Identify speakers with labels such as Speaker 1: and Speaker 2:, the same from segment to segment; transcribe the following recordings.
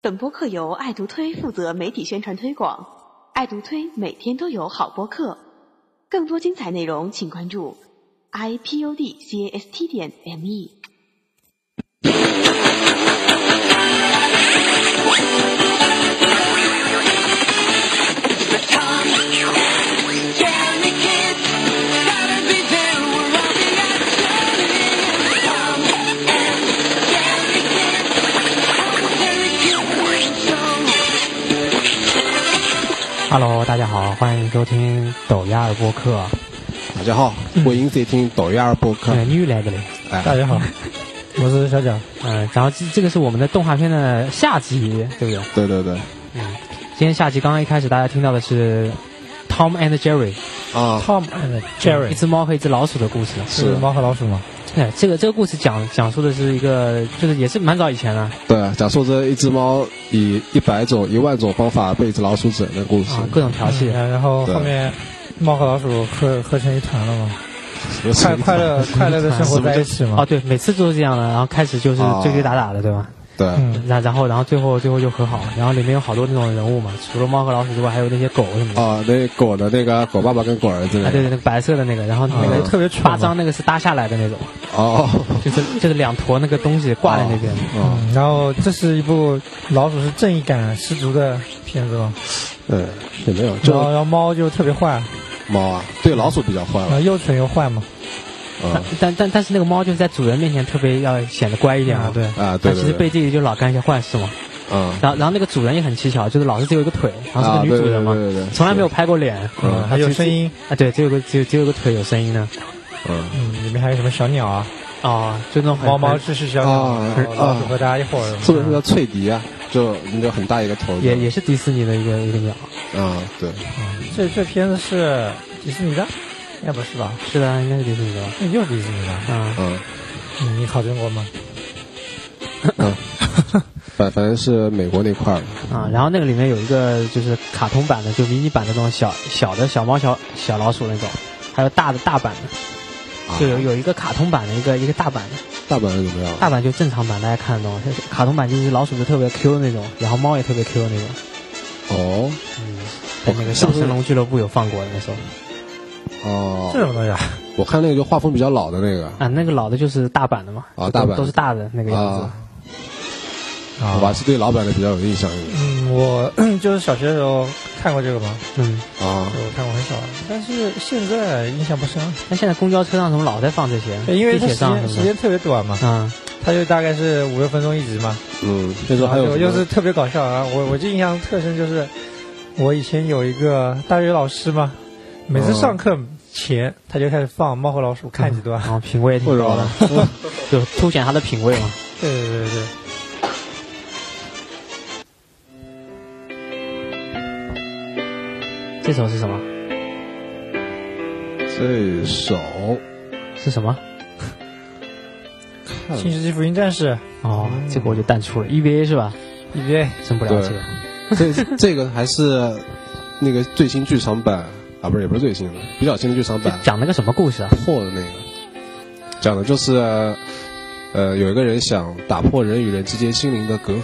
Speaker 1: 本播客由爱读推负责媒体宣传推广，爱读推每天都有好播客。更多精彩内容，请关注 i p u d c a s t 点 m e。
Speaker 2: Hello，大家好，欢迎收听抖音二播客，
Speaker 3: 大家好，欢迎收听抖音二播客。
Speaker 2: 呃，女来的嘞，
Speaker 3: 嗯哎，
Speaker 4: 家 好，我是小蒋。
Speaker 2: 嗯，然后这这个是我们的动画片的下集，对不对？
Speaker 3: 对对对，
Speaker 2: 嗯，今天下集刚刚一开始大家听到的是 Tom and Jerry，
Speaker 3: 啊，
Speaker 4: Tom and
Speaker 2: 一
Speaker 4: Jerry
Speaker 2: 只猫和一只老鼠的故事。
Speaker 4: 是猫和老鼠吗？
Speaker 2: 哎，这个这个故事讲讲述的是一个，就是也是蛮早以前了
Speaker 3: 对，讲述着一只猫以一百种、一万种方法被一只老鼠整的故事，
Speaker 2: 啊，各种调戏。
Speaker 4: 然然后
Speaker 3: 对
Speaker 4: 后面猫和老鼠合合成一团了嘛，
Speaker 3: 什么
Speaker 4: 快
Speaker 3: 情
Speaker 4: 快 乐快乐的生活在一起
Speaker 3: 啊
Speaker 2: 哦，
Speaker 4: 嘛。
Speaker 2: 对，每次都是这样的，然后开始就是
Speaker 3: 哦
Speaker 2: 追追打打的，对吧？
Speaker 3: 对，
Speaker 4: 嗯，
Speaker 2: 那然后然后最后最后就和好了，然后里面有好多那种人物嘛，除了猫和老鼠之外，还有那些狗什么的。
Speaker 3: 啊，那狗的那个狗爸爸跟狗儿子
Speaker 2: 啊，
Speaker 3: 那
Speaker 2: 对对，
Speaker 3: 个，
Speaker 2: 那个白色的那个，然后那
Speaker 4: 那
Speaker 2: 个
Speaker 4: 个特别蠢嘛
Speaker 2: 八张那个是搭下来的那种，
Speaker 3: 哦，
Speaker 2: 就是就是两坨那个东西挂在那边。
Speaker 3: 哦，
Speaker 4: 嗯，然后这是一部老鼠是正义感十足的片子嘛，
Speaker 3: 对，也没有，
Speaker 4: 然后
Speaker 3: 就
Speaker 4: 然后猫就特别坏，
Speaker 3: 猫啊，对老鼠比较坏
Speaker 4: 然后
Speaker 3: 了，
Speaker 4: 又蠢又坏嘛。
Speaker 3: 嗯
Speaker 2: 但但但是那个猫就是在主人面前特别要显得乖一点嘛，
Speaker 4: 啊，。对，
Speaker 3: 啊，
Speaker 2: 它
Speaker 3: 对
Speaker 2: 其实
Speaker 3: 对
Speaker 2: 背
Speaker 3: 对，
Speaker 2: 地里就老干一些坏事嘛。
Speaker 3: 嗯，
Speaker 2: 然后然后那个主人也很蹊跷，就是老是只有一个腿，然后
Speaker 3: 啊，
Speaker 2: 是
Speaker 3: 对
Speaker 2: 个女主
Speaker 3: 对
Speaker 2: 人
Speaker 3: 对
Speaker 2: 嘛，
Speaker 3: 对对，
Speaker 2: 从来没有，拍过脸。
Speaker 3: 嗯
Speaker 4: 还有声音，
Speaker 2: 啊，对，只有个只有只有个腿有声音的。
Speaker 3: 嗯，
Speaker 4: 嗯，里面还有什么小鸟啊，
Speaker 2: 哦，就那种很
Speaker 4: 猫猫
Speaker 2: 很
Speaker 4: 吃吃小鸟，
Speaker 3: 哎啊
Speaker 4: 然后老鼠和大家一伙儿
Speaker 3: 是不是叫翠迪啊？就那个很大一个头，
Speaker 2: 也也，是迪士尼的一个一个鸟。
Speaker 3: 嗯，对，
Speaker 4: 这这片子是迪士尼的，应该不是吧？
Speaker 2: 是的，应该是迪士尼的吧。
Speaker 4: 又是迪士尼的，
Speaker 2: 嗯，
Speaker 3: 嗯
Speaker 4: 嗯你考证过吗？
Speaker 3: 嗯，反反正是美国那块儿的，
Speaker 2: 啊，然后那个里面有一个就是卡通版的，就迷你版的那种小小的小猫小小老鼠那种，还有大的大版的，
Speaker 3: 啊
Speaker 2: 就有啊有一个卡通版的，一个一个大版的，
Speaker 3: 大阪是怎么样？
Speaker 2: 大版就正常版大家看得懂，卡通版就是老鼠就特别 Q 的那种，然后猫也特别 Q 的那种，
Speaker 3: 哦
Speaker 2: 嗯，在那个小神龙俱乐部有放过的那时候
Speaker 3: 哦，
Speaker 4: 这什么东西啊？
Speaker 3: 我看那个就画风比较老的那个
Speaker 2: 啊，那个老的就是大版的嘛，
Speaker 3: 啊
Speaker 2: 就
Speaker 3: 大
Speaker 2: 都
Speaker 3: 版
Speaker 2: 都是大的那个样子
Speaker 3: 啊，，我还是对老版的比较有印象一点
Speaker 4: 嗯，我 就是小学的时候看过这个嘛，
Speaker 2: 嗯，
Speaker 3: 啊
Speaker 4: 就看过很少，但是现在印象不深，
Speaker 2: 那现在公交车上怎么老在放这些？
Speaker 4: 对因为
Speaker 2: 地
Speaker 4: 它
Speaker 2: 铁
Speaker 4: 时
Speaker 2: 上
Speaker 4: 间
Speaker 2: 什
Speaker 4: 时
Speaker 2: 么
Speaker 4: 间特别短嘛，
Speaker 2: 的，啊，
Speaker 4: 它就大概是五六分钟一集嘛，
Speaker 3: 嗯，那时候
Speaker 4: 然
Speaker 3: 还
Speaker 4: 后
Speaker 3: 有
Speaker 4: 就
Speaker 3: 什
Speaker 4: 又
Speaker 3: 么
Speaker 4: 是特别搞笑啊！我我就印象特深就是，我以前有一个大学老师嘛，每次
Speaker 3: 嗯
Speaker 4: 上课前他就开始放《猫和老鼠》看几段，
Speaker 2: 然后品味也挺
Speaker 3: 为什
Speaker 2: 高的
Speaker 3: 么，？
Speaker 2: 就凸显他的品味嘛。
Speaker 4: 对对对对。
Speaker 2: 这首是什么？
Speaker 3: 这首
Speaker 2: 是什么？
Speaker 3: 看
Speaker 4: 《新世纪福音战士
Speaker 2: 哦，这个我就淡出了。EVA 是吧？》
Speaker 4: EVA
Speaker 2: 真不了解
Speaker 3: 对。这这个还是那个最新剧场版啊，不是也不是最新的，比较新的剧场
Speaker 2: 这
Speaker 3: 版
Speaker 2: 讲了个什么故事啊？
Speaker 3: 破的那个，讲的就是呃有一个人想打破人与人之间心灵的隔阂。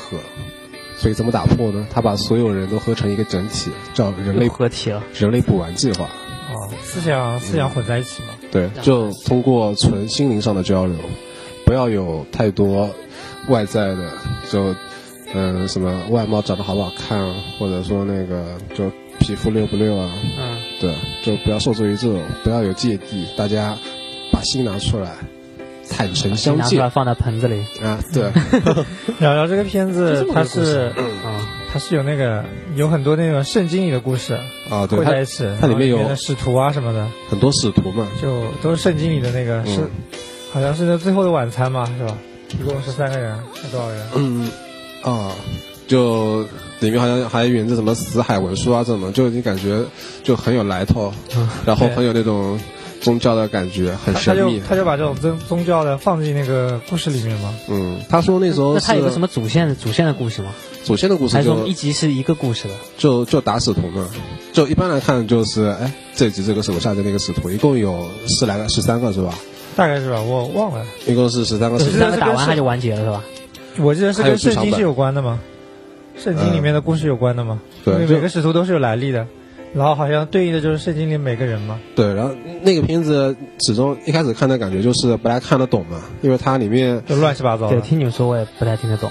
Speaker 3: 所以怎么打破呢？他把所有人都合成一个整体，叫人类
Speaker 2: 又合体了。
Speaker 3: 人类补完计划。
Speaker 4: 哦，思想思想混在一起嘛，
Speaker 3: 对，就通过纯心灵上的交流，不要有太多外在的，就嗯、呃什么外貌长得好不好看，啊，或者说那个就皮肤溜不溜啊，
Speaker 2: 嗯，
Speaker 3: 对，就不要受制于这种，不要有芥蒂，大家把心拿出来，坦诚相
Speaker 2: 拿出
Speaker 3: 见
Speaker 2: 来放在盆子里。
Speaker 3: 啊，对，
Speaker 4: 然后这个片
Speaker 2: 这
Speaker 4: 子
Speaker 2: 么
Speaker 4: 它
Speaker 2: 个故事
Speaker 4: 是
Speaker 2: 啊啊，
Speaker 4: 它是有那个有很多那种圣经里的故事
Speaker 3: 啊，对，
Speaker 4: 汇在一
Speaker 3: 它
Speaker 4: 起，
Speaker 3: 它里面有
Speaker 4: 然后的使徒啊什么的，
Speaker 3: 很多使徒嘛，
Speaker 4: 就都是圣经里的那个是
Speaker 3: 嗯，
Speaker 4: 好像是那最后的晚餐嘛，是吧？一共十三个人，还多少人？
Speaker 3: 嗯，啊，就里面好像还引着什么死海文书啊，这种，就你感觉就很有来头，然后很有那种宗教的感觉，很
Speaker 4: 他
Speaker 3: 神
Speaker 4: 就
Speaker 3: 秘。
Speaker 4: 他就把这种宗宗教的放进那个故事里面嘛，
Speaker 3: 嗯，他说那时候
Speaker 2: 那它有个什
Speaker 3: 是
Speaker 2: 么主线的主线的故事吗？
Speaker 3: 祖先的故
Speaker 2: 还
Speaker 3: 事
Speaker 2: 是说
Speaker 3: 就
Speaker 2: 一集是一个故事的？
Speaker 3: 就就打使徒嘛，就一般来看就是哎这集这个使徒下集那个使徒，一共有十来个十三个是吧？
Speaker 4: 大概是吧？我忘了，
Speaker 3: 呃一共是十三个使
Speaker 4: 对
Speaker 3: 徒
Speaker 4: 这
Speaker 2: 三
Speaker 4: 个
Speaker 2: 个
Speaker 4: 是
Speaker 2: 打
Speaker 4: 跟
Speaker 2: 完
Speaker 4: 圣
Speaker 2: 它就完结了是吧？
Speaker 4: 我记得是
Speaker 3: 还有
Speaker 4: 跟
Speaker 3: 剧
Speaker 4: 圣
Speaker 3: 场版
Speaker 4: 经是有关的嘛。圣经里面的故事有关的嘛，
Speaker 3: 对
Speaker 4: 因为
Speaker 3: 就
Speaker 4: 每个使徒都是有来历的，然后好像对应的就是圣经里每个人嘛。
Speaker 3: 对，然后那个片子始终一开始看的感觉就是不太看得懂嘛，因为它里面
Speaker 4: 就乱七八糟
Speaker 2: 对，
Speaker 4: 的。
Speaker 2: 听你们说我也不太听得懂。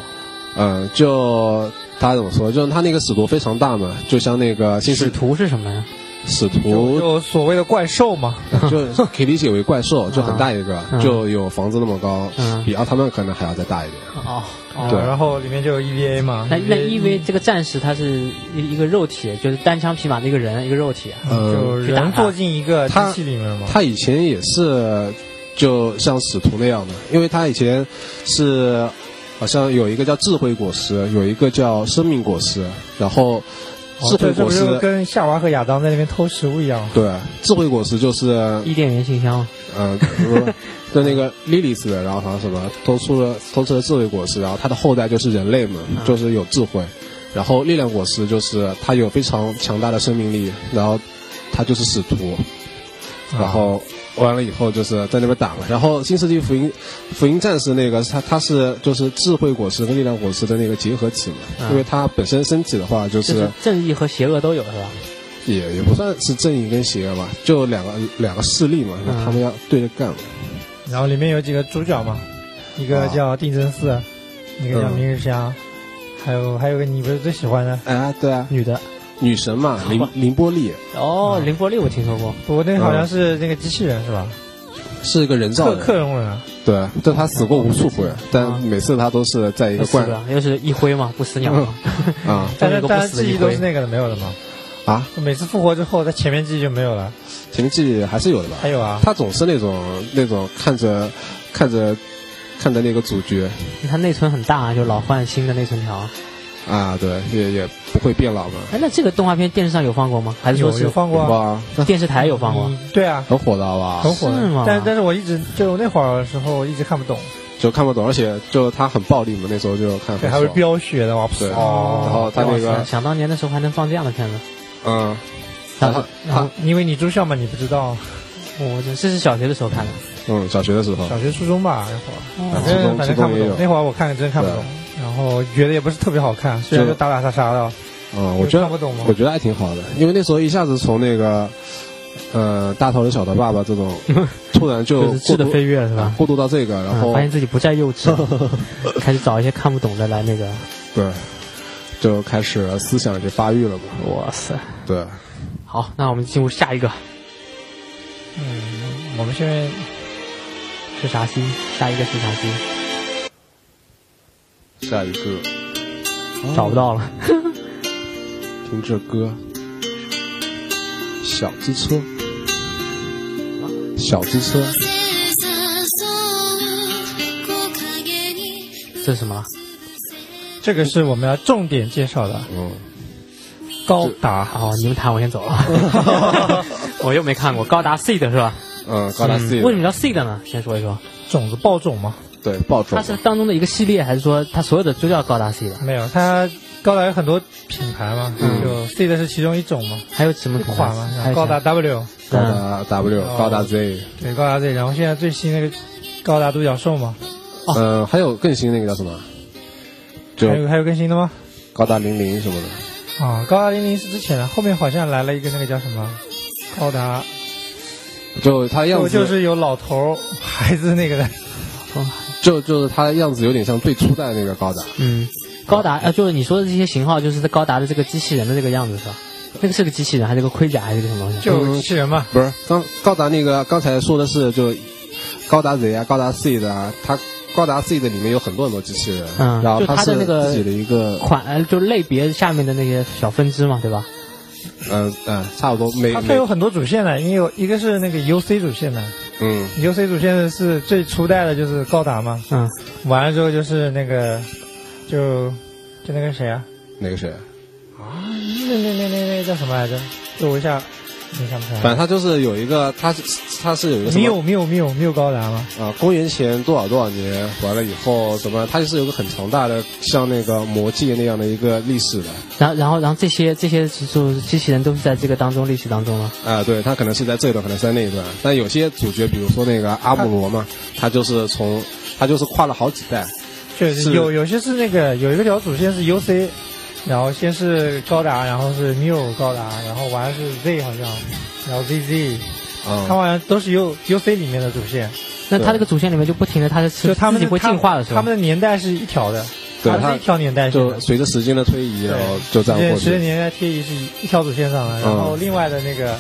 Speaker 3: 呃，就他怎么说，就是他那个使徒非常大嘛，就像那个新
Speaker 2: 使
Speaker 3: 使
Speaker 2: 徒是什么呀？
Speaker 3: 使
Speaker 4: 就
Speaker 3: 徒，
Speaker 4: 就所谓的怪兽嘛，
Speaker 3: 就可以理解为怪兽，就很大一个，
Speaker 2: 嗯
Speaker 3: 就有房子那么高，
Speaker 2: 嗯
Speaker 3: 比奥特曼可能还要再大一点。
Speaker 2: 哦，
Speaker 4: 哦 E
Speaker 3: 对
Speaker 4: 然后里面就有 EVA 嘛，
Speaker 2: 那 E 那
Speaker 4: EVA
Speaker 2: EV 这个战士他是一一个肉体，就是单枪匹马的一个人，一个肉体。啊
Speaker 3: 呃
Speaker 4: 就
Speaker 2: 去打
Speaker 4: 人
Speaker 2: 它
Speaker 4: 坐进一个机
Speaker 3: 它
Speaker 4: 器里面嘛，
Speaker 3: 他以前也是就像使徒那样的，因为他以前是好像有一个叫智慧果实，有一个叫生命果实，然后智
Speaker 4: 哦
Speaker 3: 慧
Speaker 4: 这这
Speaker 3: 果
Speaker 4: 不
Speaker 3: 实、
Speaker 4: 是跟夏娃和亚当在那边偷食物一样吗？
Speaker 3: 对智慧果实就是
Speaker 2: 伊甸园信箱，
Speaker 3: 呃， 就那个莉莉丝，然后好像什么偷出了偷吃了智慧果实，然后它的后代就是人类们，就是有智慧。然后力量果实就是它有非常强大的生命力，然后它就是使徒。然后完了以后就是在那边打嘛。然后新世纪福音福音战士那个它它是就是智慧果实跟力量果实的那个结合体嘛，因为它本身身体的话啊就
Speaker 2: 就是是正义和邪恶都有是吧？
Speaker 3: 也也不算是正义跟邪恶吧，就两个两个势力嘛，
Speaker 2: 嗯
Speaker 3: 他们要对着干嘛。
Speaker 4: 然后里面有几个主角嘛，一个
Speaker 2: 哦
Speaker 4: 叫定真寺，一个叫
Speaker 3: 嗯
Speaker 4: 明日香，还有还有个你不是最喜欢的，
Speaker 3: 哎呀，对啊，
Speaker 2: 女的。
Speaker 3: 女神嘛，凌凌波丽
Speaker 2: 哦，凌波丽我听说过。
Speaker 4: 我那个
Speaker 2: 嗯
Speaker 4: 好像是那个机器人是吧？
Speaker 3: 是一个人造
Speaker 4: 克
Speaker 3: 人，
Speaker 4: 克隆人啊，
Speaker 3: 对，但她死过无数回，但每次她都是在一个
Speaker 2: 是
Speaker 3: 呃怪
Speaker 2: 的，又是一辉嘛，不死鸟嘛。
Speaker 3: 啊
Speaker 4: 但
Speaker 2: 有
Speaker 4: 是
Speaker 2: 一个
Speaker 4: 但
Speaker 2: 不
Speaker 4: 是
Speaker 2: 死的
Speaker 4: 记忆
Speaker 2: 一辉
Speaker 4: 都是那个的没有的嘛，
Speaker 3: 啊，
Speaker 4: 每次复活之后，他前面记忆就没有了。
Speaker 3: 前面记还是有的吧
Speaker 4: 还？有啊，
Speaker 3: 她总是那种那种看着看着看着那个主角
Speaker 2: 它内存很大，啊就老换新的内存条。
Speaker 3: 啊，对，也也不会变老嘛，
Speaker 2: 哎，那这个动画片电视上有放过吗？还是说
Speaker 4: 有有
Speaker 2: 是
Speaker 4: 放过啊，
Speaker 3: 哇，
Speaker 2: 电视台有放过？哦
Speaker 4: 嗯对啊，
Speaker 3: 很火的好吧
Speaker 4: 很？火
Speaker 2: 是吗
Speaker 4: 的。但但是我一直就那会儿的时候，我一直看不懂，
Speaker 3: 就看不懂，而且就她很暴力嘛，那时候就看
Speaker 4: 对，
Speaker 3: 很
Speaker 4: 还会
Speaker 3: 爽。
Speaker 4: 飙血的哇，
Speaker 3: 对，然
Speaker 4: 哦
Speaker 3: 后她那
Speaker 2: 哇塞
Speaker 3: 个
Speaker 2: 想当年的时候还能放这样的片子，
Speaker 3: 嗯，然后
Speaker 4: 然后因为你住校嘛，你不知道，
Speaker 2: 我哦这这是小学的时候看的。
Speaker 3: 嗯，小学的时候，
Speaker 4: 小学初中吧那会儿，
Speaker 3: 啊
Speaker 4: 反
Speaker 3: 初中
Speaker 4: 正反正看
Speaker 3: 初中
Speaker 4: 不
Speaker 3: 也有
Speaker 4: 懂。那会儿我看真看不懂，然后觉得也不是特别好看，虽然
Speaker 3: 就
Speaker 4: 就打打杀杀的，
Speaker 3: 嗯，我觉得
Speaker 4: 看不懂吗
Speaker 3: 我？觉得还挺好的，因为那时候一下子从那个，呃，大头的小头爸爸这种，突然就
Speaker 2: 嗯就是质
Speaker 3: 过
Speaker 2: 的
Speaker 3: 渡
Speaker 2: 飞跃是吧？
Speaker 3: 过渡到这个，啊然
Speaker 2: 嗯
Speaker 3: 后、
Speaker 2: 发现自己不再幼稚，开始找一些看不懂的来那个。
Speaker 3: 对，就开始思想就发育了嘛。
Speaker 2: 哇塞！
Speaker 3: 对，
Speaker 2: 好，那我们进入下一个
Speaker 4: 嗯，我们现在
Speaker 2: 是啥星？下一个是啥星？
Speaker 3: 下一个
Speaker 2: 找不到了。
Speaker 3: 听这歌，小汽车，小汽车，
Speaker 2: 这是什么？啊
Speaker 4: 这个是我们要重点介绍的
Speaker 3: 嗯，
Speaker 4: 高达，
Speaker 2: 哦，你们谈，我先走了。我又没看过高达 seed 是吧？
Speaker 3: 嗯，高达
Speaker 2: 嗯
Speaker 3: C
Speaker 2: 为什么叫 seed 呢？先说一说，
Speaker 4: 种子爆种嘛，
Speaker 3: 对爆种
Speaker 2: 它，是当中的一个系列，还是说它所有的都叫高达 seed？
Speaker 4: 没有它。高达有很多品牌嘛，
Speaker 3: 嗯
Speaker 4: 就 C 的是其中一种嘛，
Speaker 2: 还有什么
Speaker 4: 一
Speaker 2: 品牌
Speaker 4: 款嘛，然
Speaker 2: 还
Speaker 4: 后
Speaker 2: 有
Speaker 4: 高达
Speaker 2: 啥
Speaker 4: W，
Speaker 3: 高达 W，、
Speaker 2: 嗯
Speaker 4: 哦
Speaker 3: 高达 Z，
Speaker 4: 对高达 Z，然后现在最新那个高达独角兽嘛，
Speaker 2: 哦
Speaker 3: 嗯，还有更新那个叫什么？就
Speaker 4: 还有还有更新的吗？
Speaker 3: 高达零零什么的。
Speaker 4: 啊，高达零零是之前的，后面好像来了一个那个叫什么高达，
Speaker 3: 就他样
Speaker 4: 就
Speaker 3: 子，
Speaker 4: 就是有老头儿 孩子那个的，
Speaker 3: 就就是他的样子有点像最初代那个高达，
Speaker 2: 嗯，高达呃，就是你说的这些型号，就是高达的这个机器人的这个样子是吧？那个是个机器人，还是个盔甲，还是个什么东西？
Speaker 4: 就
Speaker 3: 嗯
Speaker 4: 机器人嘛，
Speaker 3: 不是刚高达那个刚才说的是就高达 Z 啊，高达 C 的啊，它高达 C 的里面有很多很多机器人，
Speaker 2: 嗯
Speaker 3: 然后
Speaker 2: 就它
Speaker 3: 是
Speaker 2: 的那个
Speaker 3: 自己的一个
Speaker 2: 款呃，就是类别下面的那些小分支嘛，对吧？
Speaker 3: 呃呃，差不多每
Speaker 4: 它它
Speaker 3: 每
Speaker 4: 有很多主线的，也有一个是那个 UC 主线的
Speaker 3: 嗯
Speaker 4: ，UC 主线的是最初代的就是高达嘛，
Speaker 2: 嗯，
Speaker 4: 完了之后就是那个就就那个谁啊，
Speaker 3: 哪个谁，
Speaker 4: 那那那那那叫什么来着？就我一下没想不起来
Speaker 3: 反正。他就是有一个，他是他是有一个什么
Speaker 4: 缪缪缪缪高达嘛，
Speaker 3: 啊、公元前多少多少年，完了以后什么，他就是有个很强大的像那个魔界那样的一个历史的
Speaker 2: 然后然后然后这些这些就是机器人都是在这个当中历史当中了。
Speaker 3: 啊、对他可能是在这一段，可能是在那一段，但有些主角，比如说那个阿姆罗嘛，他就是从他就是跨了好几代，
Speaker 4: 就是有有些是那个有一个条主线是 UC，然后先是高达，然后是 Miro 高达，然后完了是 Z 好像，然后 ZZ，
Speaker 3: 啊、
Speaker 4: 它好像都是 U UC 里面的主线，
Speaker 2: 那他这个主线里面就不停的，他是
Speaker 4: 就他
Speaker 2: 自
Speaker 4: 们
Speaker 2: 己
Speaker 4: 的
Speaker 2: 会进化的是
Speaker 4: 他
Speaker 2: 吧？
Speaker 4: 们的年代是一条的，
Speaker 3: 对
Speaker 4: 它
Speaker 3: 它
Speaker 4: 是一条年代线的
Speaker 3: 就随着时间的推移，
Speaker 4: 对
Speaker 3: 然后就这样
Speaker 4: 对，
Speaker 3: 过
Speaker 4: 十六
Speaker 3: 去。
Speaker 4: 年代贴移是一一条主线上
Speaker 2: 嗯
Speaker 4: 的，然后另外的那个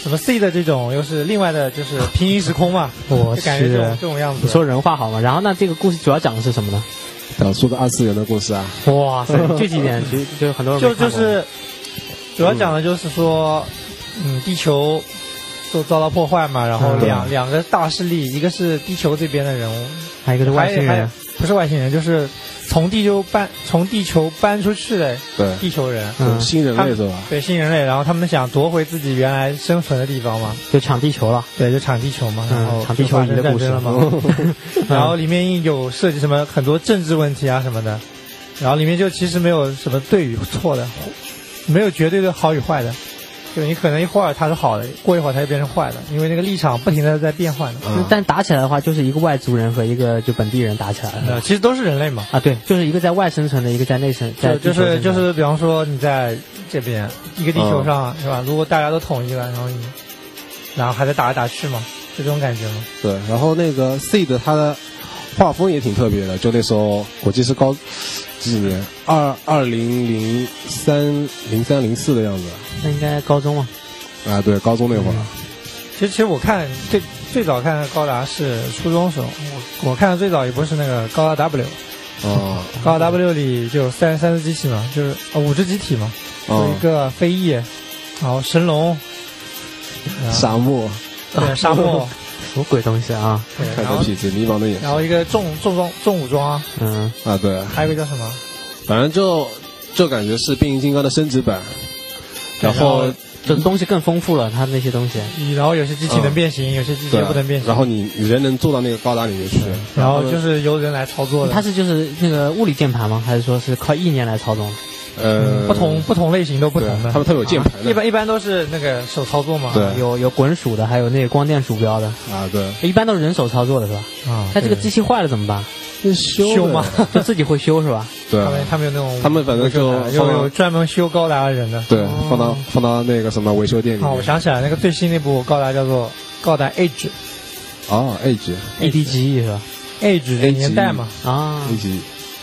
Speaker 4: 什么 C 的这种又是另外的，就是平行时空嘛，
Speaker 2: 我
Speaker 4: 就感觉这种
Speaker 2: 去，
Speaker 4: 这种样
Speaker 2: 你
Speaker 4: 子。
Speaker 2: 说人话好吗？然后那这个故事主要讲的是什么呢？
Speaker 3: 讲述个二次元的故事啊，
Speaker 2: 哇塞，具体一 点，其实就是很多人
Speaker 4: 就
Speaker 2: 没看
Speaker 4: 就
Speaker 2: 过
Speaker 4: 是主要讲的就是说，嗯，地球都遭到破坏嘛，然后
Speaker 2: 嗯
Speaker 4: 两两个大势力，一个是地球这边的人物，
Speaker 2: 还有一个是外星
Speaker 4: 还有
Speaker 2: 人，
Speaker 4: 不是外星人，就是从地球搬从地球搬出去的
Speaker 3: 对，
Speaker 4: 地球人。
Speaker 2: 嗯，
Speaker 3: 新人类是吧？
Speaker 4: 对新人类，然后他们想夺回自己原来生存的地方嘛，
Speaker 2: 就抢地球了，
Speaker 4: 对，就抢地球嘛，然后
Speaker 2: 嗯，抢地球
Speaker 4: 发
Speaker 2: 仪
Speaker 4: 生
Speaker 2: 的
Speaker 4: 战
Speaker 2: 故事嗯
Speaker 4: 争了嘛， 然后里面有涉及什么很多政治问题啊什么的，然后里面就其实没有什么对与错的，没有绝对的好与坏的，就你可能一会儿它是好的，过一会儿它就变成坏的，因为那个立场不停的在变换的。
Speaker 3: 啊，
Speaker 2: 但打起来的话，就是一个外族人和一个就本地人打起来了
Speaker 4: 呃，其实都是人类嘛，
Speaker 2: 啊，对，就是一个在外生存的，一个在内生，在
Speaker 4: 就就是
Speaker 2: 地球生嗯
Speaker 4: 就
Speaker 2: 存
Speaker 4: 是，比方说你在这边一个地球上、是吧？如果大家都统一了，然后你，然后还在打来打去嘛，就这种感觉嘛。
Speaker 3: 对，然后那个 Seed 它的画风也挺特别的，就那时候我记得是高几几年，二二零零三零三零四的样子
Speaker 2: 那应该高中啊，
Speaker 3: 啊，对，高中那会儿，
Speaker 4: 其实，其实我看最最早看高达是初中时候，我我看的最早一部是那个高达 W，
Speaker 3: 啊
Speaker 4: 高达 W 里就有三三只机器嘛，就是呃五只机体嘛，有一
Speaker 3: 啊，
Speaker 4: 个飞翼，然后神
Speaker 3: 哦
Speaker 4: 龙，然后
Speaker 3: 沙漠，
Speaker 4: 对沙 漠，
Speaker 2: 什么鬼东西啊？
Speaker 4: 对，
Speaker 3: 看
Speaker 4: 然
Speaker 3: 着
Speaker 4: 后
Speaker 3: 痞子迷茫的眼
Speaker 4: 然后
Speaker 3: 神
Speaker 4: 一个重重装重武装，
Speaker 2: 嗯，
Speaker 3: 啊，对，
Speaker 4: 还有一个叫什么？
Speaker 3: 反正就就感觉是变形金刚的升级版，然后
Speaker 2: 这东西更丰富了，它那些东西，
Speaker 4: 然后有些机器能变形，有些机器
Speaker 3: 嗯对，啊
Speaker 4: 不能变形，啊
Speaker 3: 然后你你人能坐到那个高达里面去，
Speaker 4: 然后就是由人来操作的，
Speaker 2: 它
Speaker 3: 嗯
Speaker 2: 是就是那个物理键盘吗？还是说是靠意念来操纵？
Speaker 3: 呃
Speaker 4: 嗯不同不同类型都不
Speaker 3: 对
Speaker 4: 同的，
Speaker 3: 他们特别有键盘的，
Speaker 4: 一般一般都是那个手操作嘛，
Speaker 3: 对
Speaker 2: 有有滚鼠的，还有那个光电鼠标的，
Speaker 3: 啊对，
Speaker 2: 一般都是人手操作的是吧？
Speaker 4: 啊，
Speaker 2: 那这个
Speaker 4: 对
Speaker 2: 机器坏了怎么办？
Speaker 3: 修
Speaker 4: 修吗？
Speaker 2: 就自己会修是吧？
Speaker 3: 对
Speaker 4: 他，们他们有那种，
Speaker 3: 他们反正就
Speaker 4: 有
Speaker 3: 放到
Speaker 4: 有专门修高达的人的。
Speaker 3: 对，放到放到那个什么维修店里
Speaker 4: 啊，我
Speaker 3: 面。
Speaker 4: 想起来那个最新那部高达叫做高达 Age
Speaker 3: 哦，Age
Speaker 2: A D G E 是吧？
Speaker 4: Age 的年代嘛，
Speaker 2: 啊，
Speaker 3: Age，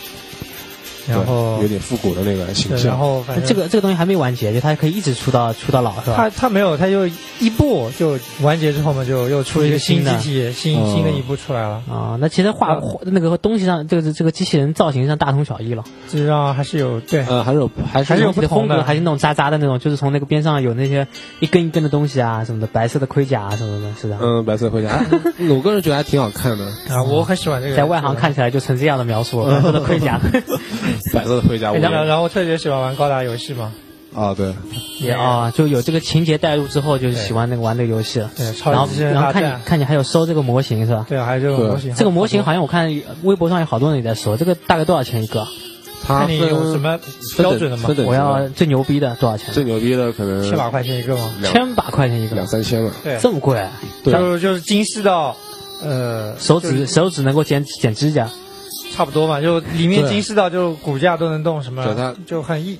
Speaker 4: 嗯
Speaker 3: 对
Speaker 4: 然后
Speaker 3: 有点复古的那个形
Speaker 4: 对，然
Speaker 3: 象。
Speaker 4: 后反
Speaker 2: 那
Speaker 4: 正
Speaker 2: 这个这个东西还没完结，就它可以一直出到出到老是吧？
Speaker 4: 他他没有，他就一部就完结之后嘛，就又出了一个新机体，新
Speaker 3: 嗯
Speaker 4: 新的一部出来了，
Speaker 2: 啊，那其实画
Speaker 4: 嗯
Speaker 2: 画那个东西上，这个这个机器人造型上大同小异了，
Speaker 4: 实际上还是有对
Speaker 3: 呃，还是有还
Speaker 4: 哎还是有
Speaker 2: 整体
Speaker 4: 不
Speaker 2: 的
Speaker 4: 同
Speaker 2: 风
Speaker 4: 的
Speaker 2: 格，还是那种渣渣的那种，就是从那个边上有那些一根一根的东西啊什么的，白色的盔甲啊什么的，是的。
Speaker 3: 嗯，白色盔甲，还我个人觉得还挺好看的。
Speaker 4: 啊，我很喜欢这个，
Speaker 2: 在外行看起来就成这样的描述，白色的盔甲
Speaker 3: 白色的盔哎甲，我
Speaker 4: 这个。
Speaker 3: 也
Speaker 4: 然后然后我特别喜欢玩高达游戏嘛，
Speaker 3: 啊，对，
Speaker 2: 也啊，就有这个情节带入之后，就是喜欢那个玩这个游戏了。
Speaker 4: 对，超
Speaker 2: 然后
Speaker 4: 级机器人
Speaker 2: 然后
Speaker 4: 大
Speaker 2: 看
Speaker 4: 战
Speaker 2: 你，看你还有收这个模型是吧？
Speaker 4: 对，还有这种模型，
Speaker 2: 这个模型好像我看微博上有好多人也在收，这个大概多少钱一个？
Speaker 3: 它
Speaker 4: 看
Speaker 3: 分
Speaker 4: 你啊有什么
Speaker 3: 分
Speaker 4: 标
Speaker 3: 等
Speaker 4: 准的吗
Speaker 3: 分？等级
Speaker 2: 我要
Speaker 3: 的
Speaker 2: 最牛逼的多少钱？
Speaker 3: 最牛逼的可能
Speaker 4: 七百块钱一个吗？
Speaker 3: 两
Speaker 2: 千把块钱一
Speaker 3: 两
Speaker 2: 个，
Speaker 3: 三千吧。
Speaker 4: 对，
Speaker 2: 这么贵？
Speaker 3: 对啊，
Speaker 4: 就是就是精细到，呃，
Speaker 2: 手
Speaker 4: 就是
Speaker 2: 指手指能够剪剪指甲，
Speaker 4: 差不多嘛，就里面精细到就骨架都能动，什
Speaker 3: 对
Speaker 4: 么
Speaker 3: 它
Speaker 4: 就很易。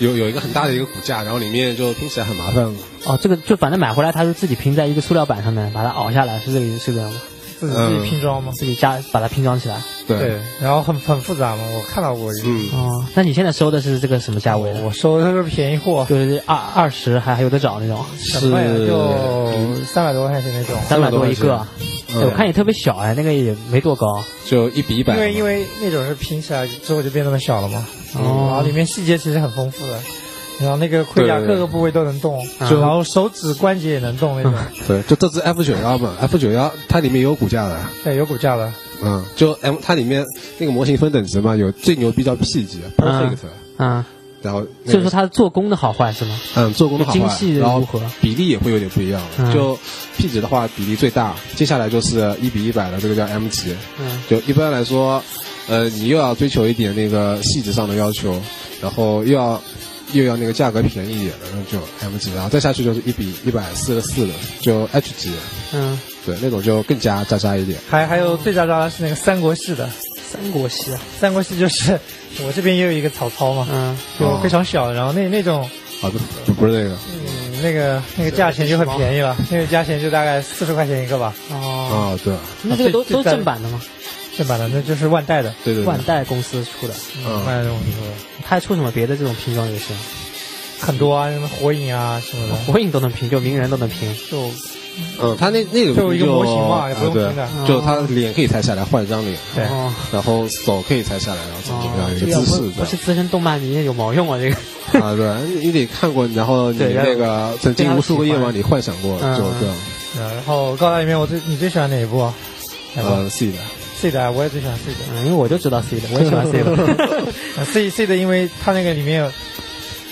Speaker 3: 有有一个很大的一个骨架，然后里面就拼起来很麻烦。
Speaker 2: 哦，这个就反正买回来，它是自己拼在一个塑料板上面，把它熬下来，是这个是这样吗？
Speaker 4: 自己
Speaker 2: 嗯
Speaker 4: 自己拼装嘛。
Speaker 2: 自己加把它拼装起来。
Speaker 3: 对，
Speaker 4: 对，然后很很复杂嘛，我看到过一个。
Speaker 3: 嗯，
Speaker 2: 哦，那你现在收的是这个什么价位的？
Speaker 4: 我收的都是便宜货，
Speaker 2: 就是二二十还还有的找那种，
Speaker 3: 是
Speaker 4: 很贵就三百多块钱那种。
Speaker 2: 三百多一
Speaker 3: 这么
Speaker 2: 个嗯
Speaker 3: 多。
Speaker 2: 对，我看也特别小哎，那个也没多高。
Speaker 3: 就一比一百
Speaker 4: 因
Speaker 3: 嘛。
Speaker 4: 为因为那种是拼起来之后就变那么小了嘛，
Speaker 2: 哦
Speaker 4: 然后里面细节其实很丰富的，然后那个盔甲
Speaker 3: 对对对
Speaker 4: 各个部位都能动，啊
Speaker 2: 就
Speaker 4: 然后手指关节也能动那种，
Speaker 2: 嗯
Speaker 3: 对，就这只 F 九幺嘛，F 九幺它里面有骨架的。
Speaker 4: 对，有骨架的，
Speaker 3: 嗯，就 M 它里面那个模型分等级嘛，有最牛逼叫 P 级 Perfect，、
Speaker 2: 嗯，
Speaker 3: 然后、那
Speaker 2: 所以
Speaker 3: 个
Speaker 2: 说它做工的好坏是吗？
Speaker 3: 嗯做工的好
Speaker 2: 精
Speaker 3: 坏
Speaker 2: 细，如
Speaker 3: 然后
Speaker 2: 何
Speaker 3: 比例也会有点不一样了。
Speaker 2: 嗯
Speaker 3: 就 P 级的话比例最大，接下来就是一比一百的这个叫 M 级。
Speaker 2: 嗯，
Speaker 3: 就一般来说，呃，你又要追求一点那个细致上的要求，然后又要又要那个价格便宜一点的，那就 M 级，然后再下去就是一比一百四十四的，就 H 级，
Speaker 2: 嗯，
Speaker 3: 对，那种就更加渣渣一点。
Speaker 4: 还还有最渣渣的是那个三国系的，
Speaker 2: 三国戏啊，
Speaker 4: 三国戏就是我这边也有一个曹操嘛，
Speaker 2: 嗯，
Speaker 4: 就非常小，然后那那种
Speaker 3: 啊，不不不是那个
Speaker 4: 嗯那个那个价钱就很便宜了，那个价钱就大概四十块钱一个吧，
Speaker 2: 哦，
Speaker 3: 啊，对
Speaker 2: 那这个都
Speaker 4: 这
Speaker 2: 都
Speaker 4: 这
Speaker 2: 是正版的吗？
Speaker 4: 正版的那就是万代的，
Speaker 3: 对对对
Speaker 2: 万，代公司出的，
Speaker 3: 嗯
Speaker 4: 万代这种什么的
Speaker 2: 它还出什么别的这种拼装游戏吗？
Speaker 4: 很多啊，什么火影啊什么的，
Speaker 2: 火影都能拼，就鸣人都能拼，
Speaker 4: 就
Speaker 3: 嗯，他那那个
Speaker 4: 就一个模型嘛
Speaker 3: 啊
Speaker 4: 也不用
Speaker 3: 对
Speaker 4: 拼的嗯
Speaker 3: 就他脸可以裁下来换一张脸，
Speaker 4: 对
Speaker 2: 哦
Speaker 3: 然后手可以裁下来，然后怎么样
Speaker 2: 哦
Speaker 3: 一
Speaker 2: 这
Speaker 3: 个
Speaker 2: 个
Speaker 3: 姿
Speaker 2: 不
Speaker 3: 势
Speaker 2: 不是资深动漫迷有毛用啊？这个
Speaker 3: 这样啊，对，你得看过，然后你
Speaker 2: 对然后
Speaker 3: 那个曾经无数个夜晚里幻想过，
Speaker 2: 嗯
Speaker 3: 就这样，
Speaker 4: 嗯然后高达里面我最你最喜欢哪一部啊？哪部
Speaker 3: 呃，C 的，
Speaker 4: C 的啊我也最喜欢 C 的。
Speaker 2: 嗯，因为我就知道 C 的，我也喜欢 C 的。
Speaker 4: 呃 C C 的，因为它那个里面有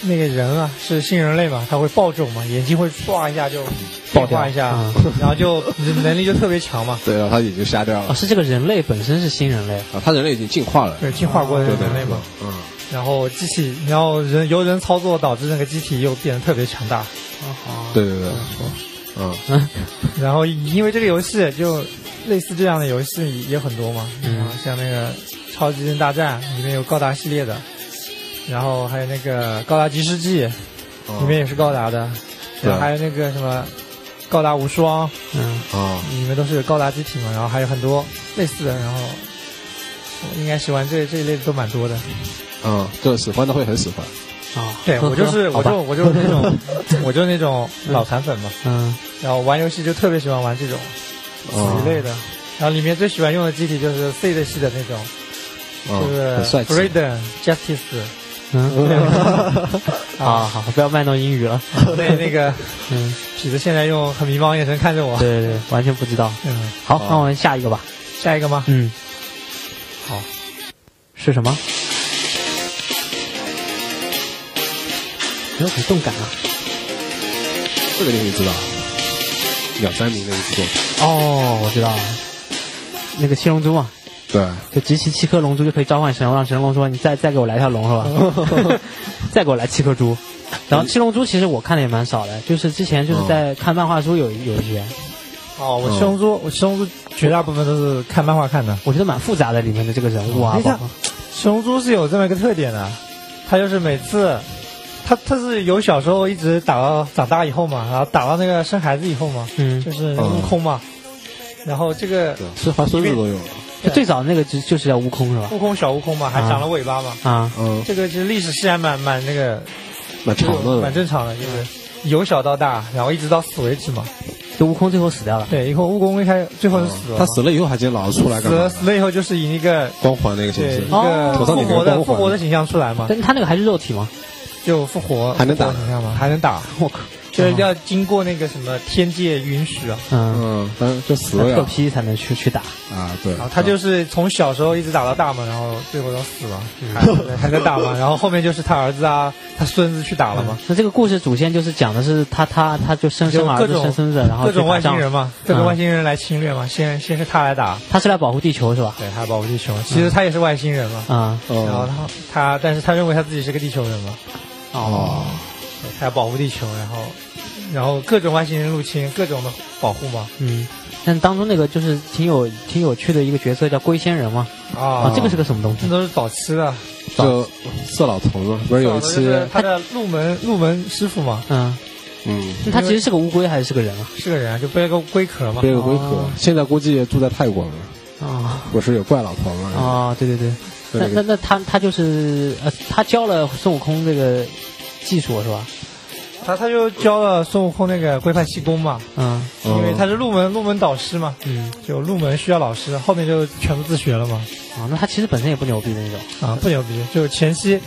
Speaker 4: 那个人啊是新人类嘛，他会爆种嘛，眼睛会唰一下就
Speaker 2: 爆掉
Speaker 4: 变化一下
Speaker 2: 嗯，
Speaker 4: 然后就能力就特别强嘛，
Speaker 3: 对，然后他眼睛瞎掉
Speaker 2: 哦，
Speaker 3: 了，
Speaker 2: 是这个人类本身是新人类，
Speaker 3: 啊，他人类已经进化了，
Speaker 4: 对，进化过的
Speaker 3: 对对
Speaker 4: 人类
Speaker 3: 对
Speaker 4: 嘛。，
Speaker 3: 嗯，
Speaker 4: 然后机器，然后人由人操作导致那个机体又变得特别强大。
Speaker 2: 哦，
Speaker 3: 对对对，嗯，
Speaker 2: 嗯，
Speaker 4: 然后因为这个游戏就类似这样的游戏也很多嘛，
Speaker 2: 嗯
Speaker 4: 然后像那个《超级机器人大战》里面有高达系列的，然后还有那个《高达即世纪》
Speaker 3: 嗯
Speaker 4: 里面也是高达的，
Speaker 3: 对
Speaker 4: 然后还有那个什么《高达无双》
Speaker 2: 嗯，
Speaker 3: 啊，
Speaker 4: 里面都是高达机体嘛，然后还有很多类似的，然后我应该喜欢这这一类的都蛮多的。
Speaker 3: 嗯，就喜欢的会很喜欢，
Speaker 2: 哦，
Speaker 4: 对
Speaker 2: 呵
Speaker 4: 我 就是
Speaker 2: 呵好
Speaker 4: 我
Speaker 2: 吧
Speaker 4: 就我就是那种我就是那 种脑残粉嘛，
Speaker 2: 嗯，
Speaker 4: 然后玩游戏就特别喜欢玩这种。
Speaker 3: 嗯
Speaker 4: 一类的。然后里面最喜欢用的机体就是 C 的系的那种，就
Speaker 3: 嗯，很
Speaker 4: 是
Speaker 3: 帅
Speaker 4: f r e e
Speaker 3: 气，
Speaker 4: d o m Justice，
Speaker 2: 嗯，啊，好，不要卖弄英语了。
Speaker 4: 对那个
Speaker 2: 嗯，
Speaker 4: 痞子现在用很迷茫的眼神看着我。
Speaker 2: 对对对，完全不知道。
Speaker 4: 嗯，
Speaker 2: 好，
Speaker 3: 哦
Speaker 2: 那我们下一个吧。
Speaker 4: 下一个吗？
Speaker 2: 嗯，好，是什么？有很动感啊！
Speaker 3: 这个你知道，两三名的一部作品，
Speaker 2: 哦，我知道了，那个七龙珠嘛，
Speaker 3: 对，
Speaker 2: 就集齐七颗龙珠就可以召唤神龙，让神龙说：“你再再给我来条龙是 吧？再给我来七颗珠。”然后七龙珠其实我看的也蛮少的，就是之前就是在看漫画书有有一些，
Speaker 4: 哦，我七龙珠，我七龙珠绝大部分都是看漫画看的。
Speaker 2: 我觉得蛮复杂的里面的这个人物啊
Speaker 4: 你，
Speaker 2: 包
Speaker 4: 看
Speaker 2: 括
Speaker 4: 七龙珠是有这么一个特点的，它就是每次。它它是由小时候一直打到长大以后嘛，然后打到那个生孩子以后嘛，
Speaker 2: 嗯
Speaker 4: 就，是悟空嘛，然后这个
Speaker 3: 哦对，是还孙子都有了，
Speaker 2: 就最早那个就就是叫悟空是吧？
Speaker 4: 悟空小悟空嘛，还长了尾巴嘛，
Speaker 2: 啊，
Speaker 3: 嗯，
Speaker 4: 这个其实历史是还蛮蛮那个
Speaker 3: 蛮长的，
Speaker 4: 蛮正常的，就是由小到大，然后一直到死为止嘛。
Speaker 2: 就悟空最后死掉了。
Speaker 4: 对，以后蜈蚣一开最后
Speaker 3: 嗯
Speaker 4: 是死了嘛，
Speaker 3: 他死了以后还老是出来
Speaker 4: 死
Speaker 3: 干嘛
Speaker 4: 了
Speaker 3: 呢？
Speaker 4: 死了以后就是以一个
Speaker 3: 光环那个形
Speaker 4: 对
Speaker 3: 式
Speaker 4: 一，
Speaker 2: 哦
Speaker 4: 个
Speaker 2: 头
Speaker 3: 上
Speaker 4: 复
Speaker 3: 顶
Speaker 4: 活
Speaker 3: 着
Speaker 4: 的
Speaker 3: 光环哎
Speaker 4: 复活的形象出来嘛，
Speaker 2: 但他那个还是肉体吗？
Speaker 4: 就复活
Speaker 3: 还能打
Speaker 4: 复活形象嘛，还能打，
Speaker 2: 我靠，
Speaker 4: 就是要经过那个什么天界允许啊。
Speaker 2: 嗯，
Speaker 3: 嗯，但是就死了
Speaker 2: 特
Speaker 3: 呀，
Speaker 2: 批才能去去打。
Speaker 3: 啊，对
Speaker 4: 然后，他就是从小时候一直打到大嘛，然后最后都死了，还还在打 嘛。然后后面就是他儿子啊，他孙子去打了嘛，
Speaker 2: 那这个故事主线就是讲的是他他他就生
Speaker 4: 就
Speaker 2: 生儿
Speaker 4: 各
Speaker 2: 子
Speaker 4: 种
Speaker 2: 生孙子，然后
Speaker 4: 各
Speaker 2: 去
Speaker 4: 种
Speaker 2: 打
Speaker 4: 外
Speaker 2: 仗
Speaker 4: 星人嘛，各种
Speaker 2: 嗯
Speaker 4: 外星人来侵略嘛。先先是他来打，
Speaker 2: 他是来保护地球是吧？
Speaker 4: 对，他保护地球。其实他也是外星人嘛，
Speaker 2: 啊、
Speaker 4: 然后
Speaker 3: 哦
Speaker 4: 他他，但是他认为他自己是个地球人嘛，
Speaker 2: 哦，
Speaker 4: 对他要保护地球，然后然后各种外星人入侵，各种的保护嘛。
Speaker 2: 嗯，但当中那个就是挺有挺有趣的一个角色叫龟仙人嘛，
Speaker 4: 啊，
Speaker 2: 啊，这个是个什么东
Speaker 4: 这
Speaker 2: 西？
Speaker 4: 都是早期的，
Speaker 3: 就色老头嘛，不是有一
Speaker 4: 早期的就
Speaker 3: 期
Speaker 4: 是，他的入门入门师傅嘛，
Speaker 2: 嗯，
Speaker 3: 嗯，
Speaker 2: 那他其实是个乌龟还是是个人啊？
Speaker 4: 是个人啊，就背了个龟壳嘛
Speaker 3: 这。个龟壳
Speaker 2: 哦，
Speaker 3: 现在估计住在泰国了，
Speaker 2: 啊、
Speaker 3: 不是有怪老头嘛？
Speaker 4: 哦
Speaker 2: 啊，对对对，
Speaker 3: 对
Speaker 2: 那
Speaker 3: 那
Speaker 2: 那
Speaker 3: 个
Speaker 2: 那他他就是呃，他教了孙悟空这个技术是吧？
Speaker 4: 他他就教了孙悟空那个龟派气功嘛，
Speaker 2: 嗯
Speaker 3: 嗯
Speaker 4: 因为他是入门入门导师嘛，
Speaker 2: 嗯，
Speaker 4: 就入门需要老师，后面就全部自学了嘛。
Speaker 2: 啊，那他其实本身也不牛逼的那种，
Speaker 4: 啊，不牛逼，就前期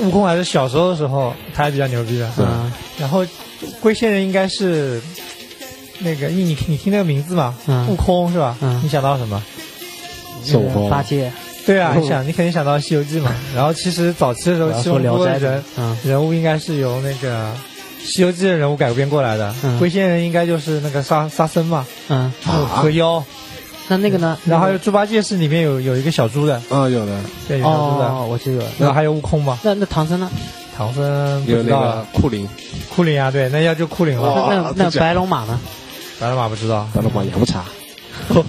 Speaker 4: 悟空还是小时候的时候，他还比较牛逼的。
Speaker 2: 嗯
Speaker 4: 然后龟仙人应该是那个你你你听那个名字嘛，
Speaker 2: 嗯
Speaker 4: 悟空是吧？
Speaker 2: 嗯
Speaker 4: 你想到什么？
Speaker 3: 孙悟空
Speaker 2: 八戒，
Speaker 4: 对啊，
Speaker 3: 嗯
Speaker 4: 你想你肯定想到《西游记》嘛。然后其实早期的时
Speaker 2: 我
Speaker 4: 候，七
Speaker 2: 要说
Speaker 4: 龙
Speaker 2: 聊
Speaker 4: 珠
Speaker 2: 斋
Speaker 4: 的
Speaker 2: 的
Speaker 4: 人，
Speaker 2: 嗯
Speaker 4: 人物应该是由那个。《西游记》的人物改编过来的
Speaker 2: 嗯，
Speaker 4: 龟仙人应该就是那个沙沙僧嘛，
Speaker 2: 嗯，
Speaker 4: 还有
Speaker 3: 啊
Speaker 4: 河妖，
Speaker 2: 那那个呢？哦
Speaker 4: 然后还有猪八戒是里面有有一个小猪的，
Speaker 3: 啊，有的
Speaker 4: 对，有小猪的，
Speaker 2: 哦，我记得有了。
Speaker 4: 然后还有悟空嘛，
Speaker 2: 那那唐僧呢？
Speaker 4: 唐僧不
Speaker 3: 有
Speaker 4: 知
Speaker 3: 那
Speaker 4: 道
Speaker 3: 个
Speaker 4: 了，
Speaker 3: 库林，
Speaker 4: 库 里啊，对，那要就库里了，
Speaker 3: 哦
Speaker 2: 那那
Speaker 3: 这
Speaker 2: 那
Speaker 3: 家
Speaker 2: 白龙马呢？
Speaker 4: 白龙马不知道，
Speaker 3: 白龙马也不差，
Speaker 4: 后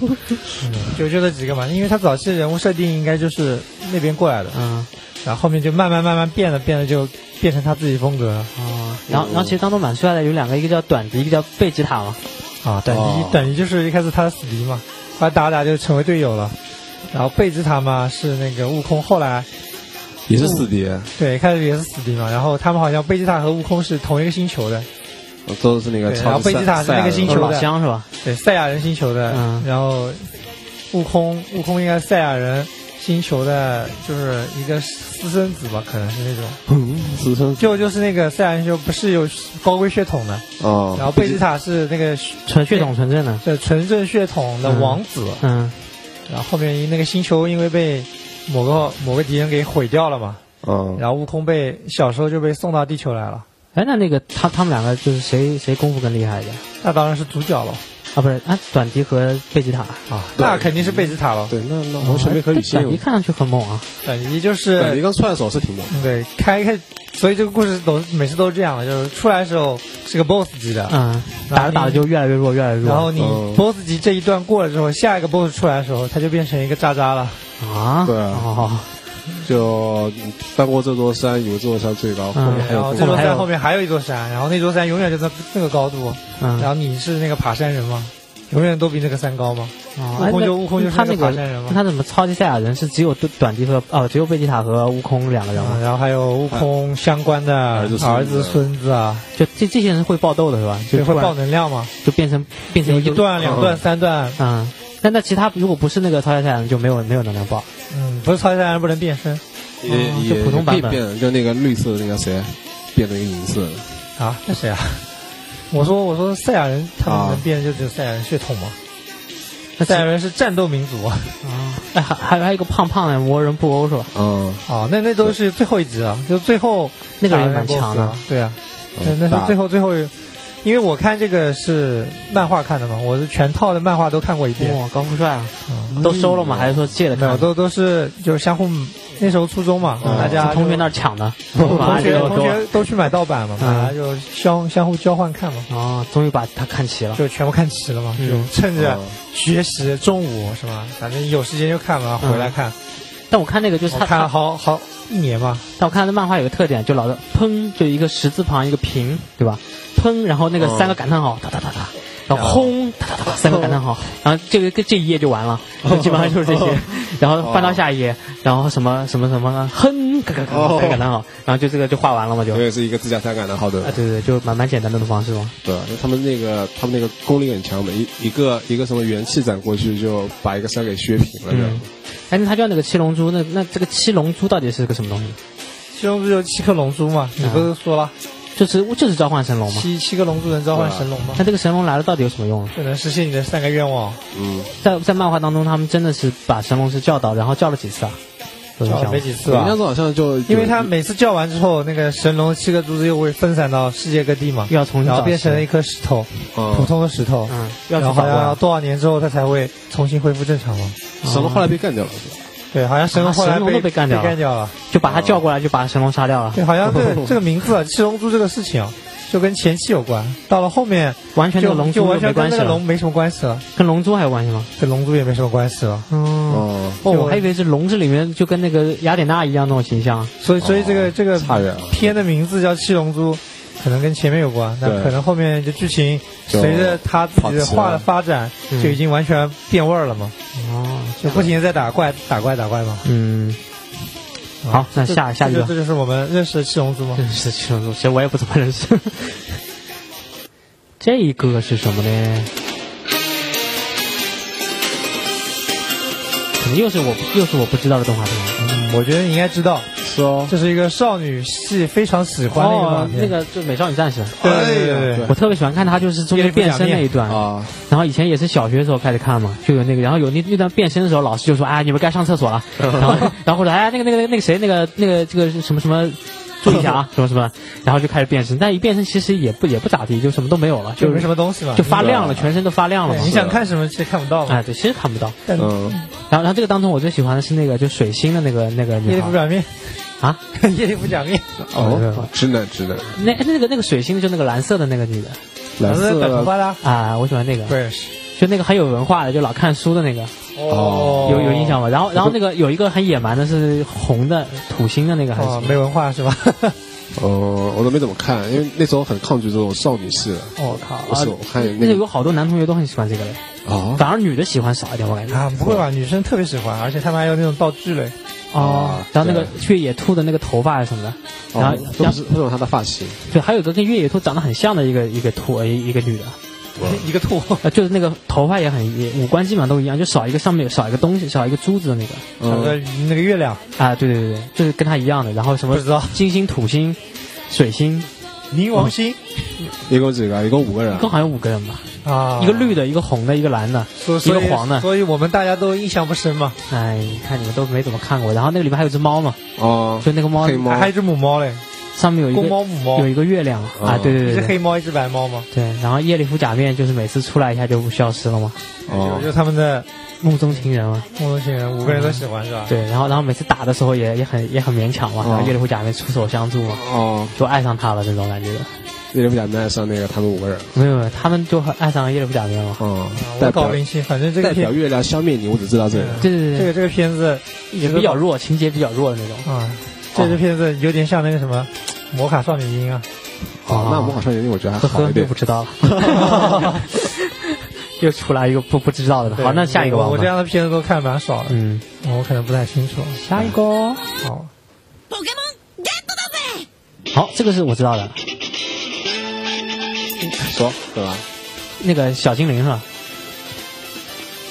Speaker 4: 就就这几个嘛，因为他早期人物设定应该就是那边过来的，
Speaker 2: 嗯
Speaker 4: 然后后面就慢慢慢慢变了，变了就变成他自己风格了
Speaker 2: 哦，然后然后其实当中蛮帅的，有两个，一个叫短笛，一个叫贝吉塔嘛。
Speaker 4: 啊。短笛、
Speaker 3: 哦
Speaker 4: 短笛就是一开始他的死敌嘛，后来打着打着就成为队友了。然后贝吉塔嘛是那个悟空后来
Speaker 3: 也是死敌，
Speaker 4: 对一开始也是死敌嘛，然后他们好像贝吉塔和悟空是同一个星球的，
Speaker 3: 都是那个
Speaker 4: 对然
Speaker 3: 超
Speaker 4: 后
Speaker 3: 级
Speaker 4: 贝吉塔
Speaker 3: 赛
Speaker 4: 是那个
Speaker 3: 赛亚
Speaker 4: 星
Speaker 3: 人
Speaker 2: 都
Speaker 4: 球
Speaker 2: 是老
Speaker 4: 的
Speaker 2: 乡是吧？
Speaker 4: 对赛亚人星球的，
Speaker 2: 嗯
Speaker 4: 然后悟空悟空应该是赛亚人星球的，就是一个私生子吧，可能是那种。
Speaker 3: 嗯私生
Speaker 4: 就就是那个赛亚人星球不是有高贵血统的，
Speaker 3: 哦，
Speaker 4: 然后贝吉塔是那个血
Speaker 2: 纯血统纯正的。
Speaker 4: 呃纯正血统的王子，
Speaker 2: 嗯
Speaker 4: 然后后面那个星球因为被某个某个敌人给毁掉了嘛，
Speaker 3: 嗯，
Speaker 4: 然后悟空被小时候就被送到地球来了，
Speaker 2: 哎，那那个他他们两个就是谁谁功夫更厉害一点
Speaker 4: 那当然是主角了
Speaker 2: 啊？不是啊，短笛和贝吉塔。
Speaker 4: 啊，
Speaker 3: 对
Speaker 4: 那肯定是贝吉塔了，
Speaker 3: 对，那那完全没可
Speaker 2: 哎
Speaker 3: 比
Speaker 2: 短笛
Speaker 3: 性。
Speaker 2: 看上去很猛啊。
Speaker 4: 等于就是嗯
Speaker 3: 对，一个串手是挺猛，
Speaker 4: 对，开开，所以这个故事都每次都是这样的，就是出来的时候是个 BOSS 级的，
Speaker 2: 嗯，打着打着就越来越弱，越来越弱。
Speaker 4: 然后你
Speaker 3: 嗯
Speaker 4: BOSS 级这一段过了之后，下一个 BOSS 出来的时候，它就变成一个渣渣了。
Speaker 2: 啊，
Speaker 3: 对啊
Speaker 2: 哦，
Speaker 3: 就翻过这座山，有这座山最高，后面嗯还
Speaker 4: 然后嗯
Speaker 3: 有
Speaker 4: 哦这座
Speaker 3: 更
Speaker 2: 还有
Speaker 4: 山后面还有一座山，然后那座山永远就在那个高度，然
Speaker 2: 嗯，
Speaker 4: 后你是那个爬山人嘛，永远都比那个山高嘛。
Speaker 2: 悟
Speaker 4: 悟空就悟空就是
Speaker 2: 他
Speaker 4: 那
Speaker 2: 哦哎那
Speaker 4: 个
Speaker 2: 个
Speaker 4: 华山人嘛
Speaker 2: 他怎么超级赛亚人是只有短短笛和哦，只有贝吉塔和悟空两个人
Speaker 4: 啊，
Speaker 2: 吗？
Speaker 4: 然后还有悟空相关的
Speaker 3: 儿子孙子
Speaker 4: 儿子、孙子啊，
Speaker 2: 就这这些人是会爆斗的是吧？
Speaker 4: 对，
Speaker 2: 就
Speaker 4: 会
Speaker 2: 突然
Speaker 4: 爆能量嘛，
Speaker 2: 就变成变
Speaker 4: 有
Speaker 2: 成
Speaker 4: 一
Speaker 2: 个
Speaker 4: 段、两段、三段，
Speaker 2: 嗯，那那其他如果不是那个超级赛亚人就没有没有能量爆
Speaker 4: 嗯，不是超级赛亚人不能变身
Speaker 3: 也
Speaker 2: 哦
Speaker 3: 也
Speaker 2: 就普通版
Speaker 3: 也可以
Speaker 2: 本
Speaker 3: 变，就那个绿色的那个谁，变成一个银色的，
Speaker 4: 啊？那谁啊？我说我说赛亚人他们
Speaker 3: 啊
Speaker 4: 能变就只有赛亚人血统嘛。
Speaker 2: 那其
Speaker 4: 赛亚人是战斗民族啊，
Speaker 2: 啊，哎还还有还有一个胖胖的魔人布欧是吧？
Speaker 3: 嗯，
Speaker 4: 哦，那那都是最后一集了，就最后
Speaker 2: 那个人也
Speaker 4: 打
Speaker 2: 蛮
Speaker 4: 那个
Speaker 2: 强
Speaker 4: boss
Speaker 2: 的
Speaker 4: 啊，，对啊，那
Speaker 3: 嗯
Speaker 4: 那
Speaker 3: 打
Speaker 4: 是最后最后，因为我看这个是漫画看的嘛，我是全套的漫画都看过一遍，
Speaker 2: 哇，高富帅啊，
Speaker 4: 嗯
Speaker 2: 都收了吗？还是说借了
Speaker 4: 没有
Speaker 2: 看？
Speaker 4: 都都是就是相互那时候初中嘛，
Speaker 3: 嗯
Speaker 4: 大家
Speaker 2: 从
Speaker 4: 就
Speaker 2: 同学那儿抢的，
Speaker 4: 同
Speaker 2: 同
Speaker 4: 学同学都去买盗版嘛，
Speaker 2: 嗯
Speaker 4: 买来就相相互交换看嘛，
Speaker 2: 哦，终于把他看齐了。
Speaker 4: 就全部看齐了嘛，就
Speaker 2: 嗯
Speaker 4: 趁着
Speaker 3: 嗯
Speaker 4: 学习中午是吧，反正有时间就看嘛，
Speaker 2: 嗯
Speaker 4: 回来看，
Speaker 2: 但我看那个就是
Speaker 4: 我
Speaker 2: 他
Speaker 4: 看
Speaker 2: 他
Speaker 4: 了好好一年嘛，
Speaker 2: 但我看这漫画有个特点，就老是砰，就一个十字旁一个平，对吧？砰，然后那个
Speaker 3: 嗯
Speaker 2: 三个感叹号，哒哒哒哒，然
Speaker 4: 然
Speaker 2: 后
Speaker 4: 后
Speaker 2: 轰，哒哒哒哒，三个感叹号，然后这个这这一页就完了，就 基本上就是这些。然后翻到下一页，然后什么什么什么，哼，嘎嘎嘎，
Speaker 3: 哦
Speaker 2: 三个感叹号，然后就这个就画完了嘛，就
Speaker 3: 因
Speaker 2: 啊，
Speaker 3: 为是一个自家三感的好的，
Speaker 2: 对对，就蛮蛮简单的那种方式哦嘛。
Speaker 3: 对，哎他们那个他们那个功力很强的，一一个一个什么元气斩过去就把一个山给削平了，这样
Speaker 2: 嗯，哎，那它叫那个七龙珠，那那这个七龙珠到底是个什么东西？
Speaker 4: 七龙珠就七颗龙珠嘛，你不是说了
Speaker 2: 就是就是召唤神龙吗？
Speaker 4: 七七颗龙珠能召
Speaker 2: 啊
Speaker 4: 唤神龙吗？
Speaker 2: 那这个神龙来了到底有什么用呢？
Speaker 4: 就能实现你的三个愿望，
Speaker 3: 嗯，
Speaker 2: 在在漫画当中，他们真的是把神龙是教导，然后教了几次啊？
Speaker 4: 叫了
Speaker 2: 有印象吗
Speaker 4: 没几次
Speaker 3: 人家
Speaker 4: 吧。
Speaker 3: 说好像就
Speaker 4: 因为他每次叫完之后，那个神龙七颗珠子又会分散到世界各地嘛，
Speaker 2: 又要重新
Speaker 4: 然后
Speaker 2: 找一
Speaker 4: 变成
Speaker 2: 次
Speaker 4: 了一颗石头，普
Speaker 3: 嗯，
Speaker 4: 通的石头，
Speaker 2: 嗯，要
Speaker 4: 然后
Speaker 2: 去
Speaker 4: 好
Speaker 2: 找
Speaker 4: 像
Speaker 2: 过
Speaker 4: 要
Speaker 2: 来
Speaker 4: 多少年之后它才会重新恢复正常嘛。
Speaker 3: 神龙后来被干掉了，
Speaker 4: 对，好像神龙后来
Speaker 2: 啊神龙
Speaker 4: 被
Speaker 2: 都被干掉了
Speaker 4: 了。
Speaker 2: 就把他叫过来，就把神龙杀掉了，
Speaker 4: 对，好 像这个这个名字啊，七龙珠这个事情啊，就跟前期有关，到了后面
Speaker 2: 完全跟
Speaker 4: 就
Speaker 2: 龙
Speaker 4: 就
Speaker 2: 珠
Speaker 4: 完
Speaker 2: 没
Speaker 4: 全跟
Speaker 2: 关
Speaker 4: 那
Speaker 2: 系
Speaker 4: 个
Speaker 2: 了
Speaker 4: 龙，没什么关系了，
Speaker 2: 跟龙珠还有关系吗？
Speaker 4: 跟龙珠也没什么关系了。
Speaker 2: 嗯，
Speaker 3: 哦，
Speaker 2: 哦，
Speaker 4: 就
Speaker 2: 我还以为是龙这里面就跟那个雅典娜一样那种形象，
Speaker 4: 所以所以这个
Speaker 3: 哦
Speaker 4: 这个
Speaker 3: 差远
Speaker 2: 啊
Speaker 3: 了
Speaker 4: 片的名字叫《七龙珠》，可能跟前面有关，那
Speaker 3: 对
Speaker 4: 可能后面的剧情
Speaker 3: 就
Speaker 4: 随着他自己的画的发展，
Speaker 2: 嗯
Speaker 4: 就已经完全变味儿了嘛，
Speaker 2: 哦，
Speaker 4: 就不停的在打怪、打怪、打怪嘛。
Speaker 2: 嗯，
Speaker 4: 啊
Speaker 2: 好那
Speaker 4: 这
Speaker 2: 下下一
Speaker 4: 这就
Speaker 2: 个
Speaker 4: 这就是我们认识的七龙 珠吗？
Speaker 2: 认识七龙珠，其实我也不怎么认识。 这个是什么呢？可能又是我又是我不知道的动画片。
Speaker 4: 嗯我觉得你应该知道，
Speaker 3: 是哦，
Speaker 4: 这是一个少女系非常喜欢的一个动画
Speaker 2: 哦，
Speaker 4: 片。
Speaker 2: 那个就美少女战士，
Speaker 4: 对对对对
Speaker 3: 哎呀
Speaker 2: 我特别喜欢看她就是中间变身那一段。
Speaker 3: 啊，
Speaker 2: 然后以前也是小学的时候开始看嘛，就有那个，然后有那那段变身的时候，老师就说：“哎，你们该上厕所 了。”然后，然后或者哎，那个那个那个谁，那个那个这个什么什么，注意一 下啊，什么什么，然后就开始变身。但一变身其实也不也不咋地，就什么都没有了，
Speaker 4: 就
Speaker 2: 就
Speaker 4: 没什么东西嘛，
Speaker 2: 就发亮了，全身都发亮了
Speaker 4: 啊对
Speaker 2: 嘛
Speaker 4: 你。想看什么其实看不到嘛。
Speaker 2: 哎，对，其实看不到。
Speaker 4: 但
Speaker 3: 嗯，
Speaker 2: 然后，然后这个当中我最喜欢的是那个就水星的那个那个
Speaker 4: 夜
Speaker 2: 女
Speaker 4: 里不
Speaker 2: 孩
Speaker 4: 表面，
Speaker 2: 啊，
Speaker 4: 夜里不表面，
Speaker 3: 哦，直男直男，
Speaker 2: 哎那那个那个水星就那个蓝色的那个女的
Speaker 3: 蓝
Speaker 4: 是短头
Speaker 3: 色
Speaker 4: 发的啊，
Speaker 2: 啊，我喜欢那个。
Speaker 4: 不认识。
Speaker 2: 就那个很有文化的，就老看书的那个，
Speaker 3: 哦
Speaker 2: 有有印象吗？然后然后那个有一个很野蛮的是红的土星的那个还
Speaker 4: 哦，
Speaker 2: 是
Speaker 4: 没文化是吧？
Speaker 3: 哦，我都没怎么看，因为那时候很抗拒这种少女戏的。
Speaker 4: 我靠啊
Speaker 3: 我是我看
Speaker 2: 那个
Speaker 3: 那个
Speaker 2: 有好多男同学都很喜欢这个的，
Speaker 3: 啊
Speaker 2: 反而女的喜欢少一点，我感觉。
Speaker 4: 啊，不会吧？女生特别喜欢，而且他们还有那种道具嘞。
Speaker 2: 哦
Speaker 3: 啊，
Speaker 2: 然后那个
Speaker 3: 对
Speaker 2: 越野兔的那个头发什么的，然
Speaker 3: 啊
Speaker 2: 后，然
Speaker 3: 都不
Speaker 2: 后
Speaker 3: 是不是她的发型，
Speaker 2: 对，还有一个跟越野兔长得很像的一个一个兔呃一一个女的，
Speaker 4: 一个兔，
Speaker 2: 呃，就是那个头发也很也五官基本上都一样，就少一个上面有少一个东西，少一个珠子的那个
Speaker 4: 那
Speaker 3: 嗯
Speaker 4: 个那个月亮，
Speaker 2: 啊，对对对对，就是跟她一样的，然后什
Speaker 4: 不
Speaker 2: 么
Speaker 4: 知道
Speaker 2: 金星、土星、水星，
Speaker 4: 冥王星
Speaker 3: 一共几个？一共五个人
Speaker 2: 一。共好像五个人吧，
Speaker 4: 啊，
Speaker 2: 嗯一个绿的，一个红的，一个蓝的，
Speaker 4: 所以，
Speaker 2: 一
Speaker 4: 所
Speaker 2: 个
Speaker 4: 以
Speaker 2: 黄的。
Speaker 4: 所以我们大家都印象不深嘛。
Speaker 2: 哎，你看你们都没怎么看过。然后那个里面还有只猫嘛，
Speaker 3: 哦，
Speaker 2: 就那个猫
Speaker 3: 黑猫
Speaker 4: 还还有一只母猫嘞，
Speaker 2: 上面有一
Speaker 4: 公
Speaker 2: 个
Speaker 4: 猫母猫
Speaker 2: 有，一个月亮啊，
Speaker 3: 哦
Speaker 2: 对
Speaker 4: 一
Speaker 2: 对
Speaker 4: 只
Speaker 2: 对对
Speaker 4: 黑猫，一只白猫嘛，
Speaker 2: 对。然后夜里服假面就是每次出来一下就消失了嘛，
Speaker 3: 哦
Speaker 4: 就就他们的
Speaker 2: 梦中情人嘛。
Speaker 4: 梦中情人，五个人都喜欢是吧？
Speaker 2: 对，然后然后每次打的时候也也很也很勉强
Speaker 4: 啊
Speaker 2: 嘛，
Speaker 3: 哦
Speaker 2: 然后夜里服假面出手相助嘛，
Speaker 3: 哦，
Speaker 2: 就爱上他了那种感觉。
Speaker 3: 夜里不假面爱上那个他们五个人。
Speaker 2: 没有没有，他们就很爱上夜里服假面嘛。
Speaker 3: 哦
Speaker 4: 啊，我
Speaker 3: 代
Speaker 4: 搞
Speaker 3: 表
Speaker 4: 不清，反正这个
Speaker 3: 代
Speaker 4: 片
Speaker 3: 表月亮消灭你，我只知道这个。
Speaker 2: 对对
Speaker 4: 这
Speaker 2: 对
Speaker 4: 个这个片子
Speaker 2: 对，也比较弱，情节比较弱的那种。
Speaker 4: 啊，这支片子有点像那个什么《魔卡少女樱》啊，
Speaker 3: 哦，那魔法少年我觉得还
Speaker 2: 呵
Speaker 3: 好
Speaker 2: 呵，
Speaker 3: 一
Speaker 2: 又
Speaker 3: 点
Speaker 2: 不。知道了，又出来一个不不知道的。
Speaker 4: 对
Speaker 2: 好，那下一个吧。
Speaker 4: 我我这
Speaker 2: 们
Speaker 4: 样的片子都看蛮少的，
Speaker 2: 嗯，
Speaker 4: 我可能不太清楚。
Speaker 2: 下一个哦。
Speaker 4: 好，
Speaker 2: 好，这个是我知道的，
Speaker 3: 说对吧？
Speaker 2: 那个小精灵是吧？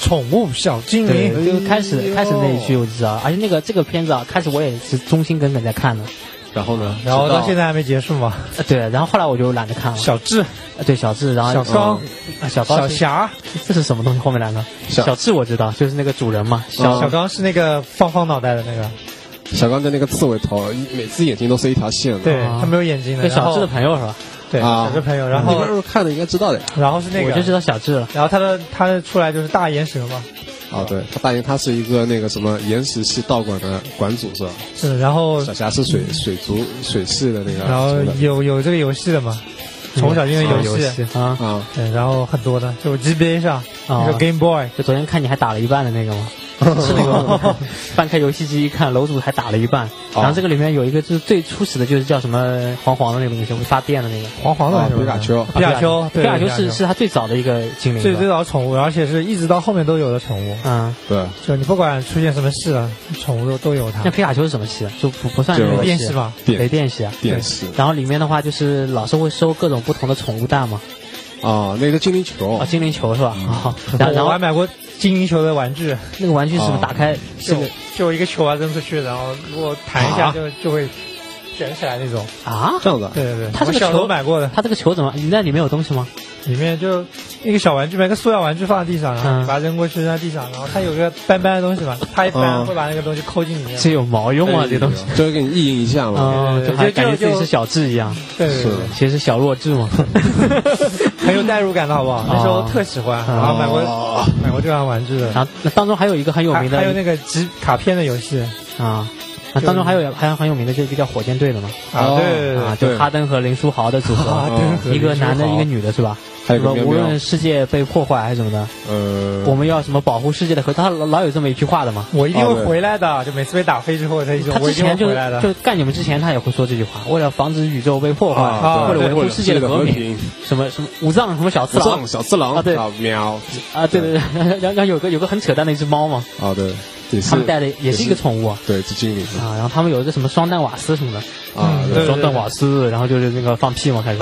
Speaker 4: 宠物小精
Speaker 2: 对
Speaker 4: 灵，，
Speaker 2: 就开
Speaker 4: 哎
Speaker 2: 始开始那一句我知道，而且那个这个片子啊，开始我也是忠心耿耿在看的，
Speaker 3: 然后呢？
Speaker 4: 然后
Speaker 3: 直
Speaker 4: 到现在还没结束嘛。
Speaker 2: 呃对，然后后来我就懒得看了。
Speaker 4: 小智、
Speaker 2: 呃对小智，然后
Speaker 4: 小刚、
Speaker 2: 啊小高
Speaker 4: 小霞，
Speaker 2: 这是什么东西？后面两个
Speaker 3: 小
Speaker 2: 小智我知道，就是那个主人嘛，小
Speaker 3: 嗯
Speaker 4: 小刚是那个方方脑袋的那个，
Speaker 3: 小刚的那个刺猬头，每次眼睛都是一条线的。
Speaker 4: 对
Speaker 2: 啊
Speaker 4: 他没有眼睛的。
Speaker 2: 对小智
Speaker 4: 然后
Speaker 2: 的朋友是吧？
Speaker 4: 对
Speaker 3: 啊
Speaker 4: 小智朋友，然
Speaker 3: 你
Speaker 4: 后
Speaker 3: 们如果看了应该知道的呀。
Speaker 4: 然后是那
Speaker 2: 我就知
Speaker 4: 个，
Speaker 2: 道小智了。
Speaker 4: 然后他的他的出来就是大眼蛇嘛，
Speaker 3: 啊，对，他大爷他是一个那个什么岩石系道馆的馆主是吧？
Speaker 4: 是，然
Speaker 2: 哦
Speaker 4: 后
Speaker 3: 小霞是水水族水系的那个
Speaker 4: 然后
Speaker 3: 什么的
Speaker 4: 有有这个游戏的嘛，从小就有
Speaker 2: 游
Speaker 4: 戏，
Speaker 2: 嗯啊，
Speaker 3: 啊，
Speaker 4: 对，然后很多的，就 GBA 上
Speaker 2: 啊
Speaker 4: 那个 Game Boy，
Speaker 2: 就昨天看你还打了一半的那个吗？是那个 吗翻开游戏机一看，楼主还打了一半。然后这个里面有一个就是最初始的，就是叫什么黄黄的那个东西，会发电的那个。
Speaker 4: 黄黄的
Speaker 3: 啊
Speaker 4: 是吧
Speaker 3: 皮卡丘
Speaker 4: 皮卡丘，
Speaker 2: 皮
Speaker 4: 对
Speaker 2: 卡丘是是他最早的一个精灵。
Speaker 4: 最最
Speaker 2: 早。
Speaker 4: 早的宠物，而且是一直到后面都有的宠物，
Speaker 2: 嗯，
Speaker 3: 对，
Speaker 4: 就你不管出现什么事了，宠物都都有它
Speaker 2: 那。皮卡丘是什么系？啊就不不算
Speaker 3: 就
Speaker 2: 那个
Speaker 4: 电
Speaker 2: 系
Speaker 4: 视吧，
Speaker 2: 雷电系啊。
Speaker 3: 电视
Speaker 2: 然后里面的话就是老是会收各种不同的宠物蛋嘛，
Speaker 3: 啊，那个精灵球
Speaker 2: 啊，，精灵球是吧？啊， 然后然
Speaker 4: 我还
Speaker 2: 后
Speaker 4: 买过精灵球的玩具，
Speaker 2: 那个玩具是不是
Speaker 3: 哦
Speaker 2: 打开是
Speaker 4: 就
Speaker 2: 个
Speaker 4: 就一个球啊扔出去，然后如果弹一
Speaker 2: 啊
Speaker 4: 下就就会卷起来那种。
Speaker 2: 啊？
Speaker 3: 这样子啊
Speaker 4: 对对对，
Speaker 2: 它这
Speaker 4: 我
Speaker 2: 个
Speaker 4: 小时
Speaker 2: 球
Speaker 4: 候买过的，
Speaker 2: 它这个球怎么？你那里面有东西吗？
Speaker 4: 里面就一个小玩具嘛，一个塑料玩具放在地上，然后
Speaker 2: 嗯
Speaker 4: 你把它扔过去扔在地上，然后它有个斑斑的东西嘛，它一
Speaker 3: 嗯
Speaker 4: 般会把那个东西抠进里面。
Speaker 2: 这有毛用啊，这东西。
Speaker 3: 就会哎给你意淫一下嘛。
Speaker 2: 哦，
Speaker 4: 对对
Speaker 2: 就
Speaker 4: 对
Speaker 2: 还
Speaker 4: 就
Speaker 2: 感觉
Speaker 4: 就
Speaker 2: 自己
Speaker 4: 就是
Speaker 2: 小智一样，
Speaker 4: 对对对
Speaker 3: 是。
Speaker 2: 其实是小弱智嘛。
Speaker 4: 很有代入感的好不
Speaker 2: 哦
Speaker 4: 好？那时候特喜欢，然后买过、
Speaker 3: 哦
Speaker 4: 买过这款玩具的，
Speaker 2: 然后那当中还有一个很哦有
Speaker 4: 还
Speaker 2: 名的
Speaker 4: 啊还有那个集卡片的游戏
Speaker 2: 啊，那当中还有还有很有名的就是一个叫火箭队的嘛，
Speaker 4: 啊，
Speaker 3: 哦
Speaker 4: 对对对
Speaker 2: 啊，
Speaker 4: 对，
Speaker 2: 就
Speaker 3: 对
Speaker 2: 哈登和林书豪的组
Speaker 4: 啊
Speaker 2: 合，
Speaker 4: 对对
Speaker 2: 一个男的，一个
Speaker 3: 女，
Speaker 2: 女的是吧？
Speaker 3: 还
Speaker 2: 什
Speaker 3: 有个
Speaker 2: 么
Speaker 3: 喵
Speaker 2: 无论
Speaker 3: 喵，
Speaker 2: 世界被破坏还是什么的，
Speaker 3: 呃，
Speaker 2: 我们要什么保护世界的和他老老有这么一句话的嘛。
Speaker 4: 我一定
Speaker 3: 哦
Speaker 4: 会
Speaker 3: 对
Speaker 4: 回来的，就每次被打飞之后，他一种
Speaker 2: 他
Speaker 4: 我
Speaker 2: 之
Speaker 4: 一定
Speaker 2: 前
Speaker 4: 会
Speaker 2: 就
Speaker 4: 回来的，
Speaker 2: 就干你们之前，他也会说这句话，为了防止宇宙被破坏，
Speaker 3: 啊，
Speaker 2: 为
Speaker 3: 对
Speaker 2: 了维护世界的和
Speaker 3: 和
Speaker 2: 平，
Speaker 3: 平，
Speaker 2: 什么什么五藏什么小次
Speaker 3: 小次
Speaker 2: 郎
Speaker 3: 郎小次郎
Speaker 2: 啊对
Speaker 3: 喵
Speaker 2: 啊，对对对， 然后然后有个有个很扯淡的一只猫嘛，
Speaker 3: 啊，对，也是
Speaker 2: 他们带的也是一个宠物啊，
Speaker 3: 对，是精灵
Speaker 2: 啊，然后他们有一个什么双蛋瓦斯什么的，
Speaker 3: 啊，
Speaker 4: 嗯 对对
Speaker 2: 双蛋瓦斯，然后就是那个放屁嘛 开始，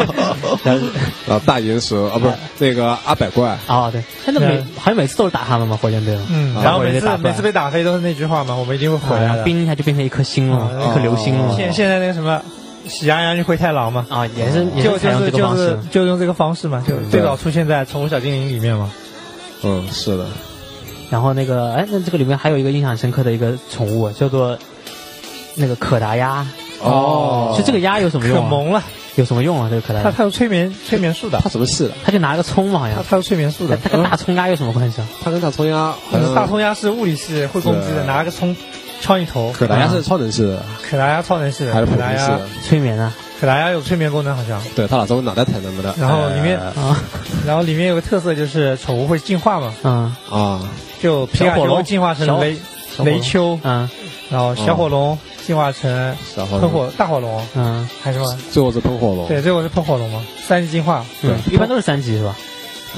Speaker 2: 然后
Speaker 3: 啊，大岩蛇啊，不是那个阿百怪，
Speaker 2: 啊对，真的每好像每次都是打他们嘛火箭队嘛，
Speaker 4: 嗯，
Speaker 2: 啊
Speaker 4: 然后
Speaker 2: 我
Speaker 4: 每
Speaker 2: 也打
Speaker 4: 次
Speaker 2: 不来
Speaker 4: 每次被打飞都是那句话嘛，我们一定会回
Speaker 2: 啊然
Speaker 4: 来
Speaker 2: 后
Speaker 4: 的。
Speaker 2: 冰一下就变成一颗星了嘛，
Speaker 4: 啊
Speaker 2: 一颗流星了嘛，
Speaker 4: 现现在那个什么喜羊羊与灰太狼嘛，
Speaker 2: 啊也是也
Speaker 4: 就是
Speaker 2: 采
Speaker 4: 就
Speaker 2: 用
Speaker 4: 是
Speaker 2: 这个
Speaker 4: 就
Speaker 2: 方式
Speaker 4: 是，就用这个方式嘛，就最早出现在《宠物小精灵》里面嘛。
Speaker 3: 嗯，是的，
Speaker 2: 然后那个哎那这个里面还有一个印象深刻的一个宠物叫做那个可达鸭，
Speaker 3: 哦
Speaker 2: 就这个鸭有什么
Speaker 4: 可
Speaker 2: 用啊？
Speaker 4: 萌了，
Speaker 2: 有什么用啊？这个可达
Speaker 4: 它
Speaker 2: 鸭，
Speaker 4: 它有催眠催眠术的，
Speaker 3: 他什么事了？
Speaker 2: 它就拿个葱嘛
Speaker 4: 它
Speaker 2: 好像，
Speaker 4: 它有催眠术的
Speaker 2: 它。它跟大葱鸭有什么关系啊？
Speaker 4: 嗯
Speaker 3: 他跟大葱鸭好像
Speaker 4: 大葱鸭是物理系会攻击的，
Speaker 3: 对
Speaker 4: 拿个葱敲你头。
Speaker 3: 可达鸭是超能式的，
Speaker 4: 可达鸭超能式的，
Speaker 3: 还是普
Speaker 4: 可
Speaker 3: 通
Speaker 4: 达
Speaker 3: 式
Speaker 4: 鸭
Speaker 3: 的？
Speaker 2: 催眠啊
Speaker 4: 可达鸭有催眠功能好像。
Speaker 3: 对他老是我脑袋疼什么的。
Speaker 4: 然后里面
Speaker 3: 呃
Speaker 2: 啊
Speaker 4: 然后里面有个特色就是宠物会进化嘛，
Speaker 2: 啊
Speaker 3: 啊，
Speaker 4: 就皮卡
Speaker 2: 小火
Speaker 4: 丘
Speaker 2: 龙
Speaker 4: 进化成
Speaker 2: 小
Speaker 4: 雷
Speaker 2: 小火龙嗯
Speaker 4: 雷丘，
Speaker 2: 啊
Speaker 4: 然后小火龙进化成
Speaker 3: 然后
Speaker 4: 喷火大火龙，
Speaker 2: 啊！
Speaker 4: 还是什么？
Speaker 3: 最后是喷火龙，
Speaker 4: 对，最后是喷火龙嘛，三级进化
Speaker 2: 嗯，一般都是三级是吧？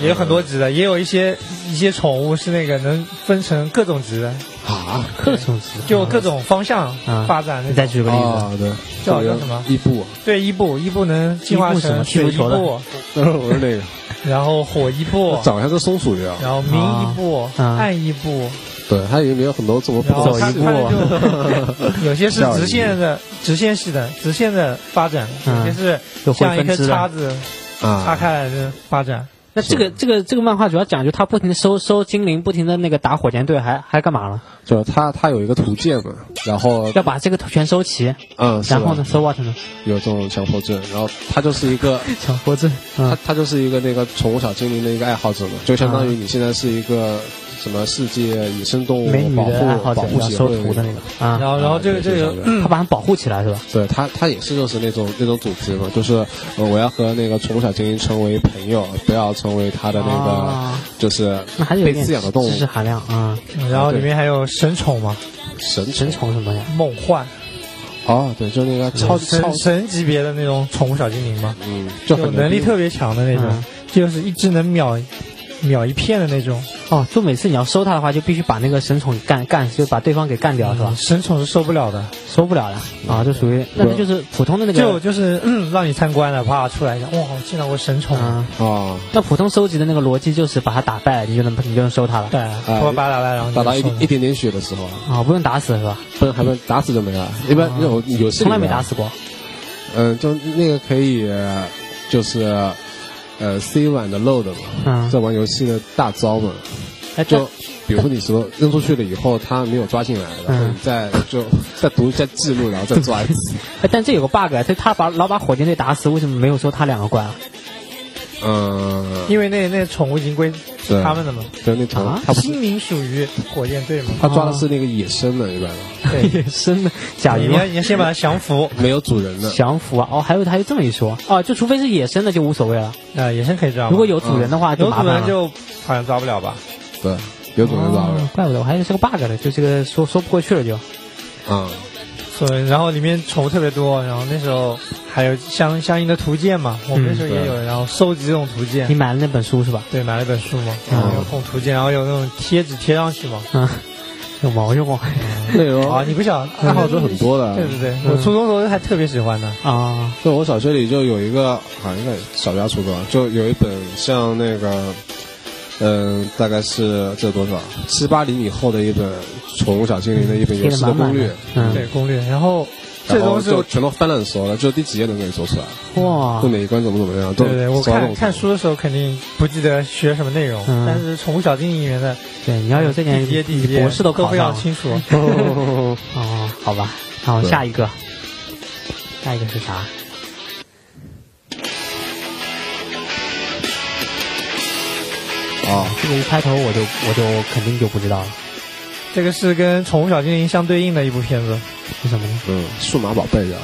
Speaker 4: 也有很多级的，也有一些一些宠物是那个能分成各种级的，
Speaker 3: 啊，
Speaker 2: 各种级
Speaker 4: 就各种方向
Speaker 2: 啊
Speaker 4: 发展那
Speaker 2: 你
Speaker 4: 种。
Speaker 2: 再举个例子，
Speaker 3: 啊，对，
Speaker 4: 叫叫什么
Speaker 3: 伊 布，啊
Speaker 4: 对伊布，伊布能进化
Speaker 2: 伊布什
Speaker 4: 成
Speaker 2: 么踢
Speaker 4: 水
Speaker 2: 足
Speaker 4: 伊
Speaker 2: 球的
Speaker 4: 布，
Speaker 3: 我是那个，
Speaker 4: 然后火伊布，
Speaker 3: 长得像是松鼠一样。
Speaker 4: 然后明伊布、
Speaker 2: 啊
Speaker 4: 暗伊布，
Speaker 3: 对，它里面有很多种不
Speaker 4: 然后
Speaker 3: 同
Speaker 2: 走
Speaker 4: 它
Speaker 2: 一
Speaker 3: 的
Speaker 2: 步
Speaker 4: 它 就有些是直线的、直线式的、直线的发展，有
Speaker 2: 嗯
Speaker 4: 些是
Speaker 2: 就会
Speaker 4: 像一
Speaker 2: 分
Speaker 4: 根
Speaker 2: 支
Speaker 4: 叉
Speaker 2: 的。
Speaker 4: 子叉
Speaker 3: 啊，
Speaker 4: 开来的发展。
Speaker 2: 那这个这个这个漫画主要讲就他不停的收收精灵，不停的那个打火箭队，还还干嘛了？
Speaker 3: 就是它它有一个图鉴嘛，然后
Speaker 2: 要把这个全收齐，
Speaker 3: 嗯，是
Speaker 2: 然后
Speaker 3: 的
Speaker 2: 呢，so what 呢？
Speaker 3: 有这种强迫症，然后它就是一个
Speaker 2: 强迫症
Speaker 3: 他
Speaker 2: 啊
Speaker 3: 他就是一个那个宠物小精灵的一个爱好者嘛，就相
Speaker 2: 嗯
Speaker 3: 当于你现在是一个什么世界野生动物
Speaker 2: 美女
Speaker 3: 保
Speaker 2: 的爱
Speaker 3: 护
Speaker 2: 好者
Speaker 3: 保护
Speaker 2: 要
Speaker 3: 协
Speaker 2: 收
Speaker 3: 会
Speaker 2: 徒的那
Speaker 3: 种。
Speaker 2: 个啊
Speaker 4: 然，后，然后这个
Speaker 3: 啊
Speaker 4: 这
Speaker 3: 对
Speaker 4: 个
Speaker 3: 对对
Speaker 2: 他把他们保护起来是吧？
Speaker 3: 对他，他也是就是那种那种组织嘛，就是呃我要和那个宠物小精灵成为朋友，不要成为他的那个、
Speaker 2: 啊
Speaker 3: 就是
Speaker 2: 那还有一
Speaker 3: 被
Speaker 2: 点
Speaker 3: 饲养的动物
Speaker 2: 知识含量啊，
Speaker 4: 然后里面还有神宠嘛，
Speaker 3: 神
Speaker 2: 神
Speaker 3: 神
Speaker 2: 宠什么呀？
Speaker 4: 梦幻
Speaker 3: 哦，对，就那个超超
Speaker 4: 神神级别的那种宠物小精灵嘛，
Speaker 3: 嗯，就
Speaker 4: 有
Speaker 3: 很
Speaker 4: 能力特别强的那种
Speaker 2: 嗯，
Speaker 4: 就是一只能秒秒一片的那种。
Speaker 2: 哦，就每次你要收他的话，就必须把那个神宠干干，就把对方给干啊掉是
Speaker 3: 嗯
Speaker 2: 吧？
Speaker 4: 神宠是受不了的，
Speaker 2: 收不了了啊，就属于那
Speaker 3: 对
Speaker 2: 那就是普通的那
Speaker 4: 就
Speaker 2: 个
Speaker 4: 就是嗯让你参观了，啪出来一下，哇，我见到过神宠。
Speaker 2: 啊。
Speaker 3: 啊，
Speaker 2: 那普通收集的那个逻辑就是把它打败，你就能你就能收它了
Speaker 4: 对，拖把打来，然后你
Speaker 3: 打到一
Speaker 4: 就
Speaker 3: 点一点点血的时候，啊，
Speaker 2: 啊，不用打死是吧？
Speaker 3: 不然还不打死就没了。一般有有戏
Speaker 2: 从来没
Speaker 3: 里面啊
Speaker 2: 打死过
Speaker 3: 嗯，就那个可以，就是呃 C 版的 load 嘛，
Speaker 2: 嗯
Speaker 3: 在玩游戏的大招嘛，
Speaker 2: 哎，
Speaker 3: 就比如说你说扔出去了以后，他没有抓进来，然后你再就 再读一下记录，然后再抓一次。
Speaker 2: 哎，但这有个 bug，他他把老把火箭队打死，为什么没有收他两个怪啊？
Speaker 3: 嗯，
Speaker 4: 因为那那宠物已经归
Speaker 3: 对
Speaker 4: 他们的嘛，
Speaker 3: 就那头
Speaker 2: 啊，
Speaker 3: 他不是
Speaker 4: 精灵属于火箭 队嘛，
Speaker 3: 他抓的是那个野生的，一般
Speaker 4: 对，
Speaker 2: 野生的甲
Speaker 4: 你
Speaker 2: 鱼
Speaker 4: 你
Speaker 2: 吗
Speaker 3: 哎
Speaker 4: 要你要先把它降服，
Speaker 3: 没有主人的。
Speaker 2: 降服啊！哦，还有还有这么一说哦，就除非是野生的就无所谓了，
Speaker 4: 啊，野生可以抓吗？
Speaker 2: 如果有主人的话就
Speaker 4: 有
Speaker 2: 麻
Speaker 4: 主
Speaker 2: 烦
Speaker 4: 人
Speaker 2: 了。
Speaker 4: 就好像抓不了吧？
Speaker 3: 对，有主人抓
Speaker 2: 哦
Speaker 3: 的
Speaker 2: 怪不得我还以为是个 bug 呢，就这个说说不过去了就。
Speaker 3: 啊，
Speaker 4: 所以然后里面宠物特别多，然后那时候还有相相应的图鉴嘛，我们那时
Speaker 2: 嗯
Speaker 4: 候也有，然后收集这种图
Speaker 2: 你
Speaker 4: 鉴。
Speaker 2: 买了那本书是吧？
Speaker 4: 对，买了一本书嘛，然后有恐图鉴，然后有那种贴纸贴上去嘛。
Speaker 2: 嗯，有毛用哦。嗯
Speaker 3: 内容
Speaker 4: 啊，
Speaker 3: 爱
Speaker 4: 你不想
Speaker 3: 好者很多
Speaker 4: 对
Speaker 3: 的。
Speaker 4: 对对，我初中的时候还特别喜欢呢。
Speaker 2: 啊，
Speaker 3: 就我小学里就有一个，好像应该小学还是初中啊，就有一本像那个，嗯、大概是这多少七八零以后的一本宠物小精灵的一本游
Speaker 2: 贴的
Speaker 3: 戏的
Speaker 2: 满
Speaker 3: 攻
Speaker 2: 满
Speaker 3: 略
Speaker 2: 的，。嗯，
Speaker 4: 对攻略，然后这
Speaker 3: 然
Speaker 4: 都
Speaker 3: 后
Speaker 4: 是
Speaker 3: 就全都翻烂熟了，就第几页能给你说出来，
Speaker 2: 哇
Speaker 4: 嗯
Speaker 3: 就，哪一关怎么怎么样，都
Speaker 4: 啊对对，我
Speaker 3: 抓那
Speaker 4: 看
Speaker 3: 种
Speaker 4: 看书的时候肯定不记得学什么内容，
Speaker 2: 嗯
Speaker 4: 但是《宠物小精灵》里面的
Speaker 2: 对，你要有这点
Speaker 4: 第一，第一
Speaker 2: 你博士都
Speaker 4: 都
Speaker 2: 考
Speaker 4: 非
Speaker 2: 上
Speaker 4: 常
Speaker 2: 了。
Speaker 4: 清楚。
Speaker 2: 哦，好吧，好，
Speaker 3: 对
Speaker 2: 下一个，下一个是啥？
Speaker 3: 啊，
Speaker 2: 这个一开头我就我就肯定就不知道了，
Speaker 4: 这个是跟《宠物小精灵》相对应的一部片子，
Speaker 2: 为什么呢？
Speaker 3: 嗯，数码宝贝的，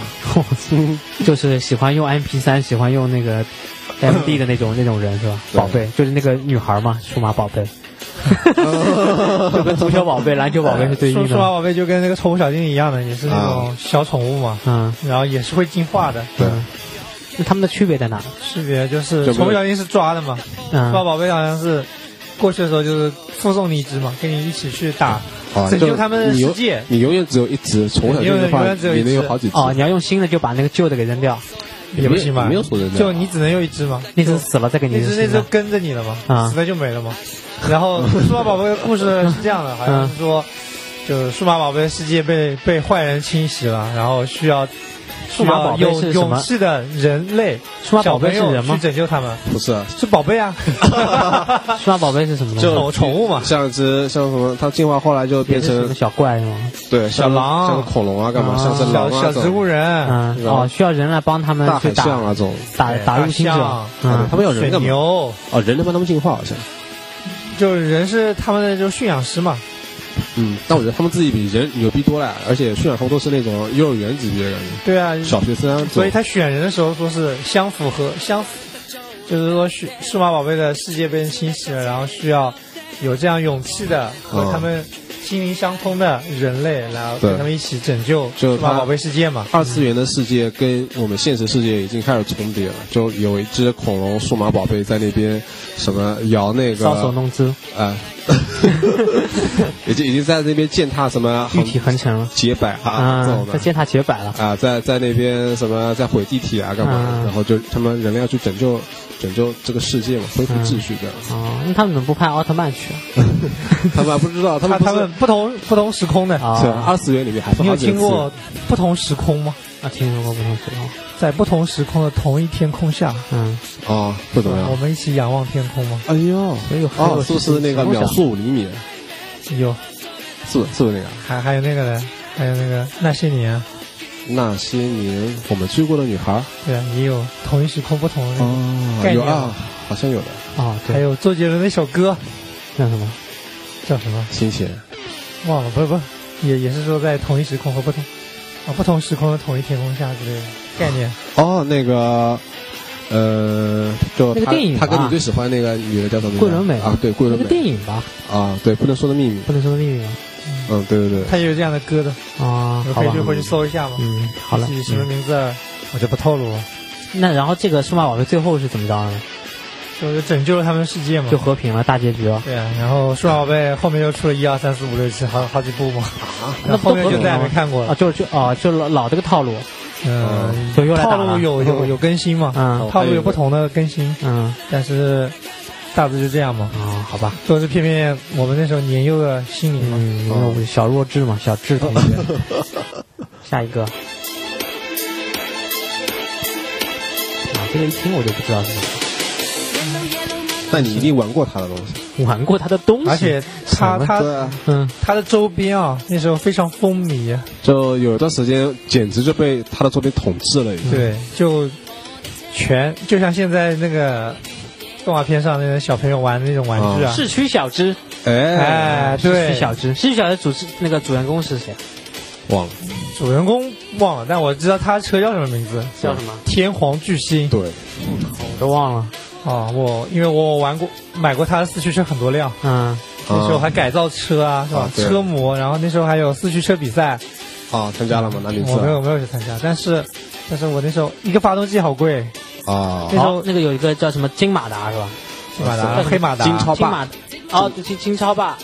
Speaker 2: 就是喜欢用 MP 三，喜欢用那个 MD 的那种那种人是吧？
Speaker 3: 对
Speaker 2: 宝贝，就是那个女孩嘛，数码宝贝，就跟足球宝贝、篮球宝贝是对
Speaker 4: 数
Speaker 2: 应
Speaker 4: 数码
Speaker 2: 的。啊
Speaker 4: 宝贝就跟那个《宠物小精灵》一样的，也是那种小宠物嘛，
Speaker 2: 嗯，
Speaker 4: 然后也是会进化的。
Speaker 3: 对，
Speaker 2: 嗯那他们的区别在哪？
Speaker 4: 区别就是
Speaker 3: 就
Speaker 4: 《
Speaker 3: 没有
Speaker 4: 宠物小精灵》是抓的嘛，数码
Speaker 2: 嗯，
Speaker 4: 啊宝贝好像是过去的时候就是附送你一只嘛，跟你一起去打，
Speaker 3: 啊，
Speaker 2: 哦
Speaker 4: 拯
Speaker 3: 就
Speaker 4: 救他们的世
Speaker 3: 你永
Speaker 4: 界。
Speaker 3: 你永远只有一只宠物小精灵的
Speaker 4: 你永
Speaker 3: 话，
Speaker 4: 远只有一
Speaker 3: 你能有
Speaker 4: 只
Speaker 3: 好几只，
Speaker 2: 哦，你要用新的就把那个旧的给扔掉，
Speaker 4: 也不行吧？
Speaker 3: 没有没有锁着
Speaker 4: 就你只能用一只嘛，
Speaker 2: 那只死了再给你
Speaker 4: 那只那
Speaker 2: 扔
Speaker 4: 只
Speaker 2: 的。
Speaker 4: 跟着你了嘛，
Speaker 2: 啊
Speaker 4: 死了就没了嘛。然 后数码宝贝的故事是这样
Speaker 2: 嗯
Speaker 4: 的，好像是说，就是数码宝贝世界被被坏人侵袭了，然后需要
Speaker 2: 数码宝
Speaker 4: 需要
Speaker 2: 贝
Speaker 4: 有
Speaker 2: 是什
Speaker 4: 勇
Speaker 2: 么？
Speaker 4: 气的人类
Speaker 2: 数码宝贝是
Speaker 4: 小朋友
Speaker 2: 人吗
Speaker 4: 去？拯救他们，
Speaker 3: 不是，
Speaker 4: 是宝贝 啊，
Speaker 2: 数码宝贝是什么东西？
Speaker 4: 宠宠物嘛。
Speaker 3: 像一只像什么，它进化后来就
Speaker 2: 也
Speaker 3: 变
Speaker 2: 是什
Speaker 3: 成
Speaker 2: 么小怪是吗？
Speaker 3: 对，
Speaker 4: 小
Speaker 3: 像
Speaker 4: 狼
Speaker 3: 像个恐龙啊，干嘛，
Speaker 2: 啊
Speaker 3: 像只狼
Speaker 4: 小
Speaker 3: 啊，
Speaker 4: 小
Speaker 3: 这
Speaker 4: 植
Speaker 3: 种
Speaker 4: 物人，
Speaker 2: 嗯，
Speaker 3: 然后
Speaker 2: 哦，需要人来帮他们
Speaker 3: 大
Speaker 2: 去
Speaker 3: 海象
Speaker 2: 打
Speaker 3: 啊，这种，
Speaker 2: 打
Speaker 4: 对大
Speaker 2: 打入侵者
Speaker 4: 象。
Speaker 2: 嗯
Speaker 3: 他，们有人
Speaker 4: 水
Speaker 3: 干嘛？
Speaker 4: 牛
Speaker 3: 哦，人能帮他们进化好像，
Speaker 4: 就是人是他们的就是驯养师嘛，
Speaker 3: 嗯，但我觉得他们自己比人牛逼多了，而且渲染他们都是那种幼儿园级别的感觉，
Speaker 4: 对啊，
Speaker 3: 小学生。
Speaker 4: 所以他选人的时候说是相符合相符，就是说数数码宝贝的世界被人侵蚀了，然后需要有这样勇气的和他们心灵相通的人类，然后
Speaker 3: 嗯对
Speaker 4: 跟他们一起拯救
Speaker 3: 就
Speaker 4: 数
Speaker 3: 他
Speaker 4: 码宝贝世界嘛。
Speaker 3: 二次元的世界跟我们现实世界已经开始重叠了，就有一只恐龙数码宝贝在那边什么摇那个
Speaker 2: 搔首弄姿，
Speaker 3: 啊， 已经已经在那边践踏什么
Speaker 2: 玉体横陈了
Speaker 3: 洁白啊这
Speaker 2: 啊
Speaker 3: 种，
Speaker 2: 在
Speaker 3: 的
Speaker 2: 践踏洁白了。
Speaker 3: 啊，在在那边什么在毁地铁啊干嘛的
Speaker 2: 啊
Speaker 3: 然后就他们人类要去拯救拯救这个世界嘛，恢复
Speaker 2: 啊
Speaker 3: 秩序这样。
Speaker 2: 哦，那他们怎么不拍奥特曼去啊？
Speaker 3: 他们还不知道，他
Speaker 4: 他
Speaker 3: 们不
Speaker 4: 他
Speaker 3: 是
Speaker 4: 们不同不同时空的，
Speaker 2: 啊
Speaker 3: 对二次元里面还分
Speaker 4: 你有
Speaker 3: 好几个
Speaker 4: 听
Speaker 3: 次
Speaker 4: 过不同时空吗？
Speaker 2: 啊，听说过不同学校，
Speaker 4: 在不同时空的同一天空下，
Speaker 2: 嗯，
Speaker 3: 哦，不怎么
Speaker 4: 我
Speaker 3: 样。
Speaker 4: 们一起仰望天空吗？
Speaker 3: 哎呦，
Speaker 2: 所以有很
Speaker 3: 哦，
Speaker 2: 有
Speaker 3: 是不是那个秒速五厘米？
Speaker 4: 有，
Speaker 3: 是不是不是那个？
Speaker 4: 还还有那个呢，还有那个那些年啊，
Speaker 3: 那些年我们追过的女孩。
Speaker 4: 对啊，也有同一时空不同的那个。
Speaker 3: 哦
Speaker 4: 概念
Speaker 3: 有啊，好像有的。
Speaker 2: 哦，
Speaker 4: 还
Speaker 2: 嗯对，
Speaker 4: 有周杰伦那首歌
Speaker 2: 那什么，
Speaker 4: 叫什么？
Speaker 3: 金钱
Speaker 4: 忘了，不是不是，也也是说在同一时空和不同啊不同时空的同一天空下之类的概念。
Speaker 3: 哦，那个。呃，就
Speaker 2: 那个
Speaker 3: 他
Speaker 2: 电影
Speaker 3: 他跟
Speaker 2: 吧
Speaker 3: 你最喜欢那个女的叫什么名字？
Speaker 2: 桂纶镁
Speaker 3: 啊，对，桂
Speaker 2: 那
Speaker 3: 纶
Speaker 2: 个
Speaker 3: 镁
Speaker 2: 电影吧，
Speaker 3: 啊，对，不能说的秘密。
Speaker 2: 不能说的秘密吧？
Speaker 3: 嗯，对对对，
Speaker 4: 他也有这样的歌的，
Speaker 2: 啊，
Speaker 4: 你
Speaker 2: 好
Speaker 4: 可以
Speaker 2: 吧
Speaker 4: 去，回去搜一下嘛。
Speaker 2: 嗯，好了嗯
Speaker 4: 具，体什么名字啊我就不透露了，
Speaker 2: 那然后这个数码宝贝最后是怎么着的呢？
Speaker 4: 就是拯救了他们的世界嘛
Speaker 2: 就。和平了，大结局了。
Speaker 4: 对啊，然后数码宝贝后面又出了一二三四五六七好好几部嘛，然后后面
Speaker 2: 那不都
Speaker 4: 就再也
Speaker 2: 合
Speaker 4: 没
Speaker 2: 理吗
Speaker 4: 看过
Speaker 2: 啊，
Speaker 4: 了。
Speaker 2: 就是就哦，就老老这个套路，
Speaker 4: 嗯，
Speaker 2: 就又来打
Speaker 4: 套
Speaker 2: 了
Speaker 4: 路有有有更新嘛，
Speaker 2: 嗯
Speaker 4: 套路有不同的更新，
Speaker 2: 嗯，
Speaker 4: 但是大致就这样嘛，
Speaker 2: 哦，好吧，
Speaker 4: 都是骗骗我们那时候年幼的心灵嘛。
Speaker 2: 嗯，那我们小弱智嘛，小智同学， 下一个。啊，这个一听我就不知道是什
Speaker 3: 但你一定玩过他的东西。
Speaker 2: 么，玩过他的东西，
Speaker 4: 而且
Speaker 2: 嗯什
Speaker 4: 它
Speaker 2: 么
Speaker 4: 它
Speaker 3: 对啊，
Speaker 2: 嗯，
Speaker 4: 它的周边啊，那时候非常风靡，啊
Speaker 3: 就有一段时间简直就被他的作品统治了，已
Speaker 2: 嗯
Speaker 3: 经。
Speaker 4: 对，就全就像现在那个动画片上那种小朋友玩的那种玩具啊，
Speaker 2: 市区小只，
Speaker 3: 哎，
Speaker 4: 哎
Speaker 2: 市
Speaker 4: 对
Speaker 2: 区，小只，市区小只主持那个主人公是谁？
Speaker 3: 忘了。
Speaker 4: 主人公忘了，但我知道他车叫什么名字，
Speaker 2: 叫什么？
Speaker 4: 天皇巨星
Speaker 3: 对，
Speaker 2: 我都忘了。
Speaker 4: 啊，我因为我玩过买过他的四驱车很多辆，
Speaker 2: 嗯，
Speaker 4: 那时候
Speaker 3: 啊
Speaker 4: 还改造车啊，是吧？
Speaker 2: 哦
Speaker 3: 啊对
Speaker 4: 车模，然后那时候还有四驱车比赛，
Speaker 3: 啊，参加了吗？拿名次
Speaker 4: 我没有没有去参加，但是但是我那时候一个发动机好贵，
Speaker 3: 啊
Speaker 4: 那时
Speaker 2: 好
Speaker 4: 候，
Speaker 2: 那个有一个叫什么金马达是吧？
Speaker 4: 金马达
Speaker 2: 是
Speaker 4: 黑马达
Speaker 3: 金超
Speaker 2: 金
Speaker 3: 霸
Speaker 2: 马，哦，金金超霸，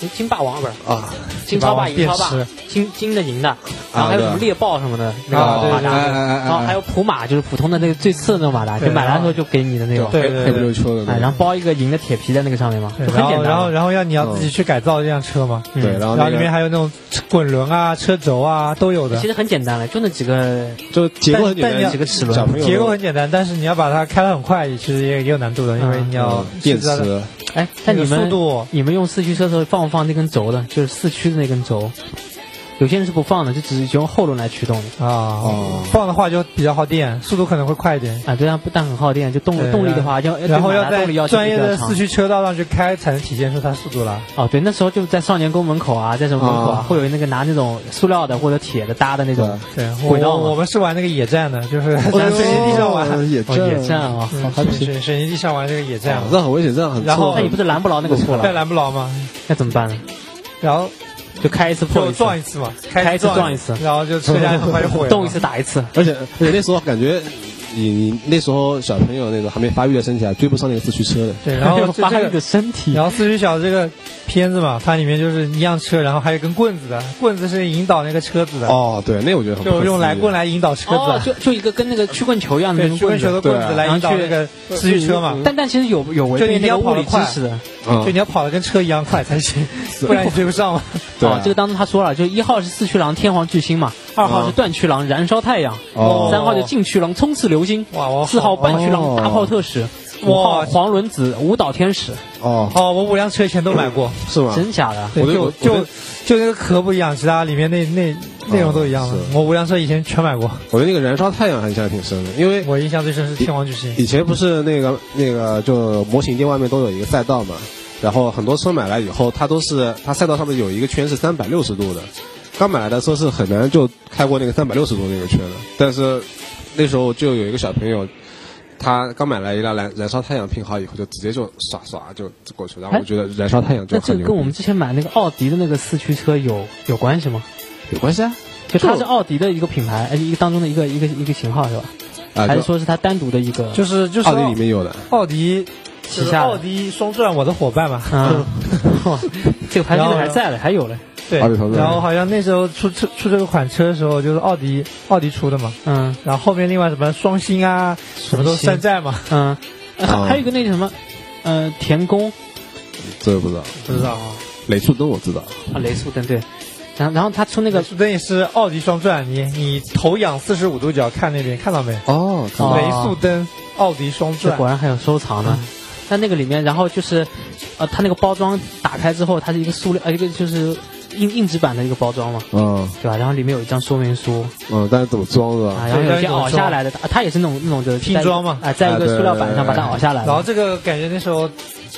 Speaker 2: 金金霸王不是？
Speaker 3: 啊
Speaker 2: 金超霸、银超
Speaker 4: 电
Speaker 2: 霸
Speaker 4: 池、
Speaker 2: 金金的、银的，然后还有什么猎豹什么的那
Speaker 4: 啊
Speaker 2: 个
Speaker 4: 对
Speaker 2: 马达，
Speaker 3: 哎哎哎哎哎
Speaker 2: 然后还有普马，就是普通的那个最次的那种马达，
Speaker 4: 对
Speaker 2: 就买来的时候就给你的那种，
Speaker 4: 对
Speaker 3: 黑不溜秋的那
Speaker 2: 哎，
Speaker 3: 个。
Speaker 2: 然后包一个银的铁皮在那个上面嘛，
Speaker 4: 对
Speaker 2: 就很
Speaker 4: 然
Speaker 2: 简
Speaker 4: 后
Speaker 2: 单。
Speaker 4: 然后然后要你要自己去改造这辆车嘛，
Speaker 2: 嗯
Speaker 3: 啊对，然后
Speaker 4: 然后
Speaker 3: 那
Speaker 4: 里面
Speaker 3: 个
Speaker 4: 还有那种滚轮啊、车轴啊都有的
Speaker 2: 其，实很简单了，就那几个
Speaker 3: 就结构很简
Speaker 4: 但
Speaker 3: 单，
Speaker 4: 但
Speaker 2: 几个齿轮
Speaker 3: 小朋友
Speaker 4: 嗯结构很简单，但是你要把它开得很快，其实也也有难度的，因为
Speaker 2: 嗯
Speaker 4: 你要
Speaker 3: 嗯电
Speaker 4: 知道它
Speaker 3: 池
Speaker 2: 哎，
Speaker 4: 那
Speaker 2: 但
Speaker 4: 个
Speaker 2: 你
Speaker 4: 速
Speaker 2: 们
Speaker 4: 度
Speaker 2: 你们用四驱车的时候放不放那根轴的？就是四驱的那根轴，有些人是不放的，就只是用后轮来驱动的。
Speaker 4: 啊
Speaker 3: 哦，
Speaker 4: 放的话就比较耗电，速度可能会快一点。
Speaker 2: 啊，对啊，不但很耗电，就动
Speaker 4: 对啊
Speaker 2: 动力的话，要
Speaker 4: 然后
Speaker 2: 对马
Speaker 4: 要
Speaker 2: 达
Speaker 4: 在
Speaker 2: 动力要求
Speaker 4: 专业
Speaker 2: 比
Speaker 4: 的
Speaker 2: 较长
Speaker 4: 四驱车道上去开，才能体现出它速度了。
Speaker 2: 哦，对，那时候就在少年宫门口啊，在什么门口啊，
Speaker 3: 啊
Speaker 2: 会有那个拿那种塑料的或者铁的搭的那种
Speaker 4: 对，我
Speaker 2: 轨道嘛
Speaker 4: 我们是玩那个野战的，就是在水泥地上玩，
Speaker 3: 哦野
Speaker 2: 哦
Speaker 3: 战
Speaker 2: 野战啊。
Speaker 4: 嗯
Speaker 3: 还
Speaker 4: 水
Speaker 3: 行哦
Speaker 4: 水水泥地上玩这个野
Speaker 3: 这
Speaker 4: 战
Speaker 3: 样，这，样很危险，这样很
Speaker 4: 然后
Speaker 3: 错
Speaker 2: 哦那你不是拦不牢那个车
Speaker 4: 在
Speaker 2: 了？
Speaker 4: 蓝不牢嘛，
Speaker 2: 那怎么办呢？
Speaker 4: 然后
Speaker 2: 就开一次破
Speaker 4: 就
Speaker 2: 一次，
Speaker 4: 撞一次嘛，
Speaker 2: 开
Speaker 4: 开
Speaker 2: 一次
Speaker 4: 撞
Speaker 2: 撞一次
Speaker 4: 然后就车辆很快就毁了嘛，
Speaker 2: 动一次打一次。
Speaker 3: 而且而且那时候感觉你你那时候小朋友那种还没发育的身体还追不上那个四驱车的。
Speaker 4: 对， 然后
Speaker 2: 发
Speaker 4: 这
Speaker 2: 育
Speaker 4: 这个
Speaker 2: 的身体
Speaker 4: 然后四驱小这个片子嘛，它里面就是一辆车，然后还有根棍子的，棍子是引导那个车子的，
Speaker 3: 哦，对，那我觉得很不可
Speaker 4: 就
Speaker 3: 思议
Speaker 4: 用来棍来引导车
Speaker 2: 哦，
Speaker 4: 子
Speaker 2: 就
Speaker 4: 的，
Speaker 2: 就一个跟那个曲棍球一样的那
Speaker 4: 对，
Speaker 2: 种
Speaker 4: 曲
Speaker 2: 棍
Speaker 4: 棍球
Speaker 2: 子。
Speaker 4: 的棍子来引导那个四驱车嘛，
Speaker 2: 但但其实有有违
Speaker 4: 就你
Speaker 2: 背
Speaker 4: 一定
Speaker 2: 那
Speaker 4: 要
Speaker 2: 个物理
Speaker 4: 跑得快
Speaker 2: 知识的
Speaker 3: 嗯
Speaker 4: 就你要跑得跟车一样快才行，不然你追不上嘛。
Speaker 3: 对
Speaker 2: 哦，这个当时他说了，就一号是四驱狼天皇巨星嘛，
Speaker 4: 啊
Speaker 2: 二号是断驱狼燃烧太阳，
Speaker 3: 哦
Speaker 2: 三号就禁驱狼冲刺流星，
Speaker 4: 哇我
Speaker 2: 四号半驱狼大炮特使，五号
Speaker 4: 哇
Speaker 2: 黄轮子舞蹈天使，
Speaker 3: 哦，
Speaker 4: 哦，我五辆车以前都买过，
Speaker 3: 是吗？
Speaker 2: 真假的？
Speaker 4: 对
Speaker 3: 我，
Speaker 4: 就
Speaker 3: 就我
Speaker 4: 就
Speaker 3: 就
Speaker 4: 就那个壳不一样，其他里面那那内容都一样的
Speaker 3: 哦。
Speaker 4: 我五辆车以前全买过，
Speaker 3: 我对那个燃烧太阳印象挺深的，因为
Speaker 4: 我印象最深是天王巨星。
Speaker 3: 以前不是那个那个就模型店外面都有一个赛道嘛，然后很多车买来以后，它都是它赛道上面有一个圈是三百六十度的，刚买来的车是很难就开过那个三百六十度那个圈的。但是那时候就有一个小朋友，他刚买来一辆燃燃烧太阳拼好以后，就直接就刷刷就过去了。然后我觉得燃烧太阳就
Speaker 2: 哎那这个
Speaker 3: 很牛逼，
Speaker 2: 跟我们之前买那个奥迪的那个四驱车有有关系吗？
Speaker 3: 有关系啊。
Speaker 2: 就它是奥迪的一个品牌，而且呃一个当中的一个一个一个型号是吧？
Speaker 3: 啊，
Speaker 2: 还是
Speaker 3: 就
Speaker 2: 说是它单独的一个？
Speaker 4: 就是就是
Speaker 3: 奥迪里面有的，
Speaker 4: 奥迪嗯
Speaker 2: 旗
Speaker 4: 就是
Speaker 2: 下的
Speaker 4: 奥迪双钻我的伙伴嘛，
Speaker 2: 啊， 哇这个牌现在还在嘞，还有嘞，
Speaker 4: 对
Speaker 3: 奥迪双钻
Speaker 4: 然后好像那时候出出出这个款车的时候，就是奥迪奥迪出的嘛，
Speaker 2: 嗯
Speaker 4: 然后后面另外什么双星啊，什么都山寨嘛，
Speaker 2: 嗯，
Speaker 3: 啊
Speaker 2: 还有一个那个什么，呃，田宫
Speaker 3: 这个不知道。
Speaker 4: 不知道啊。
Speaker 3: 雷速登我知道，
Speaker 2: 啊，雷速登对，然后然后他出那
Speaker 4: 那
Speaker 2: 个
Speaker 4: 个速登也是奥迪双钻，你你头仰四十五度角看那边，看到没？
Speaker 3: 哦，
Speaker 2: 哦
Speaker 4: 雷速登奥迪双
Speaker 2: 这
Speaker 4: 钻
Speaker 2: 果，然还有收藏
Speaker 4: 嗯
Speaker 2: 呢。但那个里面，然后就是，呃，它那个包装打开之后，它是一个塑料，呃，一个就是硬硬纸板的一个包装嘛，
Speaker 3: 嗯
Speaker 2: 对吧？然后里面有一张说明书
Speaker 3: 嗯，但是怎么装
Speaker 4: 哦
Speaker 3: 的？
Speaker 2: 啊，然后有一些凹下来的，它它也是那种那种就是
Speaker 4: 拼装嘛
Speaker 2: 啊，在一个塑料板上把它凹下来
Speaker 4: 然后
Speaker 2: 了，
Speaker 4: 这个感觉那时候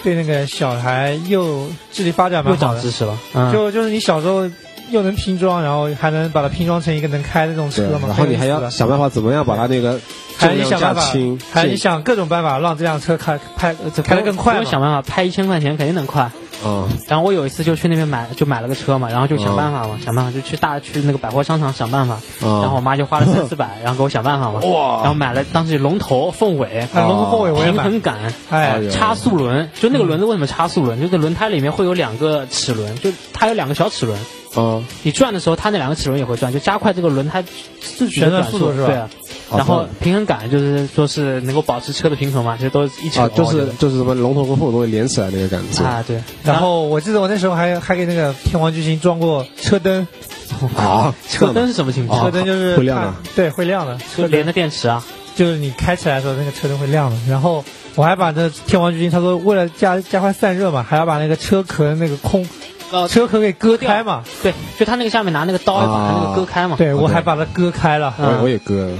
Speaker 4: 对那个小孩又智力发展
Speaker 2: 又
Speaker 4: 蛮好
Speaker 2: 长
Speaker 4: 的
Speaker 2: 知，识了，嗯，
Speaker 4: 就就是你小时候又能拼装，然后还能把它拼装成一个能开的那种
Speaker 3: 对，
Speaker 4: 车嘛，
Speaker 3: 然后你还
Speaker 4: 很有
Speaker 3: 要
Speaker 2: 啊
Speaker 4: 意思的
Speaker 3: 想办法怎么样把它那个
Speaker 4: 还
Speaker 3: 重
Speaker 4: 得
Speaker 3: 量
Speaker 4: 想
Speaker 3: 加
Speaker 4: 办法
Speaker 3: 轻，，
Speaker 4: 还得想各种办法让这辆车开开
Speaker 2: 这
Speaker 4: 开得更快
Speaker 2: 不用想
Speaker 4: 嘛。
Speaker 2: 办法，拍一千块钱肯定能快。
Speaker 3: 嗯
Speaker 2: 然后我有一次就去那边买，就买了个车嘛，然后就想
Speaker 3: 嗯
Speaker 2: 办法
Speaker 4: 哦
Speaker 2: 嘛，想办法就去大去那个百货商场想办法，
Speaker 3: 嗯
Speaker 2: 然后我妈就花了三 四百，然后给我想办法嘛，然后买了当时龙头、凤尾、
Speaker 4: 哎，龙头后尾我也
Speaker 2: 哦平
Speaker 4: 买，
Speaker 2: 衡哦感。
Speaker 4: 哎
Speaker 3: 哎，呦
Speaker 2: 差速轮，就那个轮子为什么差速轮？就是轮胎里面会有两个齿轮，就它有两个小齿轮，
Speaker 3: 嗯，
Speaker 2: 你转的时候，它那两个齿轮也会转，就加快这个轮胎自己的
Speaker 4: 旋转
Speaker 2: 转
Speaker 4: 速度是吧
Speaker 2: 对啊，
Speaker 3: 哦
Speaker 2: 然后
Speaker 3: 这
Speaker 2: 平衡感就是说是能够保持车的平衡嘛，这都是一起
Speaker 3: 啊，
Speaker 2: 的
Speaker 3: 就
Speaker 2: 我觉
Speaker 3: 是
Speaker 2: 得
Speaker 3: 就是什么龙头跟凤尾都会连起来那个感觉
Speaker 2: 啊对，
Speaker 4: 然后我记得我那时候还还给那个天王巨星装过车灯，
Speaker 3: 啊，
Speaker 2: 车灯是什么情
Speaker 3: 哦
Speaker 2: 况
Speaker 4: 车？灯就是
Speaker 3: 会亮的
Speaker 4: 看，对，会亮的，
Speaker 2: 就
Speaker 4: 车
Speaker 2: 连
Speaker 4: 灯
Speaker 2: 着电池啊，
Speaker 4: 就是你开起来的时候那个车灯会亮的。然后我还把那天王巨星，他说为了加加快散热嘛，还要把那个车壳那个空
Speaker 2: 哦
Speaker 4: 车壳给割
Speaker 2: 掉
Speaker 4: 开嘛，
Speaker 2: 对，就它那个下面拿那个刀要把它那个割开嘛，
Speaker 4: 啊对我
Speaker 3: 对
Speaker 4: 还把它割开了。
Speaker 2: 嗯
Speaker 3: 我我也割，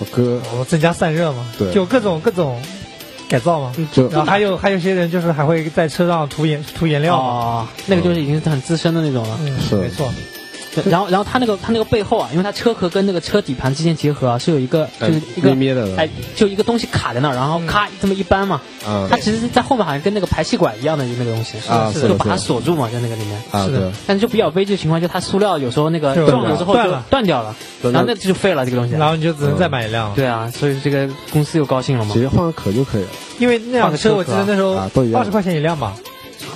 Speaker 3: 我割
Speaker 4: 我哦增加散热嘛，
Speaker 3: 对
Speaker 4: 就各种各种改造嘛。
Speaker 3: 就
Speaker 4: 然后还有还有些人就是还会在车上涂颜涂颜料嘛，
Speaker 2: 哦，那个就是已经是很资深的那种了。
Speaker 4: 嗯，
Speaker 3: 是
Speaker 4: 没错，
Speaker 2: 然后，然后它那个它那个背后啊，因为它车壳跟那个车底盘之间结合啊，是有一个就是一个
Speaker 3: 咩咩的
Speaker 2: 哎，就一个东西卡在那儿，然
Speaker 4: 嗯
Speaker 2: 后咔这么一扳嘛，
Speaker 3: 啊
Speaker 2: 它其实是在后面好像跟那个排气管一样的那个东西，
Speaker 3: 啊
Speaker 4: 是
Speaker 3: 是
Speaker 4: 的
Speaker 2: 就
Speaker 3: 的
Speaker 2: 把它
Speaker 3: 是的
Speaker 2: 锁住嘛，在那个里面。
Speaker 3: 啊
Speaker 4: 是的
Speaker 3: 对，
Speaker 2: 但是就比较悲剧的情况，就它塑料有时候那个
Speaker 4: 对
Speaker 2: 撞了之后
Speaker 4: 断
Speaker 2: 就
Speaker 4: 了
Speaker 2: 断掉了，
Speaker 3: 断
Speaker 2: 然
Speaker 3: 掉
Speaker 2: 后那就废了这个东西。
Speaker 4: 然后你就只能再买一辆了。
Speaker 2: 嗯对啊，所以这个公司又高兴了嘛
Speaker 3: 直，接换个壳就可以了
Speaker 4: 因为那辆车我记得那时候
Speaker 3: 啊都一样
Speaker 4: 二十块钱一辆吧，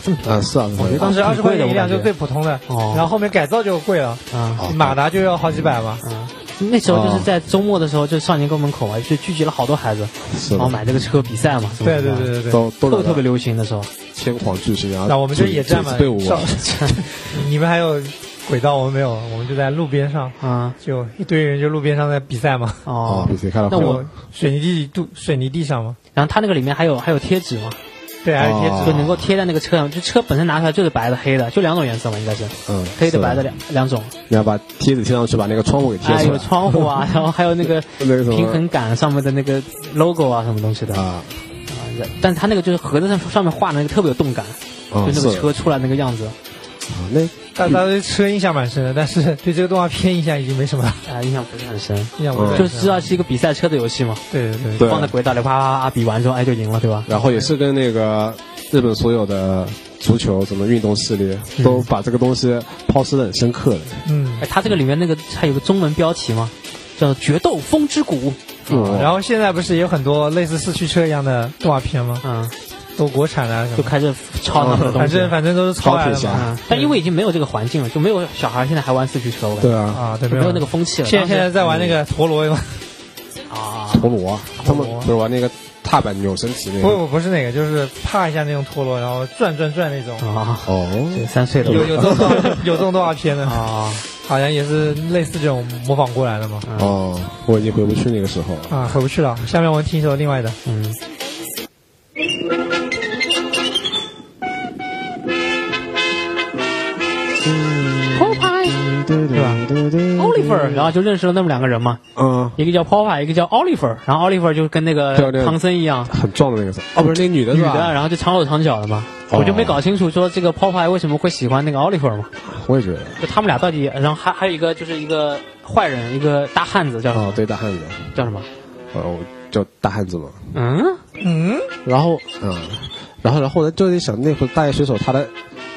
Speaker 2: 这么多
Speaker 3: 啊，是啊，
Speaker 2: 嗯我觉得
Speaker 4: 当时二十
Speaker 2: 挺
Speaker 4: 块
Speaker 2: 贵的
Speaker 4: 钱一辆
Speaker 2: 我感觉
Speaker 4: 就最普通的，
Speaker 2: 哦
Speaker 4: 然后后面改造就贵了，
Speaker 2: 啊。
Speaker 3: 哦
Speaker 4: 马达就要好几百嘛。
Speaker 2: 嗯，那时候就是在周末的时候，就少年宫门口嘛，就聚集了好多孩子，
Speaker 3: 是
Speaker 2: 然后
Speaker 3: 的，
Speaker 2: 买这个车比赛嘛。什么
Speaker 4: 对
Speaker 2: 什
Speaker 4: 对
Speaker 2: 么
Speaker 4: 对对对，
Speaker 3: 都
Speaker 2: 特
Speaker 3: 都
Speaker 2: 别特别流行的 时候，
Speaker 3: 天皇巨星啊，
Speaker 4: 那我们就
Speaker 3: 嘴
Speaker 4: 野战
Speaker 3: 嘴
Speaker 4: 嘛
Speaker 3: 子被，我啊
Speaker 4: 上 你们还有轨道，我们没有，我们就在路边上，
Speaker 2: 啊
Speaker 4: 就一堆人就路边上在比赛嘛，
Speaker 3: 哦，
Speaker 2: 哦
Speaker 3: 比，谁开了？
Speaker 2: 那我
Speaker 4: 就水泥地度水泥地上嘛，
Speaker 2: 然后它那个里面还有还有贴纸嘛，
Speaker 4: 对，还有贴
Speaker 3: 哦
Speaker 4: 纸
Speaker 2: 就能够贴在那个车上，就车本身拿出来就是白的黑的，就两种颜色嘛，应该是
Speaker 3: 嗯，
Speaker 2: 黑的
Speaker 3: 是
Speaker 2: 白的，两两种，
Speaker 3: 你要把贴纸贴上去，把那个窗户给贴
Speaker 2: 哎，
Speaker 3: 起
Speaker 2: 有
Speaker 3: 来，
Speaker 2: 窗户 啊，然后还有那个
Speaker 3: 那个什么
Speaker 2: 平衡感上面的那个 logo 啊，什么东西的啊，
Speaker 3: 啊，
Speaker 2: 但它那个就是盒子上上面画的那个特别有动感，就
Speaker 3: 嗯，
Speaker 2: 那
Speaker 3: 是
Speaker 2: 个
Speaker 3: 的
Speaker 2: 车出来那个样子，
Speaker 3: 啊，那
Speaker 4: 大家对车印象蛮深的，但 是对这个动画片印象已经没什么
Speaker 2: 啊，印象不是很深，
Speaker 4: 印象不是很深。
Speaker 2: 就是知道是一个比赛车的游戏嘛，
Speaker 4: 对对对，
Speaker 3: 对
Speaker 2: 放在轨道里啪啪啪比完之后，哎，就赢了，对吧？
Speaker 3: 然后也是跟那个日本所有的足球什么运动系列，都把这个东西抛尸的很深刻的。
Speaker 4: 嗯。
Speaker 2: 哎，它这个里面那个它有个中文标题嘛，叫《决斗风之谷》，哦
Speaker 3: 嗯，
Speaker 4: 然后现在不是也有很多类似四驱车一样的动画片吗？
Speaker 2: 嗯，
Speaker 4: 都国产的啊什
Speaker 2: 就
Speaker 4: 么，
Speaker 2: 开始抄他们的东
Speaker 4: 反
Speaker 2: 西。啊
Speaker 3: 嗯
Speaker 4: 正反正都是抄来
Speaker 3: 钢
Speaker 4: 的
Speaker 3: 铁侠
Speaker 4: 嘛。
Speaker 2: 嗯，但因为已经没有这个环境了，就没有小孩现在还玩四驱车，我感觉
Speaker 3: 对啊，
Speaker 4: 啊，对，
Speaker 2: 就没有那个风气了。
Speaker 4: 现在
Speaker 2: 当时嗯
Speaker 4: 现在在玩那个陀螺嘛，
Speaker 2: 啊，
Speaker 3: 陀螺啊，他们不是玩那个踏板扭身体那
Speaker 4: 不
Speaker 3: 个。
Speaker 4: 不不是那个，就是啪一下那种陀螺，然后转转转那种。
Speaker 2: 啊，这
Speaker 3: 哦，
Speaker 2: 三岁的
Speaker 4: 有有这种 有这种动画片的，
Speaker 2: 啊，
Speaker 4: 好像也是类似这种模仿过来的
Speaker 2: 嗯
Speaker 4: 嘛。
Speaker 3: 哦，我已经回不去那个时候了。
Speaker 4: 啊，回不去了。下面我们听一首另外的。
Speaker 2: 嗯，
Speaker 3: 对吧
Speaker 2: Oliver 嗯然后就认识了那么两个人嘛，
Speaker 3: 嗯，
Speaker 2: 一个叫 Papa，一个叫 Oliver，然后 Oliver 就跟那
Speaker 3: 对
Speaker 2: 个
Speaker 3: 对
Speaker 2: 唐僧一样，
Speaker 3: 很壮的那个是，哦，不是那女的
Speaker 2: 女
Speaker 3: 是
Speaker 2: 的，啊
Speaker 3: 吧？
Speaker 2: 然后就长手长脚的嘛，
Speaker 3: 哦
Speaker 2: 我就没搞清楚说这个 Papa 为什么会喜欢那个 Oliver 嘛，
Speaker 3: 我也觉得，
Speaker 2: 就他们俩到底，然后还还有一个就是一个坏人，一个大汉子叫什么
Speaker 3: 哦，对，大汉子，
Speaker 2: 叫什么？
Speaker 3: 呃，我叫大汉子嘛。
Speaker 2: 嗯，
Speaker 4: 嗯，
Speaker 3: 然后，嗯，然后，然后呢，就在想，那会儿大叶水手他的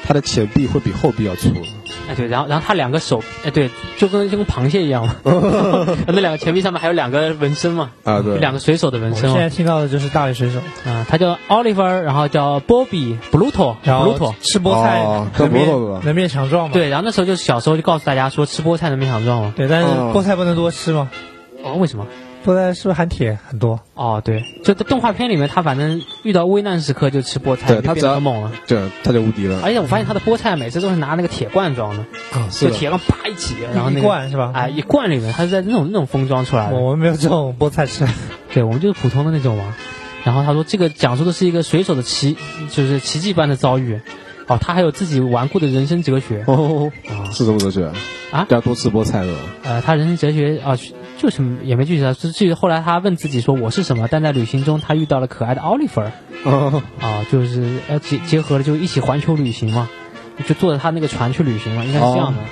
Speaker 3: 他的前臂会比后臂要粗，
Speaker 2: 哎对，然后然后他两个手，哎对，就跟就跟螃蟹一样 嘛，那两个前臂上面还有两个纹身嘛，
Speaker 3: 啊对
Speaker 2: 有两个水手的纹
Speaker 4: 我
Speaker 2: 身
Speaker 4: 哦现
Speaker 2: 嘛，
Speaker 4: 在听到的就是大力水手，
Speaker 2: 啊，他叫 Oliver，然后叫 Bobby Bluto
Speaker 4: 然
Speaker 2: Bluto
Speaker 4: 后。吃菠菜
Speaker 3: 哦
Speaker 4: 能
Speaker 3: 跟菠萝
Speaker 4: 变
Speaker 3: 子吧
Speaker 4: 能变强壮嘛？
Speaker 2: 对，然后那时候就是小时候就告诉大家说吃菠菜能变强壮嘛。
Speaker 4: 对，但是
Speaker 3: 哦
Speaker 4: 菠菜不能多吃嘛，
Speaker 2: 哦，为什么？
Speaker 4: 菠菜是不是含铁很多？
Speaker 2: 哦，对，就在动画片里面，他反正遇到危难时刻就吃菠菜，
Speaker 3: 对
Speaker 2: 就
Speaker 3: 他
Speaker 2: 变
Speaker 3: 只
Speaker 2: 得
Speaker 3: 要
Speaker 2: 很猛了。
Speaker 3: 这他就无敌了。
Speaker 2: 而且哎我发现他的菠菜每次都是拿那个铁罐装嗯的，
Speaker 3: 是
Speaker 2: 就
Speaker 3: 的，
Speaker 2: 铁罐啪一挤，然后那
Speaker 4: 一
Speaker 2: 个
Speaker 4: 罐是吧？
Speaker 2: 哎一罐里面，它是在那种那种封装出来的。
Speaker 4: 我们没有这种菠菜吃，
Speaker 2: 对，我们就是普通的那种嘛。然后他说，这个讲述的是一个水手的奇，就是奇迹般的遭遇。哦，他还有自己顽固的人生哲学。
Speaker 3: 哦，
Speaker 2: 啊
Speaker 3: 是这么哲学
Speaker 2: 啊
Speaker 3: 要多吃菠菜的。
Speaker 2: 呃，他人生哲学啊、就是也没具体的，是至于后来他问自己说我是什么，但在旅行中他遇到了可爱的奥利弗儿
Speaker 3: 哦，
Speaker 2: 啊，就是呃结结合了就一起环球旅行嘛，就坐着他那个船去旅行嘛，应该是这样的。
Speaker 3: 哦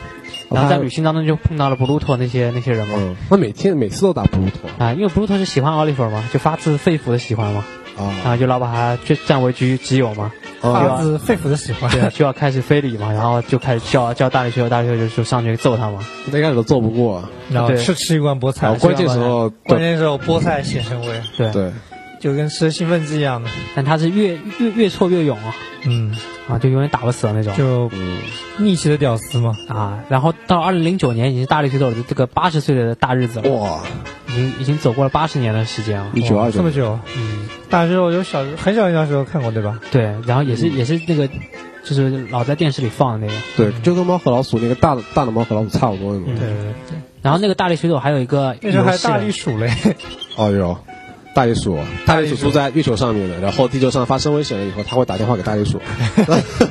Speaker 2: 然后在旅行当中就碰到了布鲁托那些那些人嘛。
Speaker 4: 哦
Speaker 3: 嗯，他每天每次都打普鲁托
Speaker 2: 啊，因为布鲁托是喜欢奥利弗儿嘛，就发自肺腑的喜欢嘛，然
Speaker 3: 啊
Speaker 2: 后就老把他就占为己己有嘛，
Speaker 3: 啊
Speaker 4: 发自肺腑的喜欢。
Speaker 2: 对，啊就要开始非礼嘛，然后就开始叫叫大力水手，大力水手就上去揍他嘛，
Speaker 3: 那开始都揍不过，
Speaker 4: 然后
Speaker 2: 对
Speaker 4: 吃吃一罐菠
Speaker 3: 然
Speaker 4: 菜
Speaker 3: 后，哦关键时候
Speaker 4: 关键时候菠菜显神威，
Speaker 2: 对，
Speaker 3: 对，
Speaker 4: 就跟吃兴奋剂一样的。
Speaker 2: 但他是越越越挫越勇啊，
Speaker 4: 嗯，
Speaker 2: 啊，就永远打不死的那种。
Speaker 4: 就
Speaker 3: 嗯，
Speaker 4: 逆袭的屌丝嘛。
Speaker 2: 啊，然后到二零零九年已经是大力水手的这个八十岁的大日子了，
Speaker 3: 哇，
Speaker 2: 已经已经走过了八十年的时间了。
Speaker 3: 哦一九
Speaker 4: 哇
Speaker 3: 二
Speaker 4: 哦这
Speaker 3: 九
Speaker 4: 么，久，
Speaker 2: 嗯，
Speaker 4: 大时候有小很小很小时候看过对吧？
Speaker 2: 对，然后也
Speaker 4: 嗯
Speaker 2: 是也是那个，就是老在电视里放的那个。
Speaker 3: 对，就跟猫和老鼠那个大的大的猫和老鼠差不多那
Speaker 2: 嗯
Speaker 3: 种。
Speaker 4: 对对啊对，
Speaker 2: 然后那个大力水手还有一个
Speaker 4: 那时候还有大力
Speaker 2: 游戏
Speaker 4: 鼠 嘞，
Speaker 3: 哦有，大鼹鼠，啊大鼹鼠住在月球上面的，然后地球上发生危险了以后，他会打电话给大 鼹鼠。